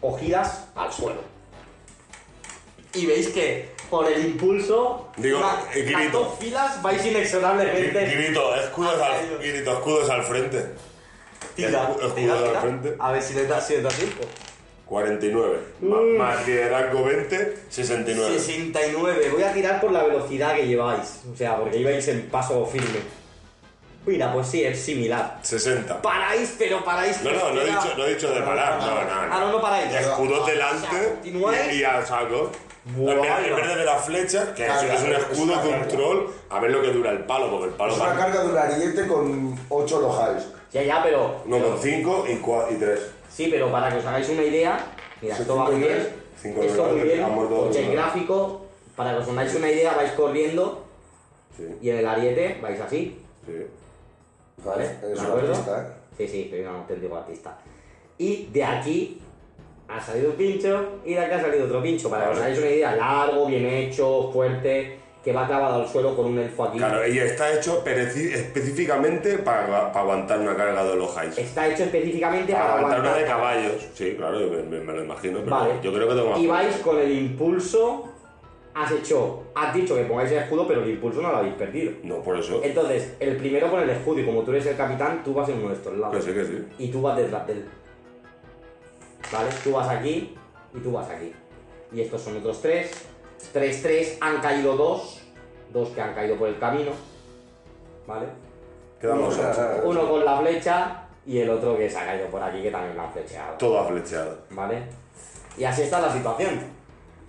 Speaker 2: cogidas al suelo. Y veis que por el impulso,
Speaker 3: Digo, eh, grito.
Speaker 2: las dos filas vais
Speaker 3: Gri-
Speaker 2: inexorablemente.
Speaker 3: Grito, escudos al,
Speaker 2: Ay,
Speaker 3: grito, escudos al frente.
Speaker 2: Tira,
Speaker 3: escu- escudo
Speaker 2: tira,
Speaker 3: de la
Speaker 2: tira.
Speaker 3: frente.
Speaker 2: A ver si le da, si le da tiempo.
Speaker 3: 49. Ma- Más liderazgo 20, 69.
Speaker 2: 69. Voy a tirar por la velocidad que lleváis. O sea, porque ibais en paso firme. Mira, pues sí, es similar.
Speaker 3: 60.
Speaker 2: Paráis, pero paráis.
Speaker 3: No, no, no he
Speaker 2: espera.
Speaker 3: dicho, no he dicho de parar, no, no, no.
Speaker 2: Ah, no, no paráis.
Speaker 3: Escudos delante
Speaker 2: continuáis.
Speaker 3: y, y al saco.
Speaker 2: Bueno.
Speaker 3: En vez- En vez de la flecha, que
Speaker 4: Carga,
Speaker 3: es un
Speaker 4: es
Speaker 3: escudo
Speaker 4: una
Speaker 3: de un
Speaker 4: carga.
Speaker 3: troll, a ver lo que dura el palo, porque el palo
Speaker 4: Es una
Speaker 3: va
Speaker 4: carga de un ariete con 8 lojales.
Speaker 2: Ya, ya, pero.
Speaker 3: 1,5 y, 4, y 3.
Speaker 2: Sí, pero para que os hagáis una idea. Mira,
Speaker 4: Sí,
Speaker 2: esto va muy
Speaker 4: cinco
Speaker 2: bien.
Speaker 4: niveles,
Speaker 3: cinco
Speaker 2: Esto muy
Speaker 3: niveles,
Speaker 2: bien.
Speaker 3: han muerto dos
Speaker 2: Oye, el
Speaker 3: niveles.
Speaker 2: gráfico. Para que os hagáis una idea, vais corriendo.
Speaker 3: Sí,
Speaker 2: Y en el ariete vais así.
Speaker 3: sí.
Speaker 4: ¿Vale?
Speaker 2: ¿De
Speaker 4: Es una
Speaker 2: acuerdo?
Speaker 4: pista, ¿eh?
Speaker 2: Sí, sí, soy un auténtico artista. Y de aquí ha salido un pincho y de acá ha salido otro pincho. Para que os hagáis una idea, largo, bien hecho, fuerte, que va clavado al suelo con un elfo aquí.
Speaker 3: Claro, y está hecho pereci- específicamente para, para aguantar una carga de Olojais.
Speaker 2: Está hecho específicamente
Speaker 3: Para
Speaker 2: para
Speaker 3: aguantar una de
Speaker 2: aguantar.
Speaker 3: caballos. Sí, claro, yo me, me- me lo imagino, pero
Speaker 2: Vale.
Speaker 3: yo creo que tengo más.
Speaker 2: Y vais con el impulso. Has hecho. Has dicho que pongáis el escudo, pero el impulso no lo habéis perdido.
Speaker 3: No, por eso.
Speaker 2: Entonces, el primero con el escudo, y como tú eres el capitán, tú vas en uno de estos
Speaker 3: Que
Speaker 2: lados.
Speaker 3: sí, que sí.
Speaker 2: Y tú vas detrás de él. ¿Vale? Tú vas aquí y tú vas aquí. Y estos son otros tres. Tres, tres, han caído dos. Dos que han caído por el camino. ¿Vale?
Speaker 3: Quedamos
Speaker 4: Una-
Speaker 3: ocho.
Speaker 2: Uno con la flecha y el otro que se ha caído por aquí, que también lo han flecheado.
Speaker 3: Todo aflechado.
Speaker 2: ¿Vale? Y así está la situación.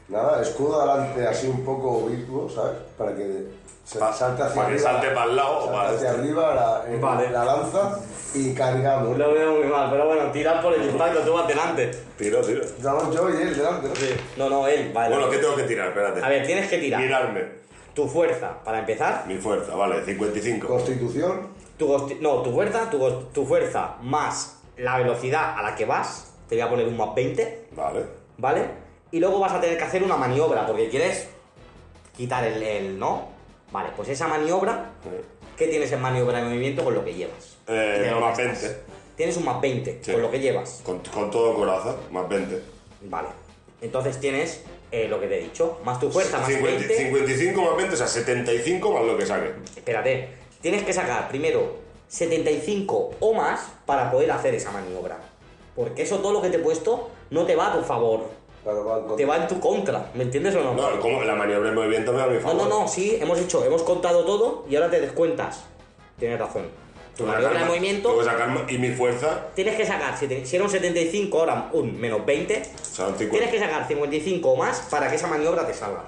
Speaker 4: Nada, escudo adelante así un poco oblicuo, ¿sabes? Para que se
Speaker 3: Pa-
Speaker 4: salte hacia
Speaker 3: para que
Speaker 4: arriba.
Speaker 3: salte pa'l lado o
Speaker 4: salte
Speaker 3: para
Speaker 4: hacia
Speaker 3: este.
Speaker 4: arriba la, eh,
Speaker 2: Vale.
Speaker 4: la lanza y cargamos.
Speaker 2: Lo veo muy mal, pero bueno, tira por el impacto, tú vas delante.
Speaker 3: Tiro, tiro.
Speaker 4: Damos yo y él delante. ¿no?
Speaker 2: No, no, él, vale.
Speaker 3: Bueno, ¿qué tengo que tirar? Espérate.
Speaker 2: A ver, tienes que tirar
Speaker 3: Mirarme.
Speaker 2: tu fuerza para empezar.
Speaker 3: Mi fuerza, vale, 55.
Speaker 4: Constitución,
Speaker 2: Tu costi- no, tu fuerza, tu, cos- tu fuerza más la velocidad a la que vas, te voy a poner un más 20,
Speaker 3: Vale.
Speaker 2: ¿vale? Y luego vas a tener que hacer una maniobra, porque quieres quitar el, el no. Vale, pues esa maniobra, ¿qué tienes en maniobra de movimiento con lo que llevas?
Speaker 3: Eh,
Speaker 2: De lo
Speaker 3: más
Speaker 2: que estás.
Speaker 3: 20.
Speaker 2: Tienes un más 20
Speaker 3: Sí.
Speaker 2: con lo que llevas.
Speaker 3: Con, con todo corazón, más 20.
Speaker 2: Vale. Entonces tienes eh, lo que te he dicho, más tu fuerza, más
Speaker 3: 50
Speaker 2: 20.
Speaker 3: 55 más 20, o sea, 75 más lo que saque.
Speaker 2: Espérate, tienes que sacar primero 75 o más para poder hacer esa maniobra. Porque eso todo lo que te he puesto no te va a tu favor.
Speaker 4: Claro, va en contra.
Speaker 2: te va en tu contra, ¿me entiendes o no?
Speaker 3: No, el cómo- la maniobra en movimiento me da mi
Speaker 2: No,
Speaker 3: favor.
Speaker 2: no, no, sí, hemos hecho, hemos contado todo y ahora te descuentas. Tienes razón. Tu
Speaker 3: Tengo que
Speaker 2: maniobra
Speaker 3: sacar
Speaker 2: de
Speaker 3: más-
Speaker 2: movimiento
Speaker 3: tengo que sacar más- y mi fuerza
Speaker 2: tienes que sacar, si, te- si era un 75, ahora un menos 20,
Speaker 3: son
Speaker 2: tienes
Speaker 3: 50.
Speaker 2: que sacar 55 o más para que esa maniobra te salga.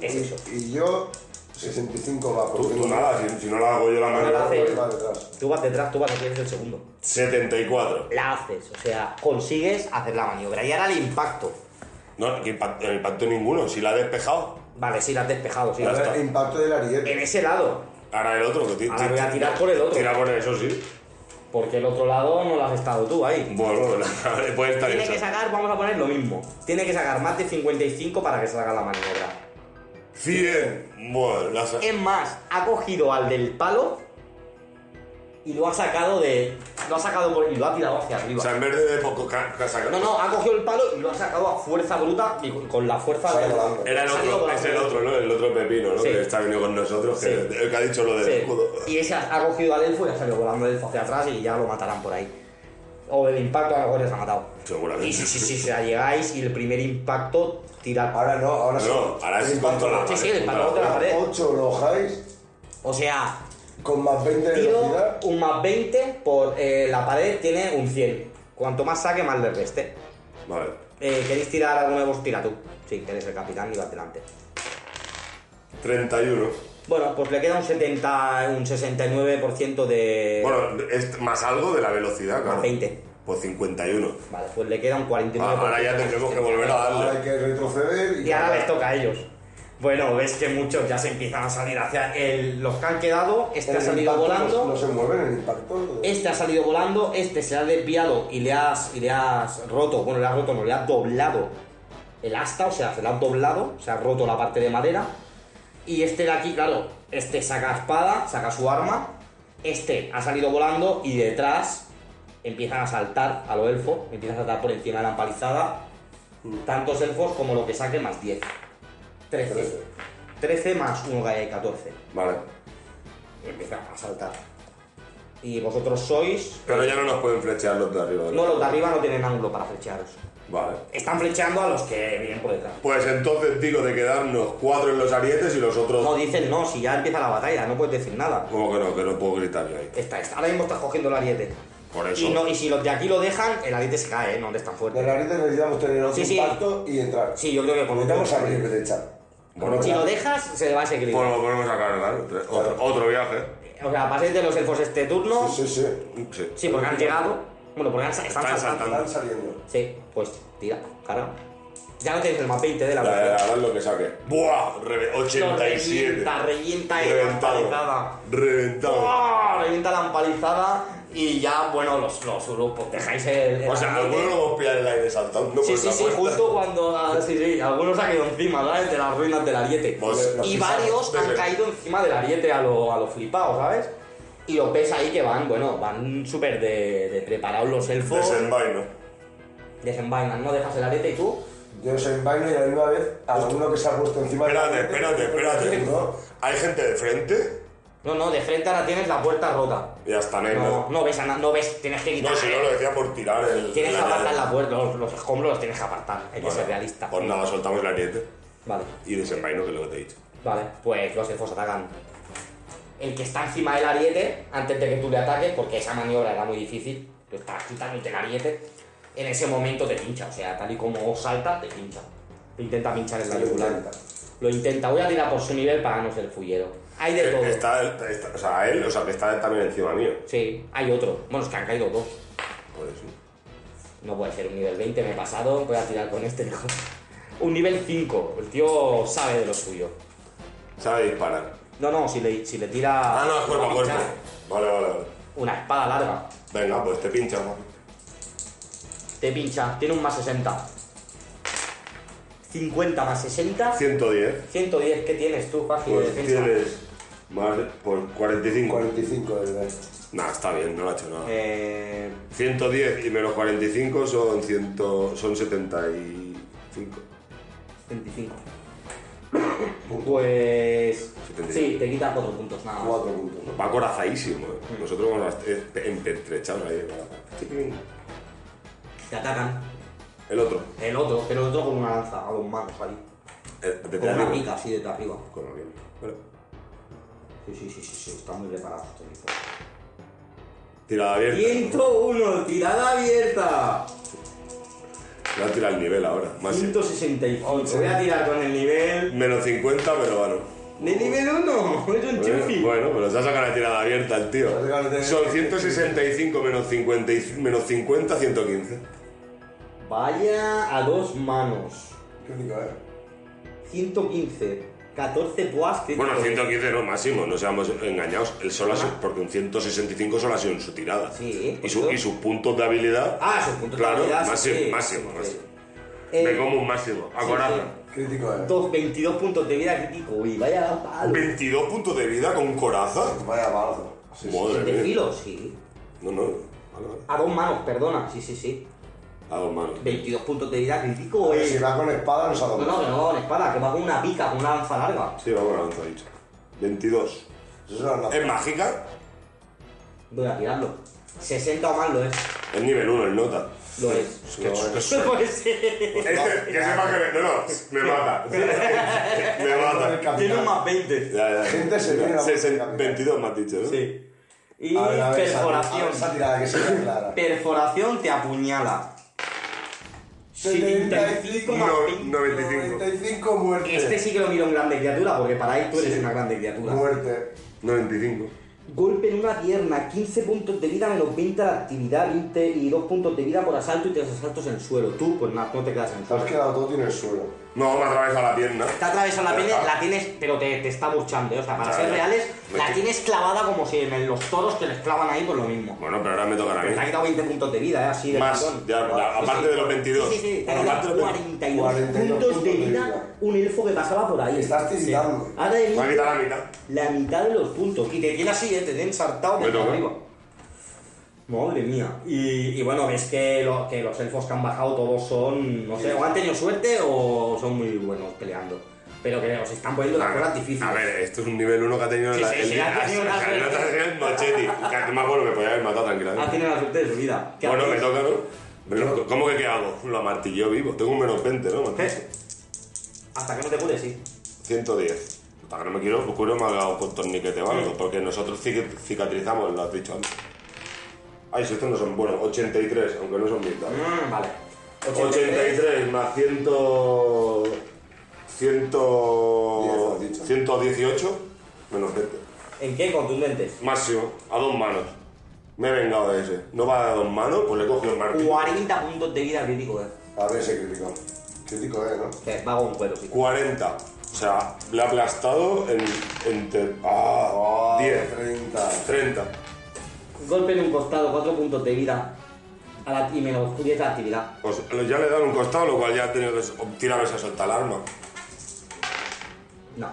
Speaker 2: Es
Speaker 4: Y-
Speaker 2: eso.
Speaker 4: Y yo, 65 va,
Speaker 3: Tú,
Speaker 4: porque
Speaker 3: tú
Speaker 4: no-
Speaker 3: nada, si, si no la hago yo la
Speaker 2: la
Speaker 3: maniobra.
Speaker 2: hace.
Speaker 4: no va detrás.
Speaker 2: Tú vas detrás, tú vas detrás, eres el segundo.
Speaker 3: 74.
Speaker 2: La haces, o sea, consigues hacer la maniobra. Y ahora el impacto.
Speaker 3: No, que impacto, el impacto ninguno, si la ha despejado.
Speaker 2: Vale, sí, la has despejado, sí.
Speaker 3: Ya
Speaker 4: Ahora,
Speaker 3: está.
Speaker 4: El impacto del
Speaker 2: En
Speaker 4: ariete.
Speaker 2: ese lado,
Speaker 3: Ahora el otro, que ti-
Speaker 2: Ahora
Speaker 3: ti-
Speaker 2: voy a tirar por el otro.
Speaker 3: Tira por eso, sí.
Speaker 2: porque el otro lado no lo has estado tú ahí.
Speaker 3: Bueno, la- puede estar
Speaker 2: Tiene
Speaker 3: hecho.
Speaker 2: que sacar, vamos a poner lo mismo. Tiene que sacar más de 55 para que salga la maniobra.
Speaker 3: 100. Bueno, la sa-
Speaker 2: Es más, ha cogido al del palo y lo ha sacado de. Lo ha sacado por, y lo ha tirado hacia arriba.
Speaker 3: O sea, en vez de poco ca- ca- sacar-
Speaker 2: no, no, ha cogido el palo y lo ha sacado a fuerza bruta y con, con la fuerza
Speaker 4: Sale
Speaker 2: de.
Speaker 4: volando.
Speaker 3: Era el
Speaker 2: Ha salido
Speaker 3: otro,
Speaker 2: volando.
Speaker 3: es el otro, ¿no? El otro pepino, ¿no?
Speaker 2: Sí.
Speaker 3: Que está venido con nosotros, que,
Speaker 2: Sí.
Speaker 3: el que ha dicho lo del
Speaker 2: Sí.
Speaker 3: escudo.
Speaker 2: Y ese ha ha cogido al elfo y ha salido volando el elfo hacia atrás y ya lo matarán por ahí. O el impacto a lo mejor les ha matado.
Speaker 3: Seguramente.
Speaker 2: Y sí, sí, sí, se la llegáis y el primer impacto tira.
Speaker 4: Ahora no, ahora sí.
Speaker 3: No, ahora
Speaker 4: El
Speaker 3: es
Speaker 4: impacto
Speaker 3: controlado.
Speaker 2: Sí, sí, el impacto contra la pared.
Speaker 4: 8 lo bajáis
Speaker 2: O sea,
Speaker 4: con más 20 de
Speaker 2: Tiro
Speaker 4: velocidad.
Speaker 2: un más 20 por eh, la pared tiene un 100. Cuanto más saque, más le reste.
Speaker 3: Vale.
Speaker 2: Eh, ¿Queréis tirar alguno de vos? Tira tú. Sí, que eres el capitán y vas delante.
Speaker 3: 31.
Speaker 2: Bueno, pues le queda un 70, un 69% de...
Speaker 3: Bueno, es más algo de la velocidad, claro.
Speaker 2: más 20.
Speaker 3: Pues 51.
Speaker 2: Vale, pues le queda un 49%.
Speaker 3: Ah, ahora ya tendremos que volver a
Speaker 4: Ahora hay
Speaker 3: darle.
Speaker 4: que retroceder y,
Speaker 2: Y ahora les toca a ellos. Bueno, ves que muchos ya se empiezan a salir hacia el... Los que han quedado,
Speaker 4: en
Speaker 2: este ha
Speaker 4: el
Speaker 2: salido
Speaker 4: impacto pues,
Speaker 2: volando.
Speaker 4: No, no se mueven en el impacto.
Speaker 2: Este ha salido volando, este se ha desviado y le has, y le has roto, bueno, le has roto, no, le has doblado el asta, o sea, se le has doblado, se ha roto la parte de madera. Y este de aquí, claro, este saca espada, saca su arma, este ha salido volando y detrás empiezan a saltar a lo elfo, empiezan a saltar por encima de la empalizada, tantos elfos como lo que saque más 10. 13.
Speaker 4: Trece.
Speaker 2: 13 más 1 que hay 14.
Speaker 3: Vale.
Speaker 2: Y empiezan a saltar. Y vosotros sois
Speaker 3: Pero ya no nos pueden flechear los de arriba. ¿verdad?
Speaker 2: no, los de arriba no tienen ángulo para flechearos.
Speaker 3: Vale.
Speaker 2: Están flecheando a los que vienen por detrás.
Speaker 3: Pues entonces digo de quedarnos cuatro en los arietes y los otros.
Speaker 2: No dicen no, si ya empieza la batalla, no puedes decir nada.
Speaker 3: Como que no, que no puedo gritar yo ahí.
Speaker 2: Está, está. Ahora mismo estás cogiendo el ariete.
Speaker 3: Por eso.
Speaker 2: Y, no, y si los de aquí lo dejan, el ariete se cae, ¿eh? no es tan
Speaker 4: De
Speaker 2: fuerte.
Speaker 4: la nariz necesitamos tener otro
Speaker 2: Sí, sí.
Speaker 4: impacto y entrar.
Speaker 2: Sí, yo creo que con un
Speaker 4: Necesitamos abrir brecha.
Speaker 3: Bueno,
Speaker 2: Si lo dejas, se le va a seguir.
Speaker 3: Pues lo ponemos a cargar. Otro, otro viaje.
Speaker 2: O sea, paséis de los elfos este turno. Sí,
Speaker 4: Sí, sí, sí.
Speaker 3: Sí.
Speaker 2: porque han llegado. Bueno, porque han, sa- están,
Speaker 3: Están
Speaker 2: saltando.
Speaker 3: saltando.
Speaker 4: Están saliendo.
Speaker 2: Sí, pues tira, cara. Ya no tienes el más 20 de la
Speaker 3: La, la,
Speaker 2: velocidad.
Speaker 3: la- lo que saque. ¡Buah! Reve- 87.
Speaker 2: Revienta, revienta y
Speaker 3: Reventado.
Speaker 2: empalizada.
Speaker 3: Reventado.
Speaker 2: ¡Buah! Revienta la empalizada y ya, bueno, los, los, los- pues dejáis el. el
Speaker 3: O sea,
Speaker 2: ambiente.
Speaker 3: algunos lo vamos a pillar el aire saltando.
Speaker 2: Sí,
Speaker 3: por
Speaker 2: sí,
Speaker 3: la
Speaker 2: sí,
Speaker 3: puerta.
Speaker 2: justo cuando. ah, sí, sí, algunos han caído encima, ¿sabes? De las ruinas del ariete.
Speaker 3: Pues-
Speaker 2: y varios han
Speaker 3: Desde-
Speaker 2: caído encima del ariete a lo, a lo flipado, ¿sabes? Y lo ves ahí que van, bueno, van súper de, de preparados los elfos.
Speaker 3: Desenvaino.
Speaker 2: Desenvainan, no dejas el ariete y tú.
Speaker 4: Yo soy en vaina y a la misma vez a alguno que se ha puesto encima
Speaker 3: Espérate, espérate, espérate.
Speaker 4: No,
Speaker 3: Hay gente de frente
Speaker 2: No, no, de frente ahora tienes la puerta rota.
Speaker 3: y hasta ahí
Speaker 2: No,
Speaker 3: No,
Speaker 2: no ves, a na- no ves, tienes que quitar.
Speaker 3: no si no lo decía por tirar el.
Speaker 2: Tienes que
Speaker 3: el ariete.
Speaker 2: apartar la puerta, los, los escombros los tienes que apartar, hay que
Speaker 3: Bueno,
Speaker 2: ser realista.
Speaker 3: Pues nada, soltamos el ariete
Speaker 2: Vale,
Speaker 3: y desenvaino, que es lo que te he dicho.
Speaker 2: vale, pues los elfos atacan. El que está encima del ariete, antes de que tú le ataques, porque esa maniobra era muy difícil, tú estabas quitándote el ariete, en ese momento te pincha, o sea, tal y como salta, te pincha. Te intenta pinchar en la
Speaker 4: Sí, lo
Speaker 2: yugular.
Speaker 4: intenta.
Speaker 2: Lo intenta, voy a tirar por su nivel para no ser fullero. Hay de todo.
Speaker 3: Eh, Está, el- está- o sea, él, o sea, que está también encima mío. Pues,
Speaker 2: Sí, hay otro. Bueno, es que han caído dos.
Speaker 3: Por eso.
Speaker 2: No puede ser un nivel 20, me he pasado, voy a tirar con este mejor. Un nivel 5, el tío sabe de lo suyo.
Speaker 3: Sabe disparar.
Speaker 2: No, no, si le, si le tira.
Speaker 3: Ah, no, es cuerpo a
Speaker 2: una
Speaker 3: cuerpo.
Speaker 2: pincha-
Speaker 3: Vale, vale, vale.
Speaker 2: Una espada larga.
Speaker 3: Venga, pues te pinchas, papi.
Speaker 2: Te pincha, tiene un más 60. 50 más 60.
Speaker 3: 110.
Speaker 2: 110, ¿qué tienes tú, Fafi? de
Speaker 3: Pues
Speaker 2: defensa?
Speaker 3: tienes más de- por 45.
Speaker 4: 45 de verdad.
Speaker 3: Nah, está bien, no lo ha hecho nada.
Speaker 2: Eh,
Speaker 3: 110 y menos 45 son, 100, son 75.
Speaker 2: 25. Pues.
Speaker 3: 75.
Speaker 2: Sí, te quita 4 puntos, nada más.
Speaker 4: 4 puntos. ¿no?
Speaker 3: Va corazadísimo, eh. Nosotros vamos a est- est- entrechados ahí. Tiquín.
Speaker 2: Te atacan.
Speaker 3: El otro.
Speaker 2: El otro, pero el otro con una lanza, a dos manos ahí.
Speaker 3: El, eh, de
Speaker 2: Con una
Speaker 3: Tenerife.
Speaker 2: pica así desde arriba.
Speaker 3: Con alguien. Bueno,
Speaker 2: Sí, sí, sí, sí, sí, está muy preparado este equipo.
Speaker 3: tirada abierta.
Speaker 2: 101, tirada abierta.
Speaker 3: Le han tirado el nivel ahora. Más
Speaker 2: 168. Voy a tirar con el nivel.
Speaker 3: Menos 50, pero bueno.
Speaker 2: ¿De nivel 1? Es un chufi.
Speaker 3: Bueno, pero se ha sacado la tirada abierta el tío.
Speaker 4: Se ha sacado la tirada
Speaker 3: Son
Speaker 4: abierta.
Speaker 3: 165 menos 50, y- menos 50, 115.
Speaker 2: Vaya a dos manos.
Speaker 4: Qué rico, ¿eh?
Speaker 2: 115. 14 puas críticos.
Speaker 3: Bueno, 115 no, máximo, no seamos engañados. El solo ha sido- porque un 165 solo ha sido en su tirada.
Speaker 2: Sí,
Speaker 3: y, su,
Speaker 2: justo.
Speaker 3: y sus puntos de habilidad.
Speaker 2: Ah, sus puntos
Speaker 3: claro,
Speaker 2: de habilidad.
Speaker 3: máximo,
Speaker 2: sí.
Speaker 3: máximo, máximo.
Speaker 2: Eh,
Speaker 3: Me como un máximo. A
Speaker 2: sí,
Speaker 3: coraza.
Speaker 4: Crítico, ¿eh?
Speaker 2: Dos- 22 puntos de vida crítico. Uy, vaya palo.
Speaker 3: 22 puntos de vida con coraza.
Speaker 4: Vaya balzo. Sí, sí.
Speaker 3: Madre
Speaker 2: ¿De
Speaker 3: mía.
Speaker 2: filo? Sí.
Speaker 3: No, no. Vale, vale.
Speaker 2: A dos manos, perdona. Sí, sí, sí.
Speaker 3: A dos manos.
Speaker 2: 22 puntos de vida crítico. eh.
Speaker 4: Si va con espada, nos ha
Speaker 2: No, no, que no, con espada, que va con una pica, con una lanza larga.
Speaker 3: Sí, vamos a lanzar dicho. 22.
Speaker 4: Eso es una lanza.
Speaker 3: ¿Es mágica?
Speaker 2: Voy a tirarlo. 60 o más lo es.
Speaker 3: Es nivel 1, el nota.
Speaker 2: Lo es.
Speaker 3: Es que, es que es-
Speaker 2: No puede ser.
Speaker 3: Este, que sepa que me, no, no, me mata. me mata.
Speaker 4: Capitán.
Speaker 2: Tiene un más 20.
Speaker 3: Ya, ya.
Speaker 4: Gente se viene a la
Speaker 3: Se- se-
Speaker 4: boca.
Speaker 3: 22 me has dicho, ¿no?
Speaker 2: Sí. Y
Speaker 4: A ver, a ver, esa- a ver Esa
Speaker 2: Eh, perforación.
Speaker 4: tirada que se ve clara.
Speaker 2: Perforación te apuñala. 75 más
Speaker 3: No,
Speaker 2: 20.
Speaker 3: 95.
Speaker 4: 95 muertes.
Speaker 2: Este sí que lo mira un grande criatura, porque para él tú eres
Speaker 4: Sí.
Speaker 2: una grande criatura.
Speaker 4: Muerte.
Speaker 3: 95.
Speaker 2: Golpe en una pierna, 15 puntos de vida menos 20 de actividad, 20 y 2 puntos de vida por asalto y 3 asaltos en el suelo. Tú, pues nada, no te quedas en el
Speaker 4: Te has
Speaker 2: suelo.
Speaker 4: quedado todo en el suelo.
Speaker 3: No, me ha atravesado la pierna.
Speaker 2: Te atraviesa la
Speaker 3: Ya
Speaker 2: piel,
Speaker 3: está.
Speaker 2: la tienes, pero te, te está burchando, ¿eh? o sea, para
Speaker 3: Ya,
Speaker 2: ser
Speaker 3: ya.
Speaker 2: reales,
Speaker 3: Me
Speaker 2: la
Speaker 3: que-
Speaker 2: tienes clavada como si en los toros que les clavan ahí, pues lo mismo.
Speaker 3: Bueno, pero ahora me tocará a
Speaker 2: Te ha
Speaker 3: mí.
Speaker 2: quitado 20 puntos de vida, ¿eh? así de
Speaker 3: Más,
Speaker 2: montón.
Speaker 3: ya, ya,
Speaker 2: Sí,
Speaker 3: aparte
Speaker 2: sí.
Speaker 3: de los 22.
Speaker 2: Sí, sí, sí, te ha
Speaker 3: Bueno, aparte de
Speaker 2: quitado
Speaker 3: los
Speaker 2: 42,
Speaker 4: 42
Speaker 2: puntos de
Speaker 4: puntos de
Speaker 2: vida
Speaker 4: vida.
Speaker 2: un elfo que pasaba por ahí.
Speaker 4: Estás tiritando.
Speaker 2: Sí. Ahora de
Speaker 3: Me ha quitado la mitad.
Speaker 2: la mitad de los puntos. Y te tiene así, ¿eh? te tiene ensartado
Speaker 3: Me
Speaker 2: por
Speaker 3: toca.
Speaker 2: arriba. Madre mía. Y, y bueno, ves que, lo- que los elfos que han bajado todos son, no sé, o han tenido suerte o son muy buenos peleando. Pero que os están poniendo las cosas difíciles.
Speaker 3: A ver, eh. esto es un nivel 1 que ha tenido
Speaker 2: Sí,
Speaker 3: la-
Speaker 2: sí,
Speaker 3: el
Speaker 2: sí, ha tenido
Speaker 3: el-
Speaker 2: una
Speaker 3: el-
Speaker 2: suerte.
Speaker 3: el machete. Que Más bueno, me podía haber matado
Speaker 2: Han
Speaker 3: tranquilamente.
Speaker 2: tenido Ah, la suerte de su vida. ¿Qué
Speaker 3: Bueno, me
Speaker 2: hacéis?
Speaker 3: toca, ¿no? Pero, ¿Cómo que qué hago? Lo amartilló vivo. Tengo un menos 20, ¿no?
Speaker 2: ¿Qué? ¿Eh? Hasta que no te cures, sí.
Speaker 3: 110. Para que no me quiero, curo me ha dado con torniquete o
Speaker 2: Mm.
Speaker 3: algo, porque nosotros cic- cicatrizamos, lo has dicho antes. Ay, si estos no son buenos, 83, aunque no son militares.
Speaker 2: Mm, vale.
Speaker 3: 83 más 100. 100.
Speaker 4: has dicho.
Speaker 3: 118, menos 20.
Speaker 2: ¿En qué contundentes?
Speaker 3: Máximo, a dos manos. Me he vengado de ese. No va a dos manos, pues le he cogido el martillo.
Speaker 2: 40 puntos de vida crítico, eh.
Speaker 4: A ver ese crítico. Crítico, ¿eh? ¿No?
Speaker 2: Que va con cuero, sí.
Speaker 3: 40. O sea, le ha aplastado en. entre. ¡Ah!
Speaker 4: Oh,
Speaker 3: 10.
Speaker 4: 30.
Speaker 3: 30.
Speaker 2: Golpe en un costado, 4 puntos de vida. A la, y menos 10 de actividad.
Speaker 3: Pues ya le dan un costado, lo cual ya tiene que tirar esa solta el arma.
Speaker 2: No.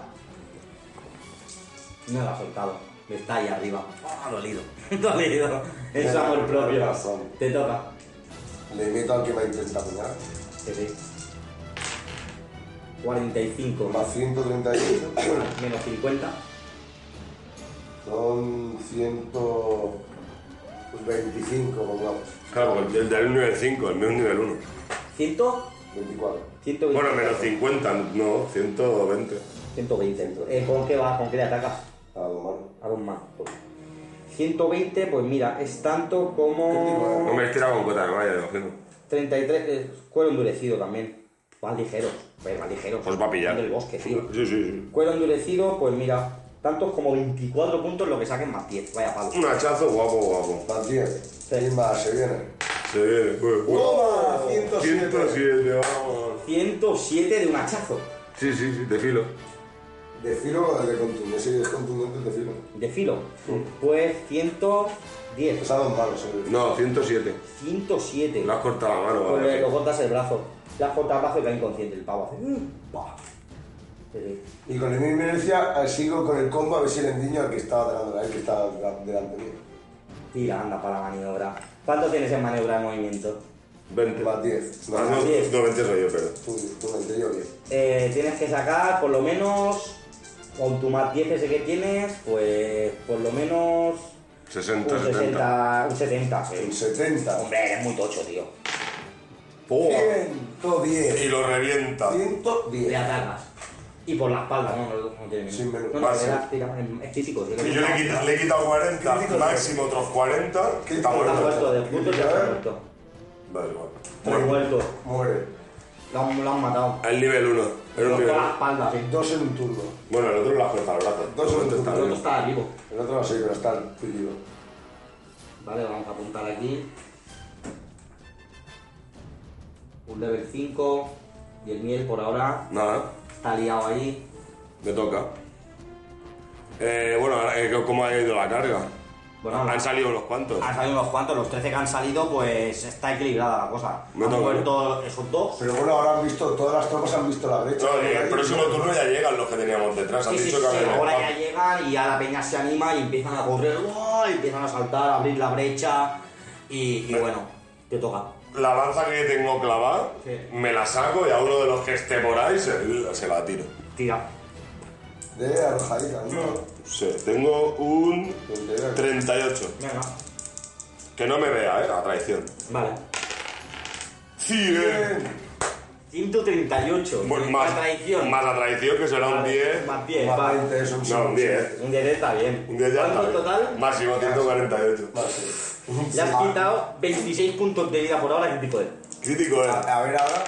Speaker 2: No lo ha soltado. Está ahí arriba. Ah, dolido. dolido. Es su amor propio.
Speaker 4: Razón.
Speaker 2: Te toca.
Speaker 4: Le meto al que me intenta apuñalar.
Speaker 2: Sí, sí. 45
Speaker 4: Más 138.
Speaker 2: menos 50.
Speaker 4: Son pues, 125, pongamos.
Speaker 3: Claro, porque el de él es nivel 5, el mío es nivel 1.
Speaker 2: 100,
Speaker 4: 24.
Speaker 2: 120.
Speaker 3: Bueno, menos 50, no, 120.
Speaker 2: 120. Eh, ¿Con qué vas? ¿Con qué le atacas?
Speaker 4: A dos manos.
Speaker 2: A dos más. 120, pues mira, es tanto
Speaker 3: No
Speaker 2: como
Speaker 3: me he tirado con cota de malla, imagino.
Speaker 2: 33, eh, cuero endurecido también. Van ligeros, pues van ligeros.
Speaker 3: Os va a pillar.
Speaker 2: Son Del bosque, tío.
Speaker 3: Sí, sí, sí.
Speaker 2: Cuero endurecido, pues mira, tantos como 24 puntos lo que saquen más 10. Vaya palo.
Speaker 3: Un hachazo guapo, guapo.
Speaker 4: Más 10. Y más, se viene.
Speaker 3: Se viene, pues.
Speaker 4: ¡Toma! 107.
Speaker 3: 107, vamos.
Speaker 2: 107 de un hachazo.
Speaker 3: Sí, sí, sí, de filo.
Speaker 4: De filo, el de contundente. Sí, es contundente el de filo.
Speaker 2: De filo. Pues 110.
Speaker 4: Es a dos manos, eh.
Speaker 3: No, 107.
Speaker 2: 107.
Speaker 3: Le has cortado la mano,
Speaker 2: Pues le-
Speaker 3: vale.
Speaker 2: lo cortas el brazo. Le has cortado el brazo y cae inconsciente el pavo. Hace, "Mm, pa". Sí, sí.
Speaker 4: Y con la misma inercia eh, sigo con el combo a ver si le endiño al que estaba delante, al que estaba delan- delante mío.
Speaker 2: Tira, anda para la maniobra. ¿Cuánto tienes en maniobra de movimiento?
Speaker 3: 20.
Speaker 4: Más 10.
Speaker 3: Ah, no,
Speaker 4: Más 10.
Speaker 3: no, 20 soy yo, pero.
Speaker 4: Tú, tú me entendió bien.
Speaker 2: Eh, tienes que sacar por lo menos, con tu más 10 ese que tienes, pues por lo menos
Speaker 3: 60,
Speaker 2: un
Speaker 3: 70.
Speaker 2: 60, un 70. sí.
Speaker 4: En 70.
Speaker 2: Hombre, eres muy tocho, tío.
Speaker 3: ¡Pum!
Speaker 4: 110.
Speaker 3: Y lo revienta.
Speaker 4: 110.
Speaker 2: Le atargas. Y por la espalda, no, no, no tiene
Speaker 4: Sin
Speaker 2: ningún-
Speaker 4: menos.
Speaker 2: No, no,
Speaker 3: Vale.
Speaker 2: le das, tira, es físico.
Speaker 3: Que yo le he quitado, le he quitado 40,
Speaker 4: Crítico de-
Speaker 3: máximo otros 40, está
Speaker 4: Crítico de-
Speaker 2: Está
Speaker 3: muerto.
Speaker 2: muerto de puntos y
Speaker 4: Crítica,
Speaker 2: está
Speaker 4: ¿eh?
Speaker 2: muerto.
Speaker 3: Da igual.
Speaker 2: Tres
Speaker 3: Bueno,
Speaker 2: muertos.
Speaker 4: Muere.
Speaker 2: Lo han, lo han matado.
Speaker 3: el nivel 1. Era un
Speaker 2: Los
Speaker 3: nivel
Speaker 2: con la
Speaker 3: uno.
Speaker 2: espalda, sí.
Speaker 4: Dos en un turno.
Speaker 3: Bueno, el otro lo ha cortado el brazo.
Speaker 4: Dos
Speaker 3: el otro
Speaker 2: El
Speaker 3: está
Speaker 4: segundos,
Speaker 2: otro
Speaker 3: bien.
Speaker 2: está vivo.
Speaker 4: El otro no sé, pero está tuyo.
Speaker 2: Vale, vamos a apuntar aquí. Un level 5. Y el miel por ahora
Speaker 3: Nada,
Speaker 2: está liado ahí.
Speaker 3: me toca. Eh, bueno, ahora, eh, ¿cómo ha ido la carga?
Speaker 2: Bueno,
Speaker 3: Han salido unos cuantos.
Speaker 2: Han salido unos cuantos, los 13 que han salido, pues está equilibrada la cosa.
Speaker 3: Me
Speaker 2: han
Speaker 3: toca.
Speaker 2: muerto esos dos.
Speaker 4: Pero bueno, ahora han visto, todas las tropas han visto la brecha.
Speaker 3: No, y el próximo turno ya llegan los que teníamos detrás. Han
Speaker 2: Sí, sí,
Speaker 3: dicho
Speaker 2: sí,
Speaker 3: que
Speaker 2: sí,
Speaker 3: habían-
Speaker 2: ahora ya llegan y ya la peña se anima y empiezan a correr, ¡guau! y empiezan a saltar, a abrir la brecha y, y bueno, te toca.
Speaker 3: La lanza que tengo clavada,
Speaker 2: Sí.
Speaker 3: me la saco y a uno de los que esté por ahí se, se la tiro.
Speaker 2: Tira.
Speaker 4: De arrojadita, ¿no?
Speaker 3: Sí, tengo un
Speaker 4: De-
Speaker 3: 38.
Speaker 2: Venga.
Speaker 3: Que no me vea, eh, a traición.
Speaker 2: Vale.
Speaker 3: 100.
Speaker 2: 138. Una
Speaker 3: Bueno, Pues más,
Speaker 2: traición.
Speaker 3: más la traición, que será un
Speaker 2: Vale,
Speaker 3: 10.
Speaker 2: Más 10,
Speaker 4: Más
Speaker 2: va.
Speaker 4: 20 es un
Speaker 3: No, un 10.
Speaker 2: Un 10 está bien.
Speaker 3: Un 10 ya
Speaker 2: ¿Cuánto
Speaker 3: está. bien.
Speaker 2: total?
Speaker 3: Máximo 148.
Speaker 2: Le has quitado 26 puntos de vida por hora crítico de.
Speaker 3: Crítico ¿eh?
Speaker 2: Ah,
Speaker 3: es
Speaker 4: A a ver ahora.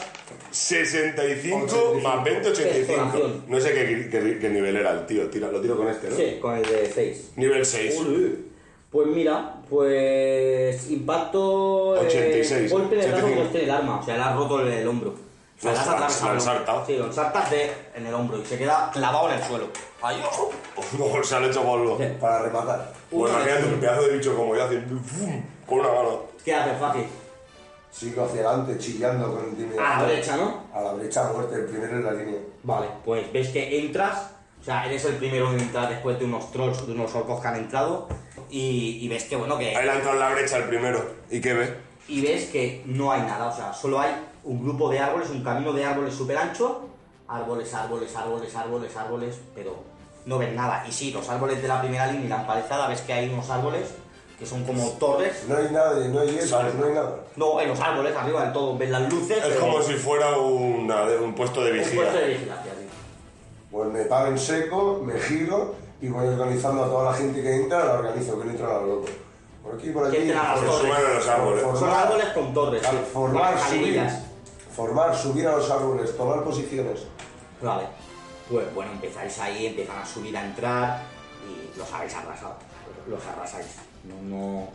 Speaker 3: 65 más 20, 85.
Speaker 2: Perforación.
Speaker 3: No sé qué, qué- qué nivel era el tío. Tira, lo tiro con este, ¿no?
Speaker 2: Sí, con el de 6.
Speaker 3: Nivel 6.
Speaker 2: Uy, Pues mira, pues impacto. eh,
Speaker 3: 86,
Speaker 2: golpe de brazo
Speaker 3: 85.
Speaker 2: que esté en el arma. O sea, le has roto el, el hombro. O sea,
Speaker 3: Lo
Speaker 2: le has
Speaker 3: has-
Speaker 2: atravesado.
Speaker 3: lo has
Speaker 2: el hombro.
Speaker 3: saltado.
Speaker 2: Sí, lo saltas de, en el hombro y se queda clavado en el suelo. Ahí, ojo.
Speaker 3: Ojo, se han hecho polvo.
Speaker 2: Sí.
Speaker 4: Para rematar.
Speaker 3: Bueno, Pues imagínate un pedazo de bicho como yo hace ¡fum! con una mano.
Speaker 2: ¿Qué haces, fácil?
Speaker 4: Sigo hacia adelante, chillando con intimidación.
Speaker 2: A la derecha, ¿no?
Speaker 4: A la brecha a muerte, el primero en la línea.
Speaker 2: Vale, pues ves que entras. O sea, eres el primero en entrar después de unos trolls, de unos orcos que han entrado. Y, y ves que, bueno, que.
Speaker 3: Ahí le ha entrado en la brecha el primero. ¿Y qué ve?
Speaker 2: y ves que no hay nada, o sea, solo hay un grupo de árboles, un camino de árboles súper ancho, árboles, árboles, árboles, árboles, árboles, pero no ves nada. Y sí, los árboles de la primera línea y la empalizada, ves que hay unos árboles que son como torres.
Speaker 4: No hay nadie, no hay eso, no hay nada.
Speaker 2: No, en los árboles arriba del todo ves las luces.
Speaker 3: Es
Speaker 2: pero-
Speaker 3: como si fuera una- un puesto de
Speaker 2: un puesto de
Speaker 3: vigía.
Speaker 2: vigilancia. sí.
Speaker 4: Pues me paro en seco, me giro y voy organizando a toda la gente que entra, la organizo, que no entra a lo loco. Por aquí, por allí.
Speaker 2: ¿Quién entra a las
Speaker 4: por-
Speaker 2: torres?
Speaker 3: Suman a los árboles.
Speaker 2: Son
Speaker 4: Formar-
Speaker 2: árboles con torres.
Speaker 4: al
Speaker 2: sí,
Speaker 4: formar,
Speaker 2: con
Speaker 4: subir,
Speaker 2: jardinillas.
Speaker 4: formar, subir a los árboles, tomar posiciones.
Speaker 2: Vale. Pues bueno, empezáis ahí, empiezan a subir, a entrar y los habéis arrasado. Los arrasáis. No, no,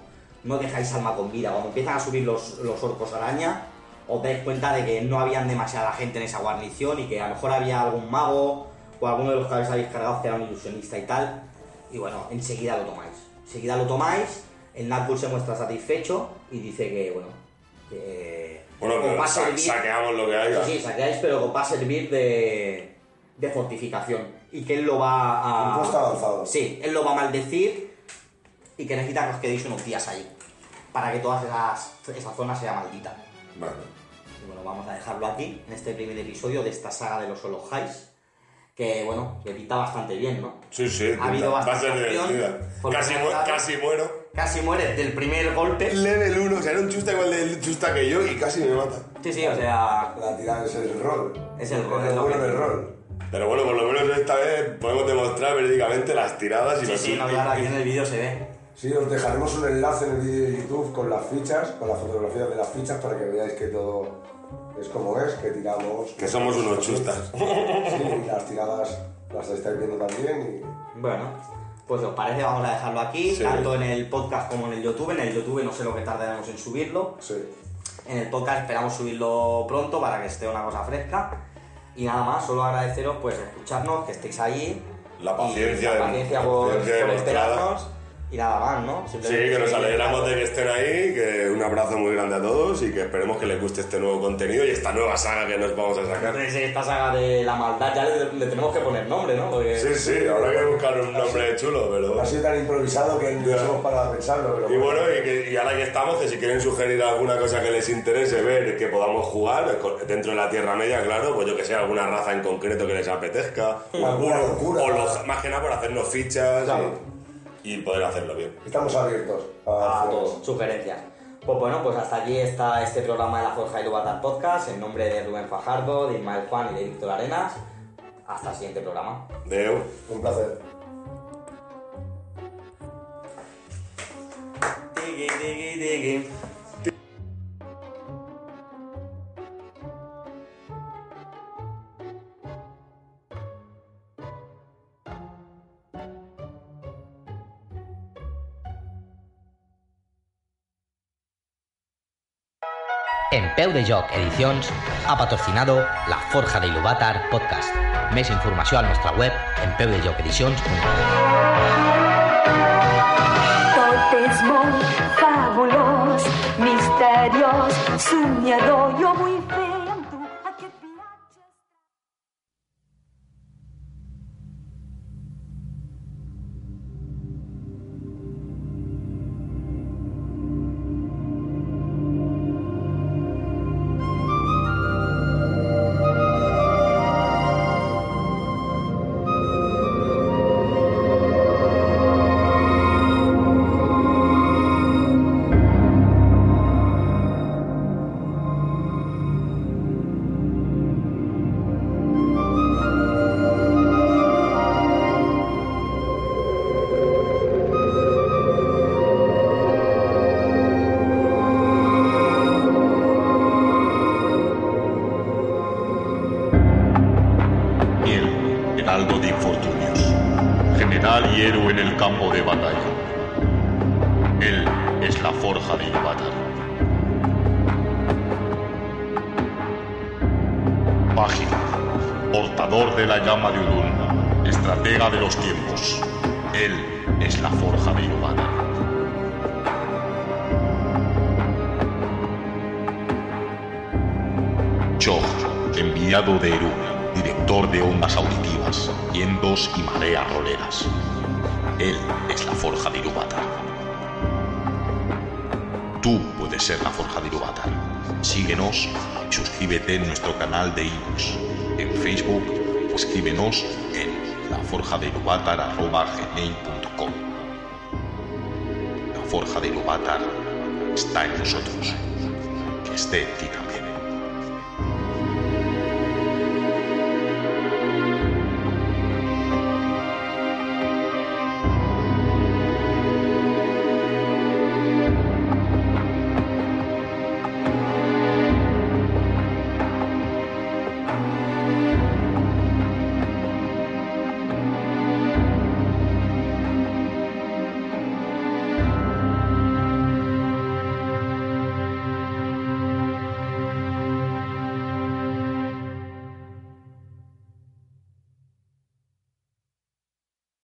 Speaker 2: no dejáis alma con vida. Cuando empiezan a subir los, los orcos araña, os dais cuenta de que no habían demasiada gente en esa guarnición y que a lo mejor había algún mago o alguno de los que habéis habéis cargado que era un ilusionista y tal. Y bueno, enseguida lo tomáis. Enseguida lo tomáis, el Nakul se muestra satisfecho y dice que, bueno, que...
Speaker 3: Bueno,
Speaker 2: os
Speaker 3: pero
Speaker 2: va a
Speaker 3: sa-
Speaker 2: servir-
Speaker 3: saqueamos lo que haya.
Speaker 2: Sí, sí, saqueáis, pero os va a servir de, de fortificación. Y que él lo va a.
Speaker 4: Un puesto avanzado.
Speaker 2: Sí, él lo va a maldecir y que necesita que os quedéis unos días ahí. Para que todas esas, esa zona sea maldita.
Speaker 3: Vale.
Speaker 2: Y bueno, vamos a dejarlo aquí, en este primer episodio de esta saga de los Olohais. Que bueno, que pinta bastante bien, ¿no?
Speaker 3: Sí, sí.
Speaker 2: Ha habido
Speaker 3: va a ser
Speaker 2: bastante acción,
Speaker 3: divertida.
Speaker 2: porque
Speaker 3: Casi,
Speaker 2: se ha
Speaker 3: mu-
Speaker 2: dado-
Speaker 3: casi muero.
Speaker 2: Casi muere del primer golpe.
Speaker 3: Level 1, o sea, era un chusta igual de chusta que yo y casi me mata.
Speaker 2: Sí, sí, o sea.
Speaker 4: La tirada es el rol.
Speaker 2: Es el rol, es
Speaker 4: El
Speaker 2: lo
Speaker 4: bueno
Speaker 2: que-
Speaker 4: del rol.
Speaker 3: Pero bueno, por lo menos esta vez podemos demostrar verídicamente las tiradas y
Speaker 2: Sí,
Speaker 3: los
Speaker 2: sí, no,
Speaker 3: trucos.
Speaker 2: y ahora aquí en el vídeo se ve.
Speaker 4: Sí, os dejaremos un enlace en el vídeo de YouTube con las fichas, con las fotografías de las fichas para que veáis que todo es como es, que tiramos.
Speaker 3: Que somos unos chustas.
Speaker 4: Sí, y las tiradas las estáis viendo también y.
Speaker 2: Bueno, pues os parece, vamos a dejarlo aquí,
Speaker 3: Sí.
Speaker 2: tanto en el podcast como en el YouTube. En el YouTube no sé lo que tardaremos en subirlo.
Speaker 4: Sí.
Speaker 2: En el podcast esperamos subirlo pronto para que esté una cosa fresca. Y nada más, solo agradeceros pues escucharnos, que estéis ahí.
Speaker 3: La
Speaker 2: Y
Speaker 3: paciencia
Speaker 2: la
Speaker 3: de-
Speaker 2: paciencia
Speaker 3: la
Speaker 2: por,
Speaker 3: paciencia
Speaker 2: por
Speaker 3: demostrada.
Speaker 2: esperarnos. Y nada más, ¿no?
Speaker 3: Sí,
Speaker 2: Simplemente
Speaker 3: que nos
Speaker 2: seguir
Speaker 3: alegramos de
Speaker 2: intentando.
Speaker 3: que estén ahí, que un abrazo muy grande a todos y que esperemos que les guste este nuevo contenido y esta nueva saga que nos vamos a sacar.
Speaker 2: Entonces, esta saga de la maldad ya le, le tenemos que poner nombre, ¿no? Porque-
Speaker 3: Sí, sí, habrá que buscar un nombre chulo, pero...
Speaker 4: Ha sido tan improvisado que no
Speaker 3: Ya.
Speaker 4: hemos parado a pensarlo, pero
Speaker 3: Y bueno, y, que- y ahora que estamos, que si quieren sugerir alguna cosa que les interese ver, que podamos jugar co- dentro de la Tierra Media, claro, pues yo que sé, alguna raza en concreto que les apetezca, o
Speaker 4: Alguna
Speaker 3: alguno,
Speaker 4: locura.
Speaker 3: o los- más que nada por hacernos fichas
Speaker 4: Claro.
Speaker 3: y, y poder hacerlo bien.
Speaker 4: estamos abiertos a,
Speaker 2: a
Speaker 4: hacer-
Speaker 2: todos, sugerencias. Pues bueno, pues hasta aquí está este programa de la Forja y Lubatar Podcast. En nombre de Rubén Fajardo, de Ismael Juan y de Víctor Arenas. Hasta el siguiente programa.
Speaker 3: Deu.
Speaker 4: Un placer.
Speaker 2: Digui, digui, digui.
Speaker 5: En Peu de Joc Edicions ha patrocinado la Forja de Ilúvatar Podcast. Més informació a la nostra web en peudejocedicions.com.
Speaker 6: Toteismo, fabulos, misterios, soñador, yo muy fea, tu aquest viatge...
Speaker 7: Él, heraldo de infortunios, general y héroe en el campo de batalla. Él es la forja de Ilúvatar. Página, portador de la llama de Udun, estratega de los tiempos. Él es la forja de Ilúvatar. Chog, enviado de Eru, director de ondas auditivas, vientos y mareas roleras. Él es la forja de Irubatar. Tú puedes ser la forja de Irubatar. Síguenos y suscríbete en nuestro canal de iVoox. En Facebook, escríbenos en laforjadeirubatar.com. La forja de Irubatar está en nosotros. Que esté en ti también.